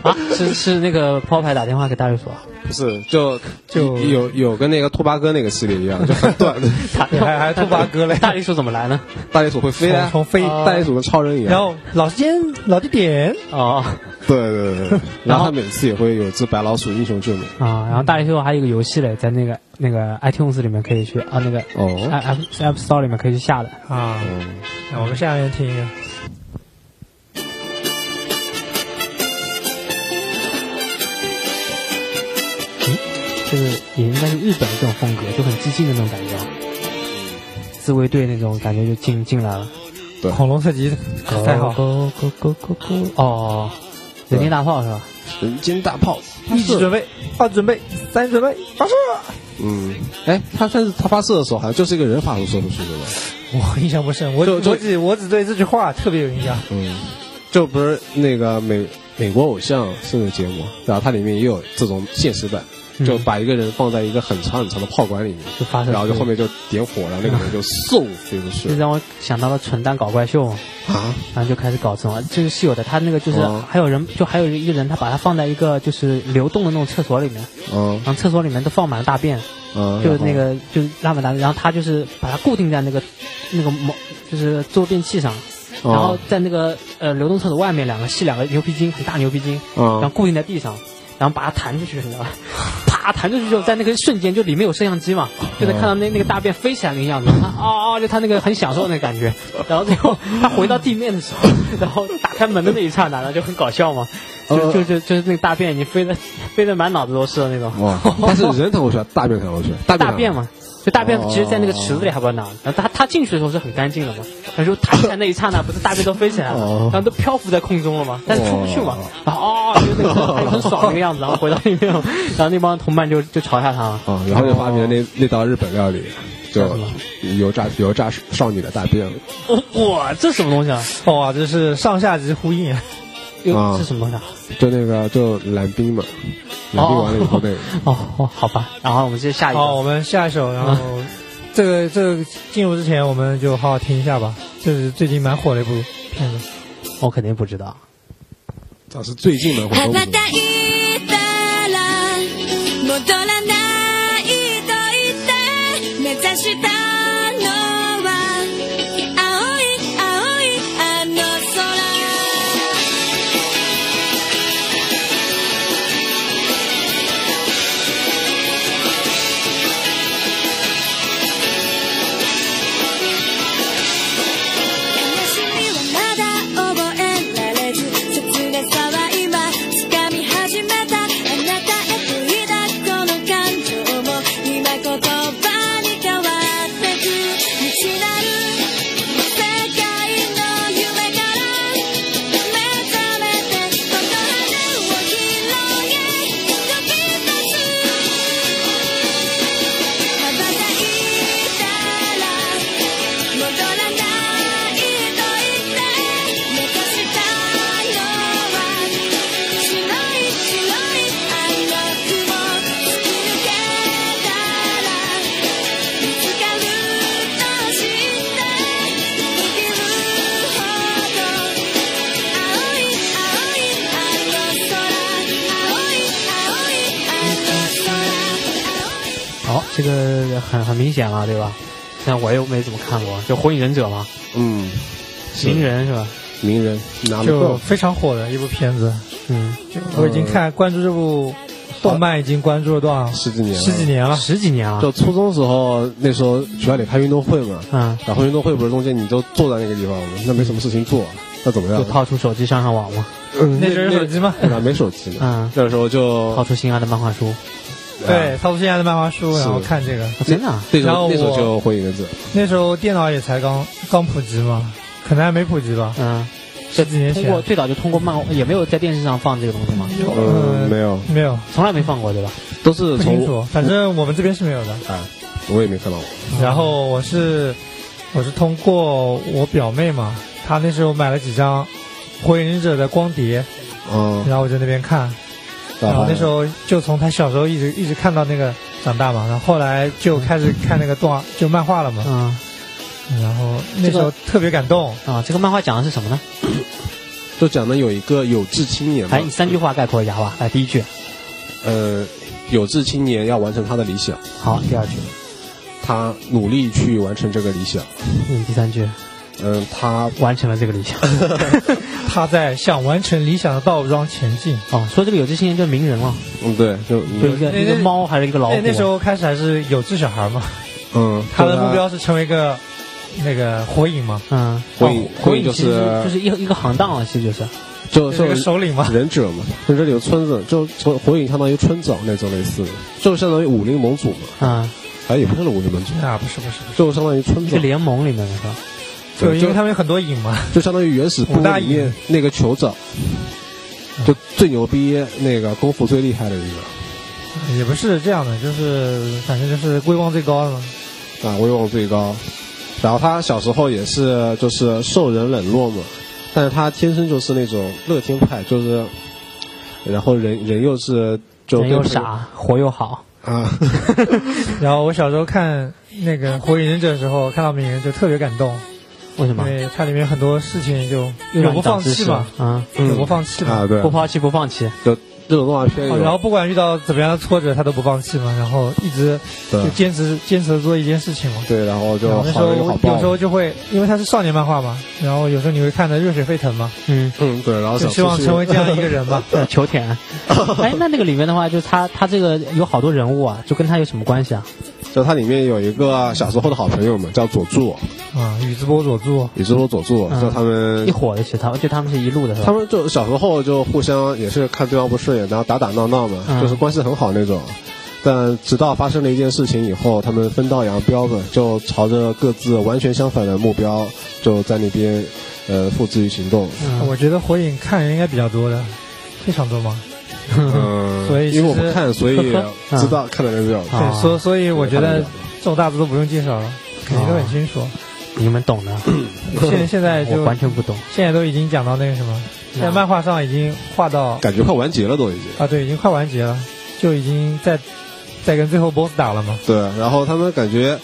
Speaker 2: 啊，是是那个抛牌打电话给大力水 手啊，
Speaker 3: 不是，就
Speaker 4: 就
Speaker 3: 有有跟那个兔八哥那个系列一样，就很 短的，
Speaker 2: 打，
Speaker 4: 对还还兔八哥嘞
Speaker 2: 大力水手怎么来呢？
Speaker 3: 大鼹鼠会飞啊
Speaker 4: 从，从飞。
Speaker 2: 啊
Speaker 3: 大鼹鼠跟超人一样。
Speaker 4: 然后老时间老地点，
Speaker 2: 哦
Speaker 3: 对对对对，然后他每次也会有只白老鼠英雄救美。
Speaker 2: 啊，然后大力水手还有一个游戏嘞，在那个那个 iTunes 里面可以去啊，那个
Speaker 3: 哦，
Speaker 2: App App Store 里面可以去下的。
Speaker 4: 啊，
Speaker 3: 嗯
Speaker 4: 那我们下面听一个。
Speaker 2: 就是也应该是日本的这种风格，就很激进的那种感觉啊。自卫队那种感觉就进进来了。
Speaker 4: 恐龙特辑哦太好，
Speaker 2: go go go go go！哦，人间大炮是吧？
Speaker 3: 人间大炮，
Speaker 4: 一级准备，二准备，三准备，发射！
Speaker 3: 嗯，哎，他但是他发射的时候好像就是一个人发出射出去的吧？
Speaker 4: 我印象不深，我
Speaker 3: 就就
Speaker 4: 我只我只对这句话特别有印象。
Speaker 3: 嗯，就不是那个美美国偶像是那个节目，然后它里面也有这种现实版，就把一个人放在一个很长很长的炮管里面，
Speaker 2: 就发射出去，
Speaker 3: 然后就后面就点火，然后那个人就嗖飞出
Speaker 2: 就
Speaker 3: 去
Speaker 2: 让我想到了蠢蛋搞怪秀嘛，
Speaker 3: 啊！
Speaker 2: 然后就开始搞这种，这个是有的。他那个就是
Speaker 3: 哦
Speaker 2: 还有人，就还有一个人，他把它放在一个就是流动的那种厕所里面，
Speaker 3: 嗯
Speaker 2: 然后厕所里面都放满了大便，
Speaker 3: 嗯，
Speaker 2: 就是那个就是拉满大便，然后他就是把它固定在那个那个某就是坐便器上，
Speaker 3: 然
Speaker 2: 然后在那个呃流动厕所外面两个系两个牛皮筋，很大牛皮筋，然后
Speaker 3: 嗯
Speaker 2: 固定在地上，然后把它弹出去， 你知道吧？啪弹出去之后，在那个瞬间就里面有摄像机嘛，就能看到那那个大便飞起来那个样子，他啊啊，就他那个很享受的那个感觉。然后最后他回到地面的时候， 然后打开门的那一刹那，然后就很搞笑嘛，就
Speaker 3: 呃
Speaker 2: 就就就是那个大便已经飞的飞的满脑子都是的那种，
Speaker 3: 哇，啊哦但是人弹过去，大便弹过去，大
Speaker 2: 大
Speaker 3: 便弹
Speaker 2: 便嘛。就大便
Speaker 3: 哦
Speaker 2: 其实，在那个池子里还不知道哪，然后他他进去的时候是很干净的嘛，他说弹起来那一刹那，不是大便都飞起来了，
Speaker 3: 哦
Speaker 2: 然后都漂浮在空中了嘛，但是出不去嘛
Speaker 3: 哦，
Speaker 2: 然后哦，就是那个他就很爽那个样 子，然后回到里面，然后那帮同伴就就嘲笑他了，
Speaker 3: 啊，然后就发明了那那道日本料理，就
Speaker 2: 叫什么
Speaker 3: 油炸油炸少女的大便。
Speaker 2: 哦哇，这什么东西啊？
Speaker 4: 哇，这是上下级呼应啊！
Speaker 2: 又
Speaker 3: 啊
Speaker 2: 是什么东西啊？
Speaker 3: 就那个就蓝冰嘛，蓝冰完了以后 那个，
Speaker 2: 哦哦，好吧，哦然后我们接下一
Speaker 4: 好，
Speaker 2: 个
Speaker 4: 我们下一首，然后这个这个进入之前，我们就好好听一下吧。这是最近蛮火的一部片子。
Speaker 2: 我肯定不知道，
Speaker 3: 倒是最近的活
Speaker 5: 羽
Speaker 3: 动
Speaker 5: ば。たいたら戻らないと言っ差したのは青い青いあの空悲しみはまだ覚えられず切なさは今掴み始めたあなたへと抱くこの感情も今言葉に変わってく未知なる世界の夢から目覚めてこの花を広げ飛び出す羽ばたいたら戻らないと言って残したのは白い白いあの雲突き抜けたら見つかると知ってできるほど青い青いあの空青い青いあの空青い
Speaker 2: 好、哦这个很很明显了，对吧？但我又没怎么看过，就《火影忍者》嘛，
Speaker 3: 嗯，
Speaker 2: 鸣人是吧？
Speaker 3: 鸣人拿了
Speaker 4: 就
Speaker 3: 个
Speaker 4: 非常火的一部片子。
Speaker 2: 嗯，
Speaker 4: 就我已经看关注这部动漫，已经关注了多少
Speaker 3: 十几年了
Speaker 4: 十几年了。
Speaker 2: 十几年了，
Speaker 3: 就初中时候，那时候学校里开运动会嘛，
Speaker 2: 嗯，
Speaker 3: 然后运动会不是中间你都坐在那个地方吗？那没什么事情做，啊那怎么
Speaker 2: 就
Speaker 3: 样？
Speaker 2: 掏出手机上上网嘛，
Speaker 3: 嗯
Speaker 4: 那时候有手机吗？
Speaker 3: 那没手机呢
Speaker 2: 嗯，
Speaker 3: 那时候就
Speaker 2: 掏出心爱的漫画书，
Speaker 4: 对，掏出现在的漫画书，
Speaker 3: 是
Speaker 4: 然后看这个。
Speaker 2: 啊真的啊，
Speaker 3: 那时
Speaker 4: 然后
Speaker 3: 候
Speaker 4: 我
Speaker 3: 那时候就火影忍者，
Speaker 4: 那时候电脑也才刚刚普及嘛，可能还没普及吧，
Speaker 2: 嗯，
Speaker 4: 十几年
Speaker 2: 通
Speaker 4: 前。
Speaker 2: 过最早就通过漫画，也没有在电视上放这个东西嘛，
Speaker 4: 呃
Speaker 3: 嗯，没有，
Speaker 4: 没有，
Speaker 2: 从来没放过，对吧？
Speaker 3: 都是
Speaker 4: 不
Speaker 3: 从
Speaker 4: 清楚，反正我们这边是没有的。
Speaker 3: 啊，我也没看到过，
Speaker 2: 嗯
Speaker 4: 然后我是我是通过我表妹嘛，她那时候买了几张《火影忍者》的光碟，
Speaker 3: 嗯，
Speaker 4: 然后我在那边看，然
Speaker 3: 然
Speaker 4: 后
Speaker 3: 后
Speaker 4: 哦那时候就从她小时候一直一直看到那个长大嘛，然后后来就开始看那个动画就漫画了嘛，
Speaker 2: 嗯，
Speaker 4: 然后那时候特别感动，
Speaker 2: 啊，这个漫画讲的是什么呢？
Speaker 3: 就讲的有一个有志青年嘛
Speaker 2: 哎，，你三句话概括一下吧。来，哎第一句，
Speaker 3: 呃，有志青年要完成他的理想，
Speaker 2: 好，第二句，
Speaker 3: 他努力去完成这个理想，
Speaker 2: 嗯，第三句，
Speaker 3: 嗯，他
Speaker 2: 完成了这个理想。
Speaker 4: 她在向完成理想的道路上前进。
Speaker 2: 哦，说这个有志青年就是鸣人了，
Speaker 3: 嗯对，就
Speaker 2: 就一个
Speaker 4: 那
Speaker 2: 一个猫还是一个老虎啊
Speaker 4: 那？那时候开始还是有志小孩嘛，
Speaker 3: 嗯，
Speaker 4: 他的目标是成为一个那个火影嘛，
Speaker 2: 嗯，
Speaker 3: 火影
Speaker 2: 哦
Speaker 3: 火影就
Speaker 2: 其实
Speaker 3: 是
Speaker 2: 就是一个一个行当了，其实就是。
Speaker 3: 就
Speaker 4: 就是一个啊首领嘛。
Speaker 3: 忍者嘛，忍者里有村子，就火火影相当于村长那种类似的，就相当于武林盟主嘛，
Speaker 2: 嗯，
Speaker 3: 哎也不是武林盟主，
Speaker 4: 啊，不是不是，
Speaker 3: 就相当于村
Speaker 2: 一个
Speaker 3: 长，
Speaker 2: 联盟里面的是吧？
Speaker 4: 就
Speaker 3: 对，
Speaker 4: 因
Speaker 3: 就
Speaker 4: 为他们有很多影嘛，
Speaker 3: 就相当于原始部
Speaker 4: 武大
Speaker 3: 落里面
Speaker 4: 营
Speaker 3: 那个酋长，就最牛逼那个功夫最厉害的一个
Speaker 4: 也不是这样的，就是反正就是威望最高的嘛。
Speaker 3: 啊，威望最高。然后他小时候也是就是受人冷落嘛，但是他天生就是那种乐天派，就是然后人人又是就
Speaker 2: 人又
Speaker 3: 跟
Speaker 2: 傻，活又好。
Speaker 3: 啊，
Speaker 4: 然后我小时候看那个《火影忍者》的时候，看到鸣人就特别感动，
Speaker 2: 为
Speaker 4: 因
Speaker 2: 什
Speaker 3: 嗯
Speaker 2: 么？
Speaker 4: 为它里面很多事情就
Speaker 2: 又
Speaker 4: 永
Speaker 2: 让你
Speaker 4: 不
Speaker 2: 长
Speaker 4: 放
Speaker 2: 知
Speaker 4: 弃
Speaker 2: 识
Speaker 4: 嘛，
Speaker 2: 嗯，
Speaker 4: 永不放弃嘛
Speaker 3: 啊，。对
Speaker 2: 不，抛弃不放弃，
Speaker 3: 就这种动画片有，
Speaker 4: 哦然后不管遇到怎么样的挫折，他都不放弃嘛，然后一直
Speaker 3: 对
Speaker 4: 就坚持坚持做一件事情嘛。
Speaker 3: 对，然后就
Speaker 4: 然后那时
Speaker 3: 好
Speaker 4: 候
Speaker 3: 人好报，
Speaker 4: 有时候就会，因为它是少年漫画嘛，然后有时候你会看得热血沸腾嘛，
Speaker 2: 嗯，
Speaker 3: 嗯对，然后
Speaker 4: 就
Speaker 3: 想
Speaker 4: 希望
Speaker 3: 出去
Speaker 4: 成为这样一个人嘛。
Speaker 2: 呃求 舔。哎，那那个里面的话，就是他他这个有好多人物啊，就跟他有什么关系啊？
Speaker 3: 就它里面有一个小时候的好朋友嘛，叫佐助，
Speaker 4: 啊，宇智波佐助，
Speaker 3: 宇智波佐助，
Speaker 2: 嗯
Speaker 3: 就他们
Speaker 2: 一伙的，其实他就他们是一路
Speaker 4: 嗯
Speaker 2: 的，是
Speaker 3: 他
Speaker 2: 吧？
Speaker 3: 们就小时候就互相也是看对方不顺眼，然后打打闹闹嘛，
Speaker 2: 嗯
Speaker 3: 就是关系很好那种。但直到发生了一件事情以后，他们分道扬镳了，就朝着各自完全相反的目标，就在那边呃付之于行 动。
Speaker 2: 嗯，
Speaker 4: 我觉得火影看人应该比较多的，非常多嘛。
Speaker 3: 嗯，
Speaker 4: 所以其实嗯
Speaker 3: 因为我们看，所 以
Speaker 2: 呵呵
Speaker 3: 知道看的人比较多。
Speaker 2: 啊
Speaker 4: 对，所所以我觉得
Speaker 3: 看得比较多
Speaker 4: 这种大作都不用介绍了，肯定都很清楚。
Speaker 2: 你们懂的，
Speaker 4: 现现在
Speaker 2: 我
Speaker 4: 就
Speaker 2: 完全不懂。
Speaker 4: 现在都已经讲到那个什么，现在漫画上已经画到
Speaker 3: 感觉快完结了都已经。
Speaker 4: 啊，对，已经快完结了，就已经在在跟最后 BOSS 打了嘛。
Speaker 3: 对，然后他们感觉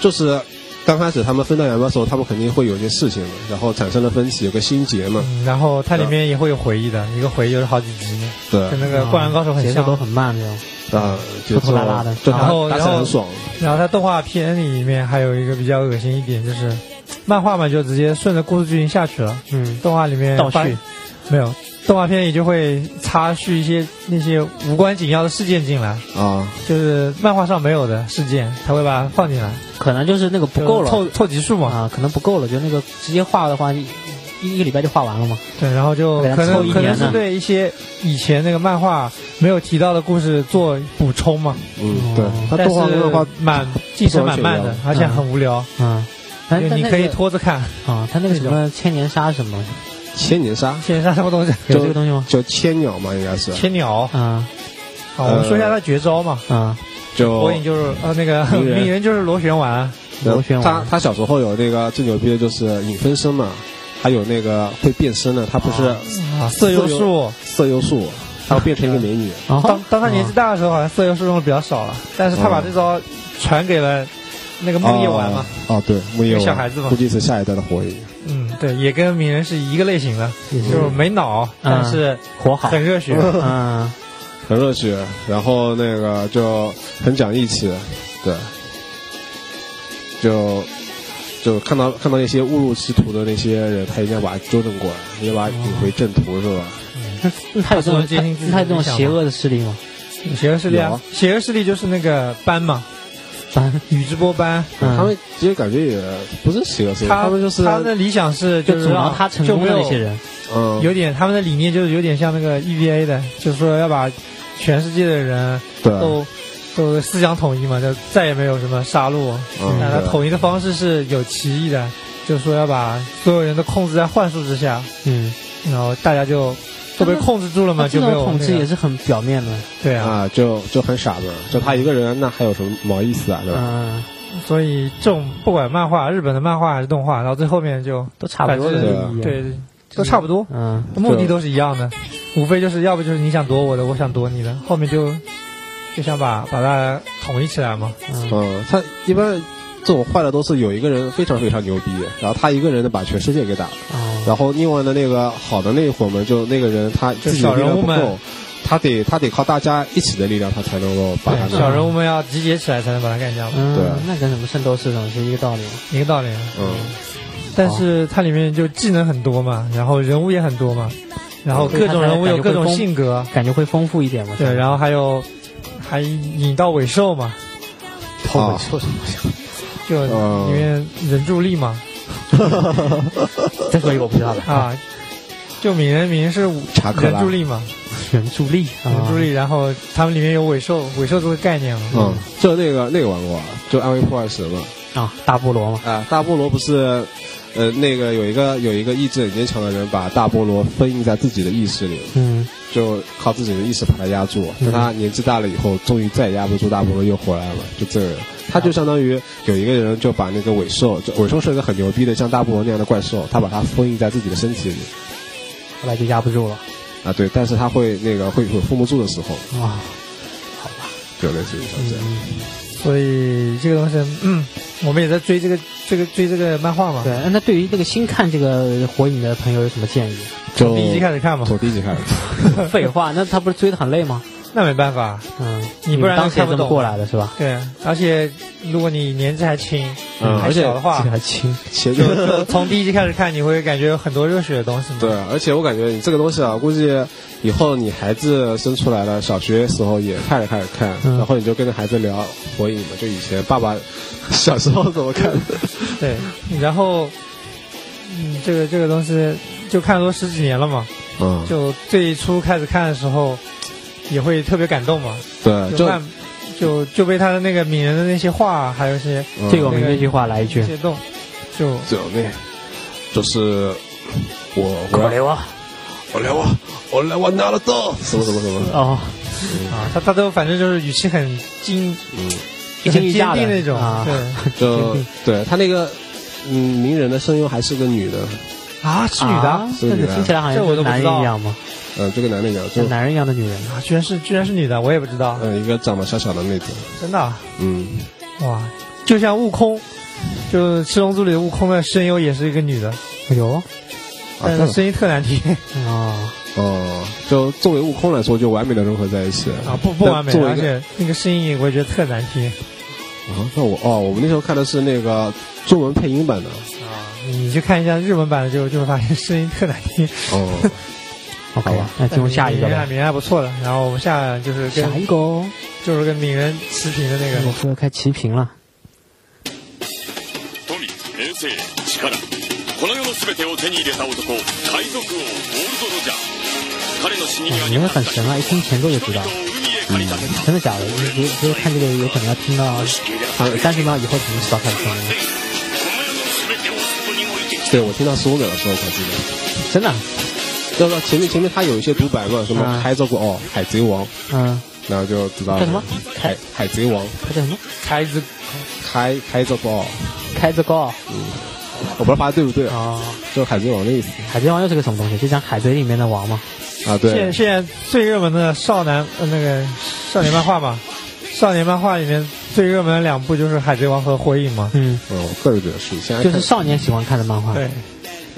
Speaker 3: 就是刚开始他们分道扬镳的时候，他们肯定会有一些事情嘛，然后产生了分歧，有个心结嘛。
Speaker 4: 嗯，然后它里面也会有回忆的，一个回忆就是好几集，
Speaker 3: 对，
Speaker 4: 跟那个《灌篮高手》很
Speaker 2: 啊节奏
Speaker 4: 像
Speaker 2: 都。很慢那种。
Speaker 3: 啊，节
Speaker 2: 拖拖
Speaker 3: 奏
Speaker 2: 拉拉的
Speaker 3: 就
Speaker 4: 然
Speaker 3: 打
Speaker 4: 后
Speaker 3: 打起来很爽。
Speaker 4: 然后它动画片里面还有一个比较恶心一点，就是漫画嘛，就直接顺着故事剧情下去了。
Speaker 2: 嗯，
Speaker 4: 动画里面
Speaker 2: 倒叙
Speaker 4: 发没有，动画片里就会插叙一些那些无关紧要的事件进来，
Speaker 3: 啊，
Speaker 4: 就是漫画上没有的事件，他会把它放进来，
Speaker 2: 可能就是那个不
Speaker 4: 就
Speaker 2: 够了
Speaker 4: 凑凑集数嘛。
Speaker 2: 啊，可能不够了，就那个直接画的话，一一个礼拜就画完了嘛。
Speaker 4: 对，然后就
Speaker 2: 给它
Speaker 4: 可
Speaker 2: 凑
Speaker 4: 能
Speaker 2: 一
Speaker 4: 可能
Speaker 2: 年呢
Speaker 4: 是对一些以前那个漫画没有提到的故事做补充嘛。
Speaker 3: 嗯，对，
Speaker 4: 哦
Speaker 3: 它
Speaker 4: 但
Speaker 3: 动
Speaker 4: 是
Speaker 3: 画漫画
Speaker 4: 蛮进程蛮慢的，而且很无聊，
Speaker 2: 嗯，
Speaker 4: 就
Speaker 2: 反正
Speaker 4: 你可以拖着看。
Speaker 2: 啊，他那个什么千年杀什么
Speaker 3: 千年杀
Speaker 4: 千年杀什么东西？
Speaker 2: 有这个东西吗？
Speaker 3: 叫千鸟嘛，应该是
Speaker 4: 千鸟，
Speaker 2: 啊
Speaker 4: 好，哦我们说一下它绝招嘛。
Speaker 2: 啊，
Speaker 3: 就
Speaker 4: 火影就是呃那个
Speaker 3: 鸣人
Speaker 4: 鸣人就是螺旋丸，啊
Speaker 2: 螺旋
Speaker 3: 他
Speaker 2: 丸
Speaker 3: 他小时候有那个最牛逼的就是影分身嘛，还有那个会变身的，他不是
Speaker 4: 啊，色幽术。
Speaker 3: 色幽术，他会变成一个美女。
Speaker 2: 然后啊
Speaker 4: 当当他年纪大的时候，好像色幽术用的比较少了，但是他把这招传给了那个木叶丸嘛。
Speaker 3: 哦？哦，对，木叶丸，
Speaker 4: 有小孩子嘛
Speaker 3: 估计是下一代的火影。
Speaker 4: 嗯，对，也跟鸣人是一个类型的，就是没脑，但是
Speaker 2: 活嗯好，
Speaker 4: 很热血。
Speaker 2: 嗯，
Speaker 3: 很热血，然后那个就很讲义气，对，就就看到看到那些误入歧途的那些人，他一定要把他纠正过来，也把他引回正途，是吧？
Speaker 2: 那那他有这
Speaker 4: 他是
Speaker 2: 种
Speaker 4: 能接近自己
Speaker 2: 他他有这种
Speaker 4: 理想吗
Speaker 2: 邪恶的势力吗？
Speaker 4: 邪恶势力
Speaker 3: 有
Speaker 4: 啊
Speaker 3: 啊，
Speaker 4: 邪恶势力就是那个斑嘛，
Speaker 2: 反
Speaker 4: 宇智波斑。
Speaker 2: 嗯
Speaker 3: 他们其实感觉也不是邪恶势力，
Speaker 4: 他
Speaker 3: 们就是
Speaker 4: 他的理想是
Speaker 2: 就是阻挠
Speaker 4: 让
Speaker 2: 他成
Speaker 4: 就
Speaker 2: 功
Speaker 4: 没
Speaker 2: 的
Speaker 4: 有
Speaker 2: 那些人，
Speaker 3: 嗯，
Speaker 4: 有点他们的理念就是有点像那个 EVA 的，就是说要把全世界的人
Speaker 3: 对，
Speaker 4: 都都思想统一嘛，就再也没有什么杀戮。啊
Speaker 3: 嗯
Speaker 4: 那他
Speaker 3: 对
Speaker 4: 统一的方式是有歧义的，就是说要把所有人都控制在幻术之下，
Speaker 2: 嗯，
Speaker 4: 然后大家就都被控制住了嘛，
Speaker 2: 那这
Speaker 4: 就没
Speaker 2: 种
Speaker 4: 有
Speaker 2: 统治
Speaker 4: 那个
Speaker 2: 也是很表面的，
Speaker 4: 对啊。
Speaker 3: 啊，就就很傻子，就他一个人，那还有什么毛意思啊，对吧？
Speaker 2: 嗯，
Speaker 4: 所以这种不管漫画、日本的漫画还是动画，到最后面就
Speaker 2: 都差不多的
Speaker 4: 反
Speaker 3: 正
Speaker 2: 利益，
Speaker 4: 对都差不多。
Speaker 2: 嗯，
Speaker 4: 目的都是一样的，无非就是要不就是你想躲我的，我想躲你的，后面就就想把把它统一起来嘛。
Speaker 2: 嗯
Speaker 3: 嗯，他一般这种坏的都是有一个人非常非常牛逼，然后他一个人能把全世界给打了。
Speaker 2: 哦，
Speaker 3: 然后另外的那个好的那一伙们，就那个人他自己的力量
Speaker 4: 就小
Speaker 3: 不
Speaker 4: 人物
Speaker 3: 够
Speaker 4: 们，
Speaker 3: 他得他得靠大家一起的力量，他才能够把他
Speaker 4: 对，
Speaker 3: 弄
Speaker 4: 小人物们要集结起来才能把它干掉嘛，
Speaker 2: 嗯
Speaker 3: 对，
Speaker 2: 那跟什么圣斗士什么是一个道理，啊
Speaker 4: 一个道理。啊
Speaker 3: 嗯，
Speaker 4: 但是它里面就技能很多嘛，然后人物也很多嘛，然后各种人物有各种性格，
Speaker 2: 感觉会丰富一点嘛？哦
Speaker 4: 对，然后还有还引到尾兽嘛，
Speaker 2: 后悔
Speaker 3: 啊
Speaker 2: 说什么？
Speaker 4: 就里面人助力嘛
Speaker 3: 啊
Speaker 2: 再说一个我不知道的，
Speaker 4: 啊，就鸣人鸣人是
Speaker 3: 查啊克
Speaker 4: 人
Speaker 3: 拉
Speaker 4: 助，力嘛，
Speaker 2: 原助力，
Speaker 4: 人助
Speaker 2: 啊，
Speaker 4: 力，然后他们里面有尾兽，尾兽这个概念嘛，
Speaker 3: 嗯，就那个那个玩过啊，就《暗卫破坏神》嘛，
Speaker 2: 啊，大菠萝嘛，
Speaker 3: 啊，大菠萝不是。呃，那个有一个有一个意志很坚强的人，把大菠萝封印在自己的意识里，
Speaker 2: 嗯，
Speaker 3: 就靠自己的意识把它压住。
Speaker 2: 嗯
Speaker 3: 但他年纪大了以后，终于再也压不住大菠萝，又回来了。就这个
Speaker 4: 嗯
Speaker 3: 人，他就相当于有一个人就把那个尾兽，就尾兽是一个很牛逼的像大菠萝那样的怪兽，他把它封印在自己的身体里
Speaker 2: 后来就压不住了，
Speaker 3: 啊，对，但是他会那个会有封不住的时候，
Speaker 2: 啊，
Speaker 3: 就类似于像这样。
Speaker 2: 嗯，
Speaker 4: 所以这个东西，嗯，我们也在追这个这个追这个漫画嘛，
Speaker 2: 对，那对于这个新看这个火影的朋友有什么建议？
Speaker 4: 嗯
Speaker 3: 就
Speaker 4: 从第一集开始看嘛，
Speaker 3: 从第一集开始，
Speaker 2: 废话，那他不是追的很累吗？
Speaker 4: 那没办法，
Speaker 2: 嗯，
Speaker 4: 你不然
Speaker 2: 当时也
Speaker 4: 看不
Speaker 2: 这么
Speaker 4: 懂
Speaker 2: 过来的是吧？
Speaker 4: 对，而且如果你年纪还轻，
Speaker 3: 嗯
Speaker 4: 还小的话
Speaker 2: 这个，还轻，
Speaker 3: 且
Speaker 4: 就 就从第一集开始看，你会感觉有很多热血的东西嘛，
Speaker 3: 对，而且我感觉你这个东西啊，估计以后你孩子生出来了，小学时候也开始开始看，
Speaker 2: 嗯
Speaker 3: 然后你就跟着孩子聊火影嘛，就以前爸爸小时候怎么看的，
Speaker 4: 对，然后，嗯，这个这个东西就看了都十几年了嘛，
Speaker 3: 嗯，
Speaker 4: 就最初开始看的时候，也会特别感动嘛，
Speaker 3: 对，
Speaker 4: 就
Speaker 3: 啊就
Speaker 4: 看就就被他的那个鸣人的那些话，还有一些
Speaker 3: 嗯
Speaker 2: 这个我们这句话来一句
Speaker 4: 一，些动，就
Speaker 3: 就那，就是我
Speaker 2: 可
Speaker 3: 我
Speaker 2: 怜啊，
Speaker 3: 我来我我来我拿了刀，什么什么什 么，
Speaker 2: 哦，
Speaker 4: 啊，他他都反正就是语气很精，
Speaker 3: 嗯，
Speaker 2: 一惊
Speaker 4: 很
Speaker 2: 一
Speaker 4: 坚
Speaker 2: 乍的
Speaker 4: 定那种，
Speaker 2: 啊
Speaker 4: 对
Speaker 3: 就对他那个嗯鸣人的声优还是个女的，
Speaker 4: 啊，是女的啊，
Speaker 2: 啊
Speaker 3: 是
Speaker 2: 那
Speaker 3: 女
Speaker 2: 你
Speaker 3: 的
Speaker 2: 听起来好像
Speaker 4: 这我都不
Speaker 2: 男
Speaker 4: 知
Speaker 2: 人
Speaker 4: 道
Speaker 2: 一样吗？
Speaker 3: 嗯，就跟男的一样，就
Speaker 2: 像男人一样的女人，
Speaker 4: 啊居然是居然是女的，我也不知道，
Speaker 3: 嗯一个长得小小的妹子，
Speaker 4: 真的啊
Speaker 3: 嗯，
Speaker 4: 哇，就像悟空，就是《七龙珠》
Speaker 2: 哎
Speaker 4: 里的悟空的声优也是一个女的，
Speaker 2: 有
Speaker 3: 啊
Speaker 4: 但
Speaker 3: 算
Speaker 4: 呃是
Speaker 3: 了
Speaker 4: 声音特难听，
Speaker 2: 哦，
Speaker 3: 哦、就作为悟空来说，就完美的融合在一起了
Speaker 4: 啊，不不完美，
Speaker 3: 但作为
Speaker 4: 而
Speaker 3: 一个
Speaker 4: 且那个声音我也觉得特难听
Speaker 3: 啊，那我哦，我们那时候看的是那个中文配音版的
Speaker 4: 啊。你去看一下日文版的就就会发现声音特难 听。
Speaker 3: 哦，
Speaker 2: OK，那进入下一个
Speaker 4: 名人
Speaker 2: 吧
Speaker 4: 还。名人还不错的，然后我们下嗯就是
Speaker 2: 下
Speaker 4: 跟
Speaker 2: 一个哦，
Speaker 4: 就是跟名人持平的那个
Speaker 2: 我说开齐平了。
Speaker 6: 富名声力この世の全てを手に入れた男海賊王ゴールド・ロジャー彼の死に際
Speaker 2: 你
Speaker 6: に
Speaker 2: 们
Speaker 6: は
Speaker 2: 很神啊，一听前奏就知道。
Speaker 6: 人々を海へ駆り立てた
Speaker 2: 真的假的？你只有看这个，有可能要听到呃三十秒以后才能知道开始听。
Speaker 6: この世の全てをそこに置いてきた
Speaker 3: 对我听到十五秒的时候才知道。
Speaker 2: 真的，
Speaker 3: 要不然前面前面他有一些独白嘛，什么
Speaker 2: 啊
Speaker 3: 海贼王哦，海贼王，
Speaker 2: 嗯，
Speaker 3: 然后就知道了
Speaker 2: 叫什么
Speaker 3: 海海贼王，
Speaker 2: 他叫什么？
Speaker 4: 开子
Speaker 3: 海海贼王，
Speaker 2: 开着高
Speaker 3: 哦我不知道发的对不对，啊，
Speaker 2: 哦，
Speaker 3: 就海贼王的意思
Speaker 2: 海贼王又是个什么东西？就讲海贼里面的王嘛。
Speaker 3: 啊，
Speaker 4: 现在
Speaker 3: 对，
Speaker 4: 现在最热门的少男呃那个少年漫画嘛，少年漫画里面最热门的两部就是《海贼王》和《火影》嘛。
Speaker 2: 嗯，
Speaker 3: 嗯，我个人觉得是，现在
Speaker 2: 就是啊
Speaker 3: 看
Speaker 2: 少年喜欢看的漫画。
Speaker 4: 嗯对，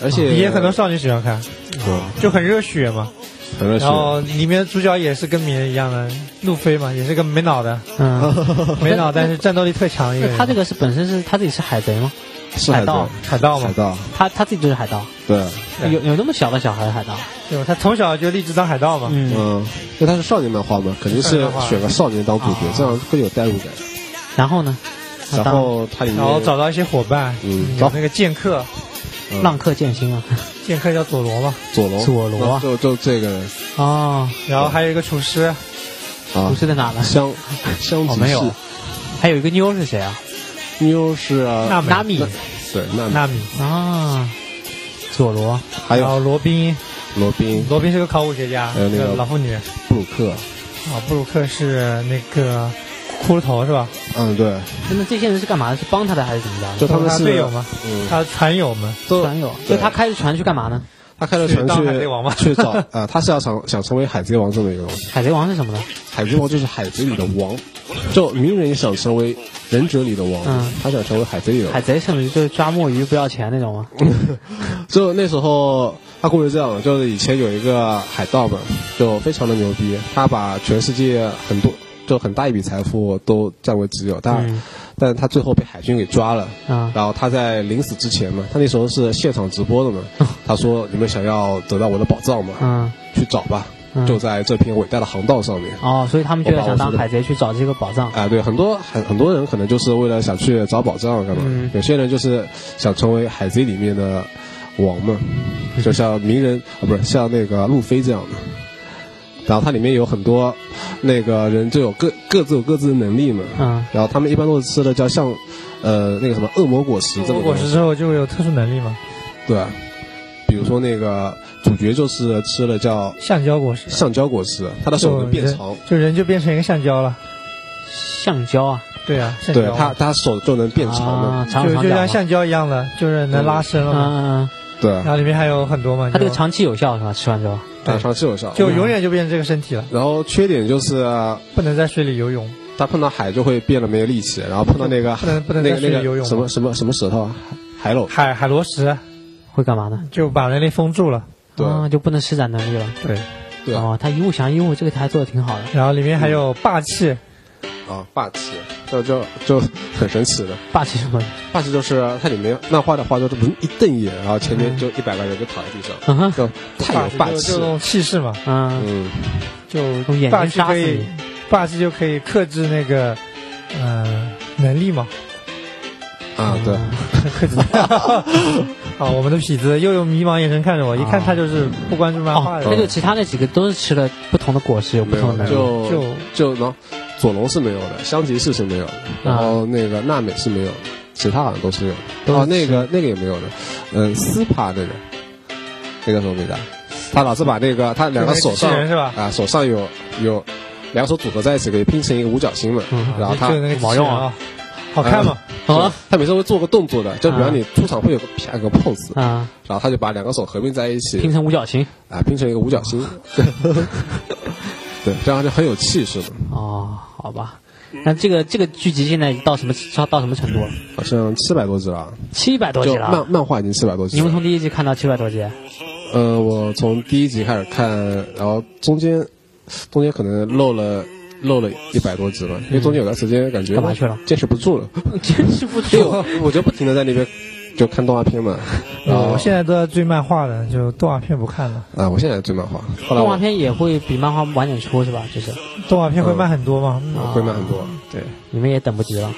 Speaker 3: 而且
Speaker 4: 也很多少女喜欢看，
Speaker 3: 嗯，
Speaker 4: 就很热血嘛。
Speaker 3: 很多
Speaker 4: 然后里面主角也是跟鸣人一样的路飞嘛，也是个没脑的，
Speaker 2: 嗯，
Speaker 3: 哦
Speaker 4: 没脑但是战斗力特强的一个
Speaker 2: 那
Speaker 4: 人。
Speaker 2: 他这个是本身是他自己是海贼吗？
Speaker 3: 是
Speaker 2: 海
Speaker 3: 海
Speaker 2: 盗
Speaker 3: 盗，
Speaker 4: 海盗嘛
Speaker 3: 海，盗，
Speaker 2: 他他自己就是海盗，
Speaker 3: 对，
Speaker 4: 对
Speaker 2: 有有那么小的小孩海盗？
Speaker 4: 对吧？他从小就立志当海盗嘛。
Speaker 2: 嗯，
Speaker 3: 嗯，因为他是少年漫画嘛，肯定
Speaker 4: 少
Speaker 3: 是
Speaker 4: 年漫画
Speaker 3: 选个少年当主角
Speaker 2: 啊，
Speaker 3: 这样会有代入感。
Speaker 2: 然后呢？他
Speaker 3: 然
Speaker 2: 当
Speaker 3: 后它里面
Speaker 4: 然后找到一些伙伴，
Speaker 3: 嗯
Speaker 4: 有那个剑客，
Speaker 3: 嗯
Speaker 2: 浪客剑心啊。
Speaker 4: 剑客叫佐罗嘛，
Speaker 3: 佐罗，
Speaker 2: 佐罗啊
Speaker 3: 就就这个人
Speaker 2: 哦，
Speaker 4: 然后还有一个厨师，
Speaker 3: 啊
Speaker 2: 不，是在哪呢？
Speaker 3: 香香
Speaker 2: 哦，
Speaker 3: 吉
Speaker 2: 没
Speaker 3: 士
Speaker 2: 有。还有一个妞是谁啊？
Speaker 3: 妞是啊，
Speaker 4: 美
Speaker 2: 纳米
Speaker 3: 对，那
Speaker 4: 纳米，
Speaker 2: 啊，佐罗
Speaker 3: 嗯还
Speaker 4: 然后
Speaker 3: 有
Speaker 4: 罗宾，
Speaker 3: 罗宾
Speaker 4: 罗宾是个考古学家，
Speaker 3: 还有那个
Speaker 4: 老妇女啊，啊
Speaker 3: 布鲁克，
Speaker 4: 布鲁克是那个骷髅头是吧？
Speaker 3: 嗯，对，
Speaker 2: 那这些人是干嘛的？是帮他的还是怎么着？
Speaker 3: 就他们
Speaker 4: 他
Speaker 3: 是
Speaker 4: 队友嘛，
Speaker 3: 嗯，
Speaker 4: 他船友们，
Speaker 3: 都
Speaker 2: 船友，
Speaker 3: 对
Speaker 2: 就他开着船去干嘛呢？
Speaker 3: 他开着
Speaker 4: 去
Speaker 3: 船
Speaker 4: 当海贼王嘛
Speaker 3: 去去找啊，他是要想想成为海贼王这么一个东西。
Speaker 2: 海贼王是什么呢？
Speaker 3: 海贼王就是海贼里的王，就鸣人想成为忍者里的王
Speaker 2: 嗯，
Speaker 3: 他想成为海贼里的
Speaker 2: 海
Speaker 3: 王。
Speaker 2: 贼是不是就是抓墨鱼不要钱那种吗？
Speaker 3: 就那时候，他故事是这样的，就是以前有一个海盗嘛，就非常的牛逼，他把全世界很多就很大一笔财富都占为己有，但、
Speaker 2: 嗯
Speaker 3: 但他最后被海军给抓了。
Speaker 2: 啊，
Speaker 3: 然后他在临死之前嘛，他那时候是现场直播 的嘛，他说：“你们想要得到我的宝藏吗？
Speaker 2: 嗯，
Speaker 3: 去找吧，
Speaker 2: 嗯
Speaker 3: 就在这片伟大的航道上面。”
Speaker 2: 哦，所以他们就要想当海贼去找这个宝藏。
Speaker 3: 啊，对，很多很很多人可能就是为了想去找宝藏干嘛，
Speaker 2: 嗯
Speaker 3: 有些人就是想成为海贼里面的王嘛，
Speaker 2: 嗯
Speaker 3: 就像鸣人啊，不是像那个路飞这样的。然后它里面有很多那个人就有各各自有各自的能力嘛，
Speaker 2: 嗯
Speaker 3: 然后他们一般都是吃的叫像呃那个什么恶魔果实这
Speaker 4: 如
Speaker 3: 种
Speaker 4: 果
Speaker 3: 东西
Speaker 4: 是之后就会有特殊能力嘛，
Speaker 3: 对啊，比如说那个主角就是吃了叫
Speaker 4: 橡胶果实，
Speaker 3: 橡胶果实，他的手能变长，
Speaker 4: 就人就变成一个橡胶了。
Speaker 2: 橡胶啊，
Speaker 4: 对啊，橡
Speaker 3: 对
Speaker 4: 胶
Speaker 3: 他
Speaker 4: 嘛，
Speaker 3: 他手就能变长嘛，
Speaker 2: 啊，长
Speaker 4: 就
Speaker 2: 长
Speaker 4: 就
Speaker 2: 脚
Speaker 4: 像
Speaker 2: 吗。
Speaker 4: 橡胶一样的，就是能拉伸了
Speaker 2: 嗯
Speaker 4: 嘛。
Speaker 2: 嗯，嗯
Speaker 3: 对
Speaker 4: 然，后里面还有很多嘛，
Speaker 2: 它这
Speaker 4: 就
Speaker 2: 个长期有效是吧？吃完之后，
Speaker 3: 打上是有效。
Speaker 4: 就永远就变成这个身体了，
Speaker 3: 然后缺点就是
Speaker 4: 不能在水里游泳。
Speaker 3: 他碰到海就会变得没有力气，然后碰到那个
Speaker 4: 不能不能
Speaker 3: 那个
Speaker 4: 在水
Speaker 3: 那
Speaker 4: 里
Speaker 3: 个
Speaker 4: 游泳
Speaker 3: 什
Speaker 4: 吗
Speaker 3: 么什么什么舌头啊，海螺
Speaker 4: 海海螺石
Speaker 2: 会干嘛呢？
Speaker 4: 就把人类封住了。
Speaker 3: 对
Speaker 2: 啊，就不能施展能力了。
Speaker 4: 对，
Speaker 3: 对啊
Speaker 2: 哦，他一物降一物，这个还做的挺好的。
Speaker 4: 然后里面还
Speaker 2: 嗯
Speaker 4: 有霸气，
Speaker 3: 啊霸气，就就就很神奇的
Speaker 2: 霸气什么？
Speaker 3: 霸气就是它里面漫画的话就是文一瞪眼，然后前面就一百个人就躺在地上，
Speaker 2: 嗯哼，
Speaker 3: 就太有霸
Speaker 4: 就
Speaker 3: 气
Speaker 4: 就那
Speaker 3: 了，
Speaker 4: 种气势嘛，
Speaker 2: 嗯，
Speaker 3: 嗯，
Speaker 4: 就
Speaker 2: 用眼
Speaker 4: 霸
Speaker 2: 睛
Speaker 4: 气
Speaker 2: 杀
Speaker 4: 可
Speaker 2: 死
Speaker 4: 以
Speaker 2: 你。
Speaker 4: 霸气就可以克制那个呃能力 嘛。
Speaker 3: 啊对，
Speaker 2: 嗯
Speaker 4: 克制。啊，我们的痞子又用迷茫眼神看着我，一看他就是不关注漫画
Speaker 2: 啊哦，
Speaker 4: 的
Speaker 2: 那
Speaker 4: 人。
Speaker 2: 就其他那几个都是吃了不同的果实，有不
Speaker 3: 没
Speaker 2: 同
Speaker 3: 有
Speaker 2: 的能力。
Speaker 3: 就
Speaker 4: 就
Speaker 3: 就然后佐龙是没有的，香吉士是没有的，
Speaker 4: 啊
Speaker 3: 然后那个娜美是没有的，其他好像都是有
Speaker 2: 都
Speaker 3: 的，
Speaker 2: 是
Speaker 3: 哦那个那个也没有的，嗯斯帕那个那个什么没的，他老是把那个他两个手
Speaker 4: 机器
Speaker 3: 上
Speaker 4: 人是吧？
Speaker 3: 啊，手上有有两手组合在一起，可以拼成一个五角星嘛。
Speaker 2: 嗯
Speaker 3: 然后他
Speaker 4: 就那个哦
Speaker 2: 毛用啊
Speaker 4: 啊，好看吗？
Speaker 2: 啊
Speaker 3: 他每次会做个动作的，就比
Speaker 2: 啊
Speaker 3: 方你出场会有个啪个 pose，
Speaker 2: 啊，
Speaker 3: 然后他就把两个手合并在一
Speaker 2: 拼
Speaker 3: 起，
Speaker 2: 成五角形。
Speaker 3: 啊，拼成一个五角星。 对，这样就很有气势嘛。
Speaker 2: 哦，好吧。那这个这个剧集现在到什么到到什么程度了？
Speaker 3: 好像七百多集了，
Speaker 2: 七百多集
Speaker 3: 就
Speaker 2: 了啊。
Speaker 3: 漫漫画已经七百多集
Speaker 2: 你们
Speaker 3: 了。
Speaker 2: 从第一集看到七百多集，
Speaker 3: 呃，我从第一集开始看，然后中间中间可能漏了漏了一百多集吧，因为中间有段时间感觉
Speaker 2: 嗯干嘛去了
Speaker 3: 坚持不 住了，
Speaker 2: 坚持不
Speaker 3: 所以
Speaker 2: 住
Speaker 3: 我。我就不停的在那边就看动画片嘛。然后
Speaker 4: 嗯我现在都在追漫画了，就动画片不看了。
Speaker 3: 啊，我现在追漫画，后来
Speaker 2: 动画
Speaker 3: 我
Speaker 2: 片也会比漫画晚点出是吧？就是
Speaker 4: 动画片会慢很多吗？嗯
Speaker 3: 会慢很
Speaker 2: 啊
Speaker 3: 多。对，
Speaker 2: 你们也等不及了。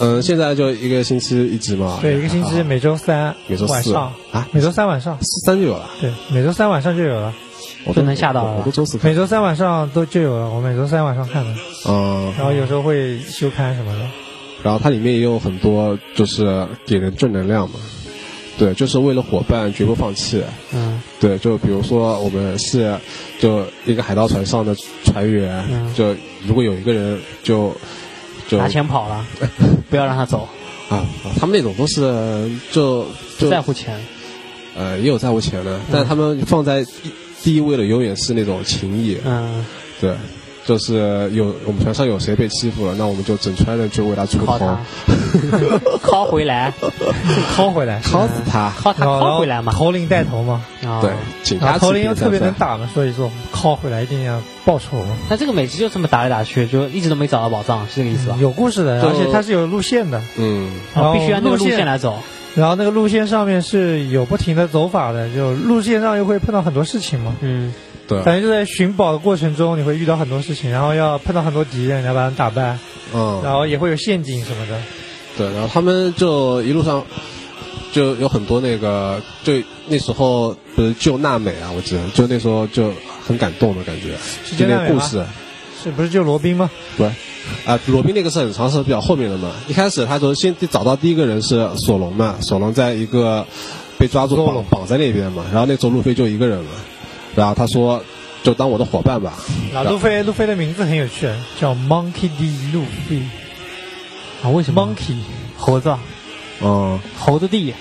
Speaker 3: 嗯、现在就一个星期一集嘛。
Speaker 4: 对，一个星期每周三
Speaker 3: 每周四
Speaker 4: 晚上
Speaker 3: 啊
Speaker 4: 每周三晚上，
Speaker 3: 三就有了，
Speaker 4: 对，每周三晚上就有了，
Speaker 3: 我
Speaker 2: 就能吓到了
Speaker 3: 我都周四看
Speaker 4: 每。周三晚上都就有了。我每周三晚上看的，
Speaker 3: 嗯，
Speaker 4: 然后有时候会休刊什么的。
Speaker 3: 然后它里面也有很多就是给人正能量嘛，对，就是为了伙伴绝不放弃。
Speaker 2: 嗯，
Speaker 3: 对，就比如说我们是就一个海盗船上的船员，
Speaker 2: 嗯
Speaker 3: 就如果有一个人就就
Speaker 2: 拿
Speaker 3: 啊
Speaker 2: 钱跑了，不要让他走，
Speaker 3: 啊，他们那种都是就
Speaker 2: 不
Speaker 3: 就
Speaker 2: 在乎钱。
Speaker 3: 呃也有在乎钱的，但他们放在第第一位的永远是那种情谊，
Speaker 2: 嗯，
Speaker 3: 对。就是有我们船上有谁被欺负了，那我们就整船人去为他出头，
Speaker 2: 靠他， 靠回来，
Speaker 4: 薅回 来，
Speaker 3: 敲死他。
Speaker 2: 靠他
Speaker 4: 然后然
Speaker 2: 靠
Speaker 4: 后
Speaker 2: 回来嘛。
Speaker 4: 头领带头嘛，
Speaker 2: 啊
Speaker 3: 对，警
Speaker 4: 然
Speaker 3: 察
Speaker 4: 后
Speaker 3: 吃
Speaker 4: 头领
Speaker 3: 瘪
Speaker 4: 又
Speaker 3: 三
Speaker 4: 特别能
Speaker 3: 饭
Speaker 4: 打嘛，所以说靠回来一定要报仇嘛，
Speaker 2: 那这个每集就这么打来打去，就一直都没找到宝藏，是这个意思吧？啊
Speaker 4: 有故事的，
Speaker 3: 就
Speaker 4: 而且它是有路线的，
Speaker 3: 嗯，
Speaker 4: 然后
Speaker 2: 必须按那个路
Speaker 4: 路
Speaker 2: 线
Speaker 4: 线
Speaker 2: 来走。
Speaker 4: 然后那个路线上面是有不停的走法的，就路线上又会碰到很多事情嘛。
Speaker 2: 嗯，
Speaker 3: 对，
Speaker 4: 反正就在寻宝的过程中，你会遇到很多事情，然后要碰到很多敌人，你要把他们打败，
Speaker 3: 嗯，
Speaker 4: 然后也会有陷阱什么的。
Speaker 3: 对，然后他们就一路上就有很多那个，就那时候不是救娜美啊，我记得，就那时候就很感动的感觉，
Speaker 4: 是
Speaker 3: 就
Speaker 4: 救
Speaker 3: 那
Speaker 4: 娜
Speaker 3: 个
Speaker 4: 美
Speaker 3: 故
Speaker 4: 吗
Speaker 3: 事，
Speaker 4: 是不是就罗宾吗？
Speaker 3: 对，啊、罗宾那个是很长是比较后面的嘛，一开始他说先找到第一个人是索隆嘛，索隆在一个被抓住
Speaker 4: 索
Speaker 3: 绑
Speaker 4: 隆
Speaker 3: 绑在那边嘛，然后那时候路飞就一个人了，然后他说就当我的伙伴吧，
Speaker 4: 然后路飞，路飞的名字很有趣，叫 Monkey D. 路飞
Speaker 2: 啊，为什么
Speaker 4: ，Monkey
Speaker 2: 猴子，
Speaker 3: 嗯，
Speaker 2: 猴子弟，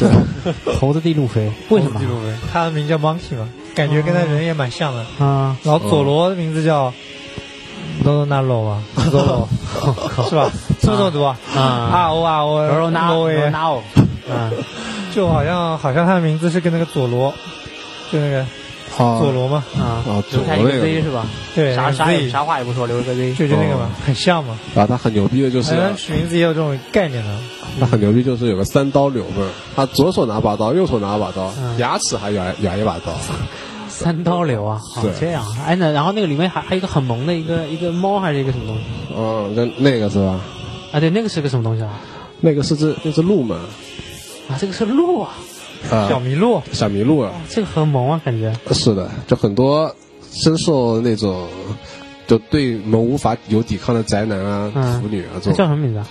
Speaker 3: 对。
Speaker 2: 猴子弟路飞，为什么
Speaker 4: Monkey？路飞？他的名叫 Monkey 嘛，感觉跟他人也蛮像的。
Speaker 2: 啊，
Speaker 4: 然后佐罗的名字叫 Lolo n a l o 嘛，Lolo 是吧？是不是这么读啊？
Speaker 2: 啊
Speaker 4: ，R O R O
Speaker 2: 罗罗纳
Speaker 4: Lolo
Speaker 2: 罗
Speaker 4: 耶
Speaker 2: 纳欧，嗯，
Speaker 4: 就好像好像他的名字是跟那个佐罗，就那个
Speaker 3: 好
Speaker 4: 佐罗嘛，
Speaker 2: 啊
Speaker 3: 哦，
Speaker 2: 留下一
Speaker 3: 左
Speaker 2: 个
Speaker 3: 那个
Speaker 2: Z 是吧？
Speaker 4: 对，
Speaker 2: 啥啥也
Speaker 4: Z，
Speaker 2: 啥话也不说，留了个 Z。
Speaker 4: 就就那个
Speaker 2: 哦
Speaker 4: 嘛，很像嘛。
Speaker 3: 然后他很牛逼的就是
Speaker 4: 好，
Speaker 2: 啊
Speaker 4: 像取名字也有这种概念的，
Speaker 3: 他很牛逼，就是有个三刀流嘛，他左手拿把刀，右手拿把刀，
Speaker 2: 嗯
Speaker 3: 牙齿还咬咬一把刀。
Speaker 2: 三刀流啊，好
Speaker 3: 对
Speaker 2: 这样啊。哎，那然后那个里面还还有一个很萌的一个一个猫还是一个什么东西
Speaker 3: 嗯，那那个是吧？
Speaker 2: 啊？对，那个是个什么东西啊？
Speaker 3: 那个是只那只鹿嘛，
Speaker 2: 啊，这个是鹿啊，
Speaker 3: 啊、
Speaker 4: 小麋鹿。
Speaker 3: 小麋鹿啊，
Speaker 2: 这个很萌啊，感觉。
Speaker 3: 是的，就很多深受那种就对我们无法有抵抗的宅男啊、
Speaker 2: 嗯
Speaker 3: 腐女啊这
Speaker 2: 它叫
Speaker 3: 种，
Speaker 2: 什么名字啊？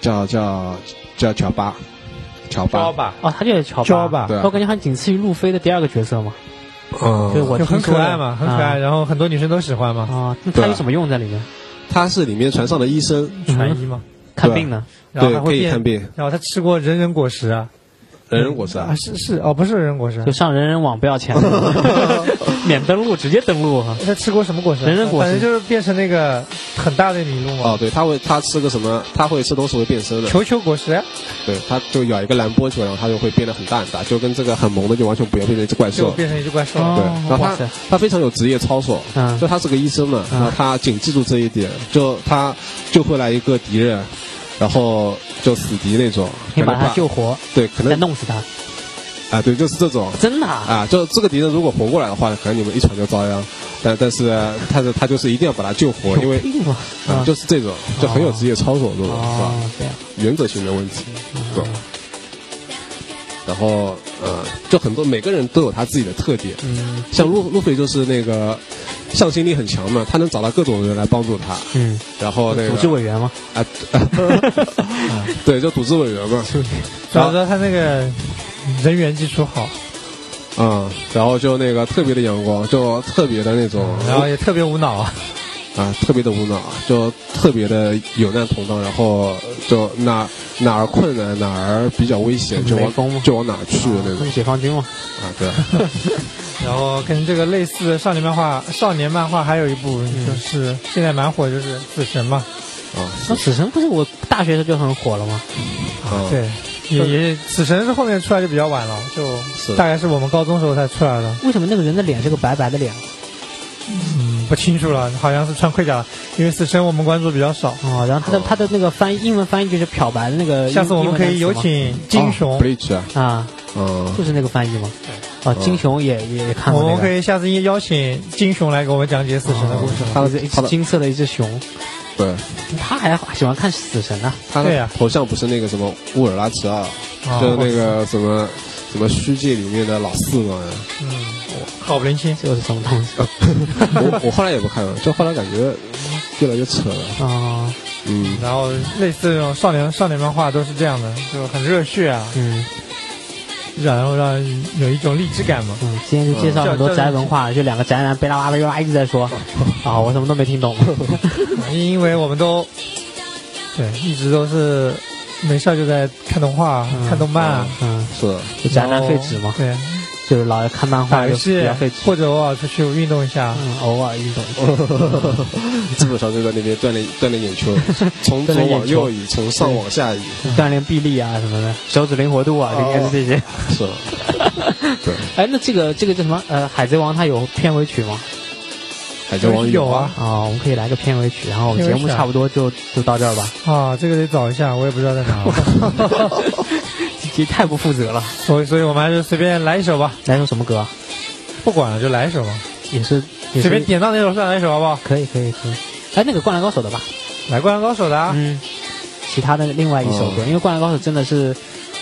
Speaker 3: 叫叫叫乔巴，乔巴，
Speaker 4: 吧，
Speaker 2: 哦，它就是乔
Speaker 4: 乔
Speaker 2: 巴
Speaker 4: 巴
Speaker 3: 对啊
Speaker 2: 我感觉好像仅次于路飞的第二个角色嘛，
Speaker 3: 嗯，
Speaker 2: 就是我
Speaker 4: 就
Speaker 2: 听
Speaker 4: 很
Speaker 2: 说
Speaker 4: 可
Speaker 2: 的
Speaker 4: 爱嘛，很可爱，。然后很多女生都喜欢嘛，
Speaker 2: 啊，那
Speaker 3: 对
Speaker 2: 它
Speaker 3: 啊
Speaker 2: 有什么用在里面？嗯
Speaker 3: 他是里面船上的医生，
Speaker 4: 传医嘛。
Speaker 2: 看病呢？
Speaker 4: 然后
Speaker 3: 对
Speaker 4: 还，
Speaker 3: 可
Speaker 4: 会
Speaker 3: 以看
Speaker 4: 变，
Speaker 3: 病，
Speaker 4: 然后他吃过人人果实啊，
Speaker 3: 人人果实啊
Speaker 4: 啊，是是哦，不是人人果实
Speaker 2: 就，上人人网不要 钱，免登录，直接登录哈。
Speaker 4: 他吃过什么果实？啊
Speaker 2: 人人果实
Speaker 4: 反正就是变成那个很大的麋鹿嘛。
Speaker 3: 哦，对，他会他吃个什么，他会吃东西会变身的。
Speaker 4: 球球果实啊
Speaker 3: 对，它就咬一个蓝波球，然后它就会变得很大很大，就跟这个很萌的就完全不一样，变成一只怪
Speaker 4: 就
Speaker 3: 兽。对，
Speaker 4: 变成一只怪兽，
Speaker 2: 哦
Speaker 3: 然后
Speaker 2: 哇
Speaker 3: 它
Speaker 2: 塞
Speaker 3: 它非常有职业操守，
Speaker 2: 嗯
Speaker 3: 就他是个医生嘛，
Speaker 2: 嗯
Speaker 3: 然后他仅记住这一点，就他救回来一个敌人，然后就死敌那种，
Speaker 2: 你
Speaker 3: 可能
Speaker 2: 把它救活，
Speaker 3: 对，可
Speaker 2: 再
Speaker 3: 能
Speaker 2: 弄死它，
Speaker 3: 啊，对，就是这种。
Speaker 2: 真的啊？
Speaker 3: 啊，就这个敌人如果活过来的话，可能你们一拳就遭殃，但但是他是他就是一定要把他救活，因为
Speaker 2: 有病吧？
Speaker 3: 啊就是这种就很有职业操守的那种，是吧？
Speaker 2: 哦，这样。
Speaker 3: 原则性的问题，对。然后呃，就很多每个人都有他自己的特点，
Speaker 2: 嗯
Speaker 3: 像路路飞就是那个向心力很强嘛，他能找到各种人来帮助他，
Speaker 2: 嗯，
Speaker 3: 然后那个
Speaker 2: 组织委员吗？
Speaker 3: 啊， 对，就组织委员嘛，
Speaker 4: 主要说他那个人员基础好，
Speaker 3: 啊、然后就那个特别的阳光，就特别的那种，
Speaker 4: 然后也特别无脑啊，
Speaker 3: 啊，特别的无脑，就特别的有难同当，然后就哪哪儿困难哪儿比较危险，就
Speaker 2: 雷锋吗
Speaker 3: 往就往哪儿去的
Speaker 2: 他
Speaker 3: 那种
Speaker 2: 们解放军嘛。
Speaker 3: 啊，对。
Speaker 4: 然后跟这个类似的少年漫画、少年漫画还有一部就是现在蛮火，就是《死神》嘛，
Speaker 3: 啊，
Speaker 2: 那死神不是我大学时候就很火了吗？
Speaker 3: 啊，
Speaker 4: 对，
Speaker 2: 也也
Speaker 4: 死神是后面出来就比较晚了，就是大概是我们高中时候才出来的。
Speaker 2: 为什么那个人的脸是个白白的脸？
Speaker 4: 嗯，不清楚了，好像是穿盔甲，因为死神我们关注比较少。
Speaker 2: 哦，然后他的他的那个翻译英文翻译就是漂白的那呃个英。嗯哦
Speaker 4: 下次我们可以有
Speaker 2: 英
Speaker 4: 请金熊，
Speaker 2: 文
Speaker 3: Bleach 啊，
Speaker 2: 单词嘛啊，
Speaker 3: 嗯，
Speaker 2: 就是那个翻译嘛。哦，金熊也也也看过
Speaker 4: 我
Speaker 2: 那个。
Speaker 4: 们可以下次邀请金熊来给我们讲解死神的故事。
Speaker 2: 还有一只
Speaker 3: 他的
Speaker 2: 金色的一只熊，
Speaker 3: 对，
Speaker 2: 他还喜欢看死神啊呢、
Speaker 3: 他
Speaker 4: 对啊
Speaker 3: 的
Speaker 4: 呀
Speaker 3: 头像不是那个什么乌尔拉齐尔，就是那个什么什么虚界里面的老四嘛。
Speaker 2: 哦
Speaker 4: 搞不灵清，
Speaker 2: 这又是什么东西？
Speaker 4: 哦
Speaker 3: 我我后来也不看了，就后来感觉越来越扯了。
Speaker 2: 哦，
Speaker 3: 嗯，
Speaker 4: 然后类似这种少年少年漫画都是这样的，就很热血啊，
Speaker 2: 嗯
Speaker 4: 然后让人有一种励志感嘛。
Speaker 2: 嗯，今天就介绍很多宅文化，就两个宅男贝拉哇啦又啦一直在
Speaker 4: 哦
Speaker 2: 说，啊，我什么都没 听懂。
Speaker 4: 因为我们都对一直都是没事儿就在看动画、看动漫，
Speaker 2: 嗯，
Speaker 3: 是的，
Speaker 2: 就宅男废纸嘛，
Speaker 4: 对，
Speaker 2: 就是老看漫画
Speaker 4: 打
Speaker 2: 就
Speaker 4: 游
Speaker 2: 比
Speaker 4: 戏
Speaker 2: 较废纸，
Speaker 4: 或者偶尔出去运动一下。
Speaker 2: 嗯，偶尔运动一
Speaker 4: 哦
Speaker 2: 下。
Speaker 3: 基本上就在那边锻炼锻炼眼球，从左往右移，从上往下移，
Speaker 2: 锻炼臂力啊什么的，手指灵活度啊，这
Speaker 4: 哦
Speaker 2: 应该是这些。
Speaker 3: 是的，对，
Speaker 2: 哎，那这个这个叫什么？呃，《海贼王》它有片尾曲吗？
Speaker 3: 海贼王
Speaker 4: 有，啊
Speaker 2: 啊、我们可以来个片尾曲，然后节目差不多就就到这 儿吧。
Speaker 4: 啊，这个得找一下，我也不知道在 哪儿，
Speaker 2: 这太不负责了。
Speaker 4: 所以所以我们还是随便来一首吧，
Speaker 2: 来首什么歌？啊
Speaker 4: 不管了就来一首吧，
Speaker 2: 也是
Speaker 4: 随
Speaker 2: 也是
Speaker 4: 便点到哪首算哪首好不好？
Speaker 2: 可以可以可以。哎，那个《灌篮高手》的吧。
Speaker 4: 来《灌篮高手》的啊，
Speaker 2: 嗯。其他的另外一首歌，因为《灌篮高手》真的是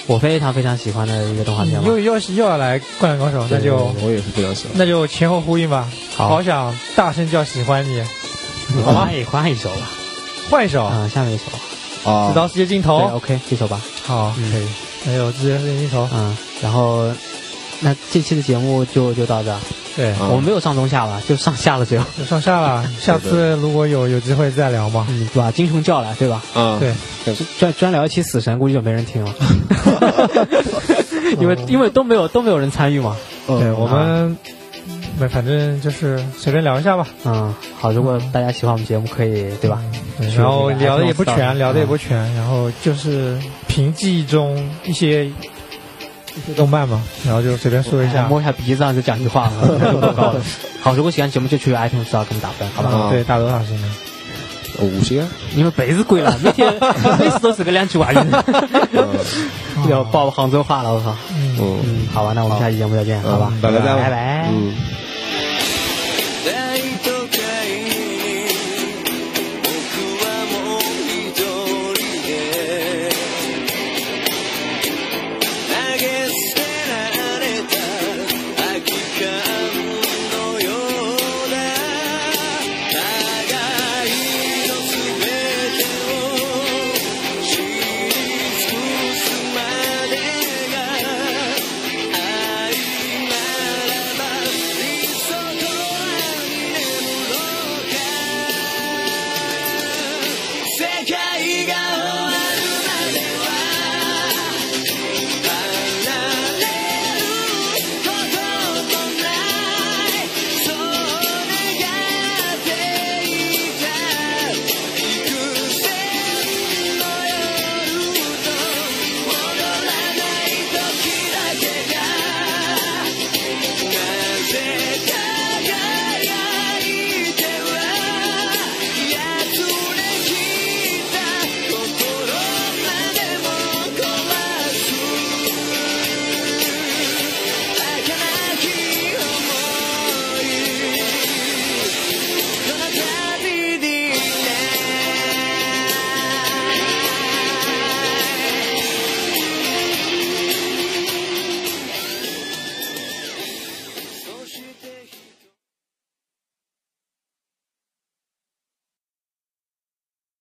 Speaker 2: 我非常非常喜欢的一个动画
Speaker 4: 你
Speaker 2: 片嘛
Speaker 4: 又。又是又要来《灌篮高手》，那就
Speaker 3: 嗯我也是非常喜欢。
Speaker 4: 那就前后呼应吧。
Speaker 2: 好
Speaker 4: 好想大声叫喜欢你，
Speaker 2: 好吧，也换一首吧。
Speaker 4: 换一首
Speaker 2: 啊，下面一首。
Speaker 3: 啊
Speaker 4: 直，到世界尽
Speaker 2: 对
Speaker 4: 头。
Speaker 2: ，OK，这首吧。
Speaker 4: 好，
Speaker 2: 嗯
Speaker 4: 可以。还有直接世界尽头。
Speaker 2: 嗯，然后那这期的节目就就到这儿。
Speaker 4: 对，
Speaker 3: 嗯
Speaker 2: 我们没有上中下吧，就上下了只有。
Speaker 4: 就上下了。下次如果有有机会再聊嘛。
Speaker 2: 嗯，把金虫叫来，对吧？
Speaker 3: 啊，
Speaker 4: 对，
Speaker 2: 专专聊一期死神，估计就没 人听了，因为因为都没有都没有人参与嘛。
Speaker 4: 对，
Speaker 3: 嗯，
Speaker 4: 我们没，反正就是随便聊一下吧。
Speaker 2: 嗯，好，如果大家喜欢我们节目，可以对吧？
Speaker 4: 对嗯
Speaker 2: 去
Speaker 4: 然后
Speaker 2: 那个
Speaker 4: 聊的
Speaker 2: iTunes
Speaker 4: 也不
Speaker 2: Store，
Speaker 4: 全，聊的也
Speaker 2: 嗯
Speaker 4: 不全，然后就是凭记忆中一些一些动漫嘛，然后就随便说一下。
Speaker 2: 摸一下鼻子上就讲句 话嘛。够高了好，如果喜欢节目就去 iTunes Store 给我们打分，好吧？
Speaker 4: 嗯对，打多少星呢？
Speaker 3: 五星啊，
Speaker 2: 你们白是 贵了，每天每次都是个两句话， 要报杭州话了，我靠。嗯
Speaker 3: 嗯。
Speaker 4: 嗯
Speaker 2: 嗯，好吧，那我们下期节目再见，好吧？
Speaker 3: 拜拜
Speaker 2: 拜拜。
Speaker 3: 嗯。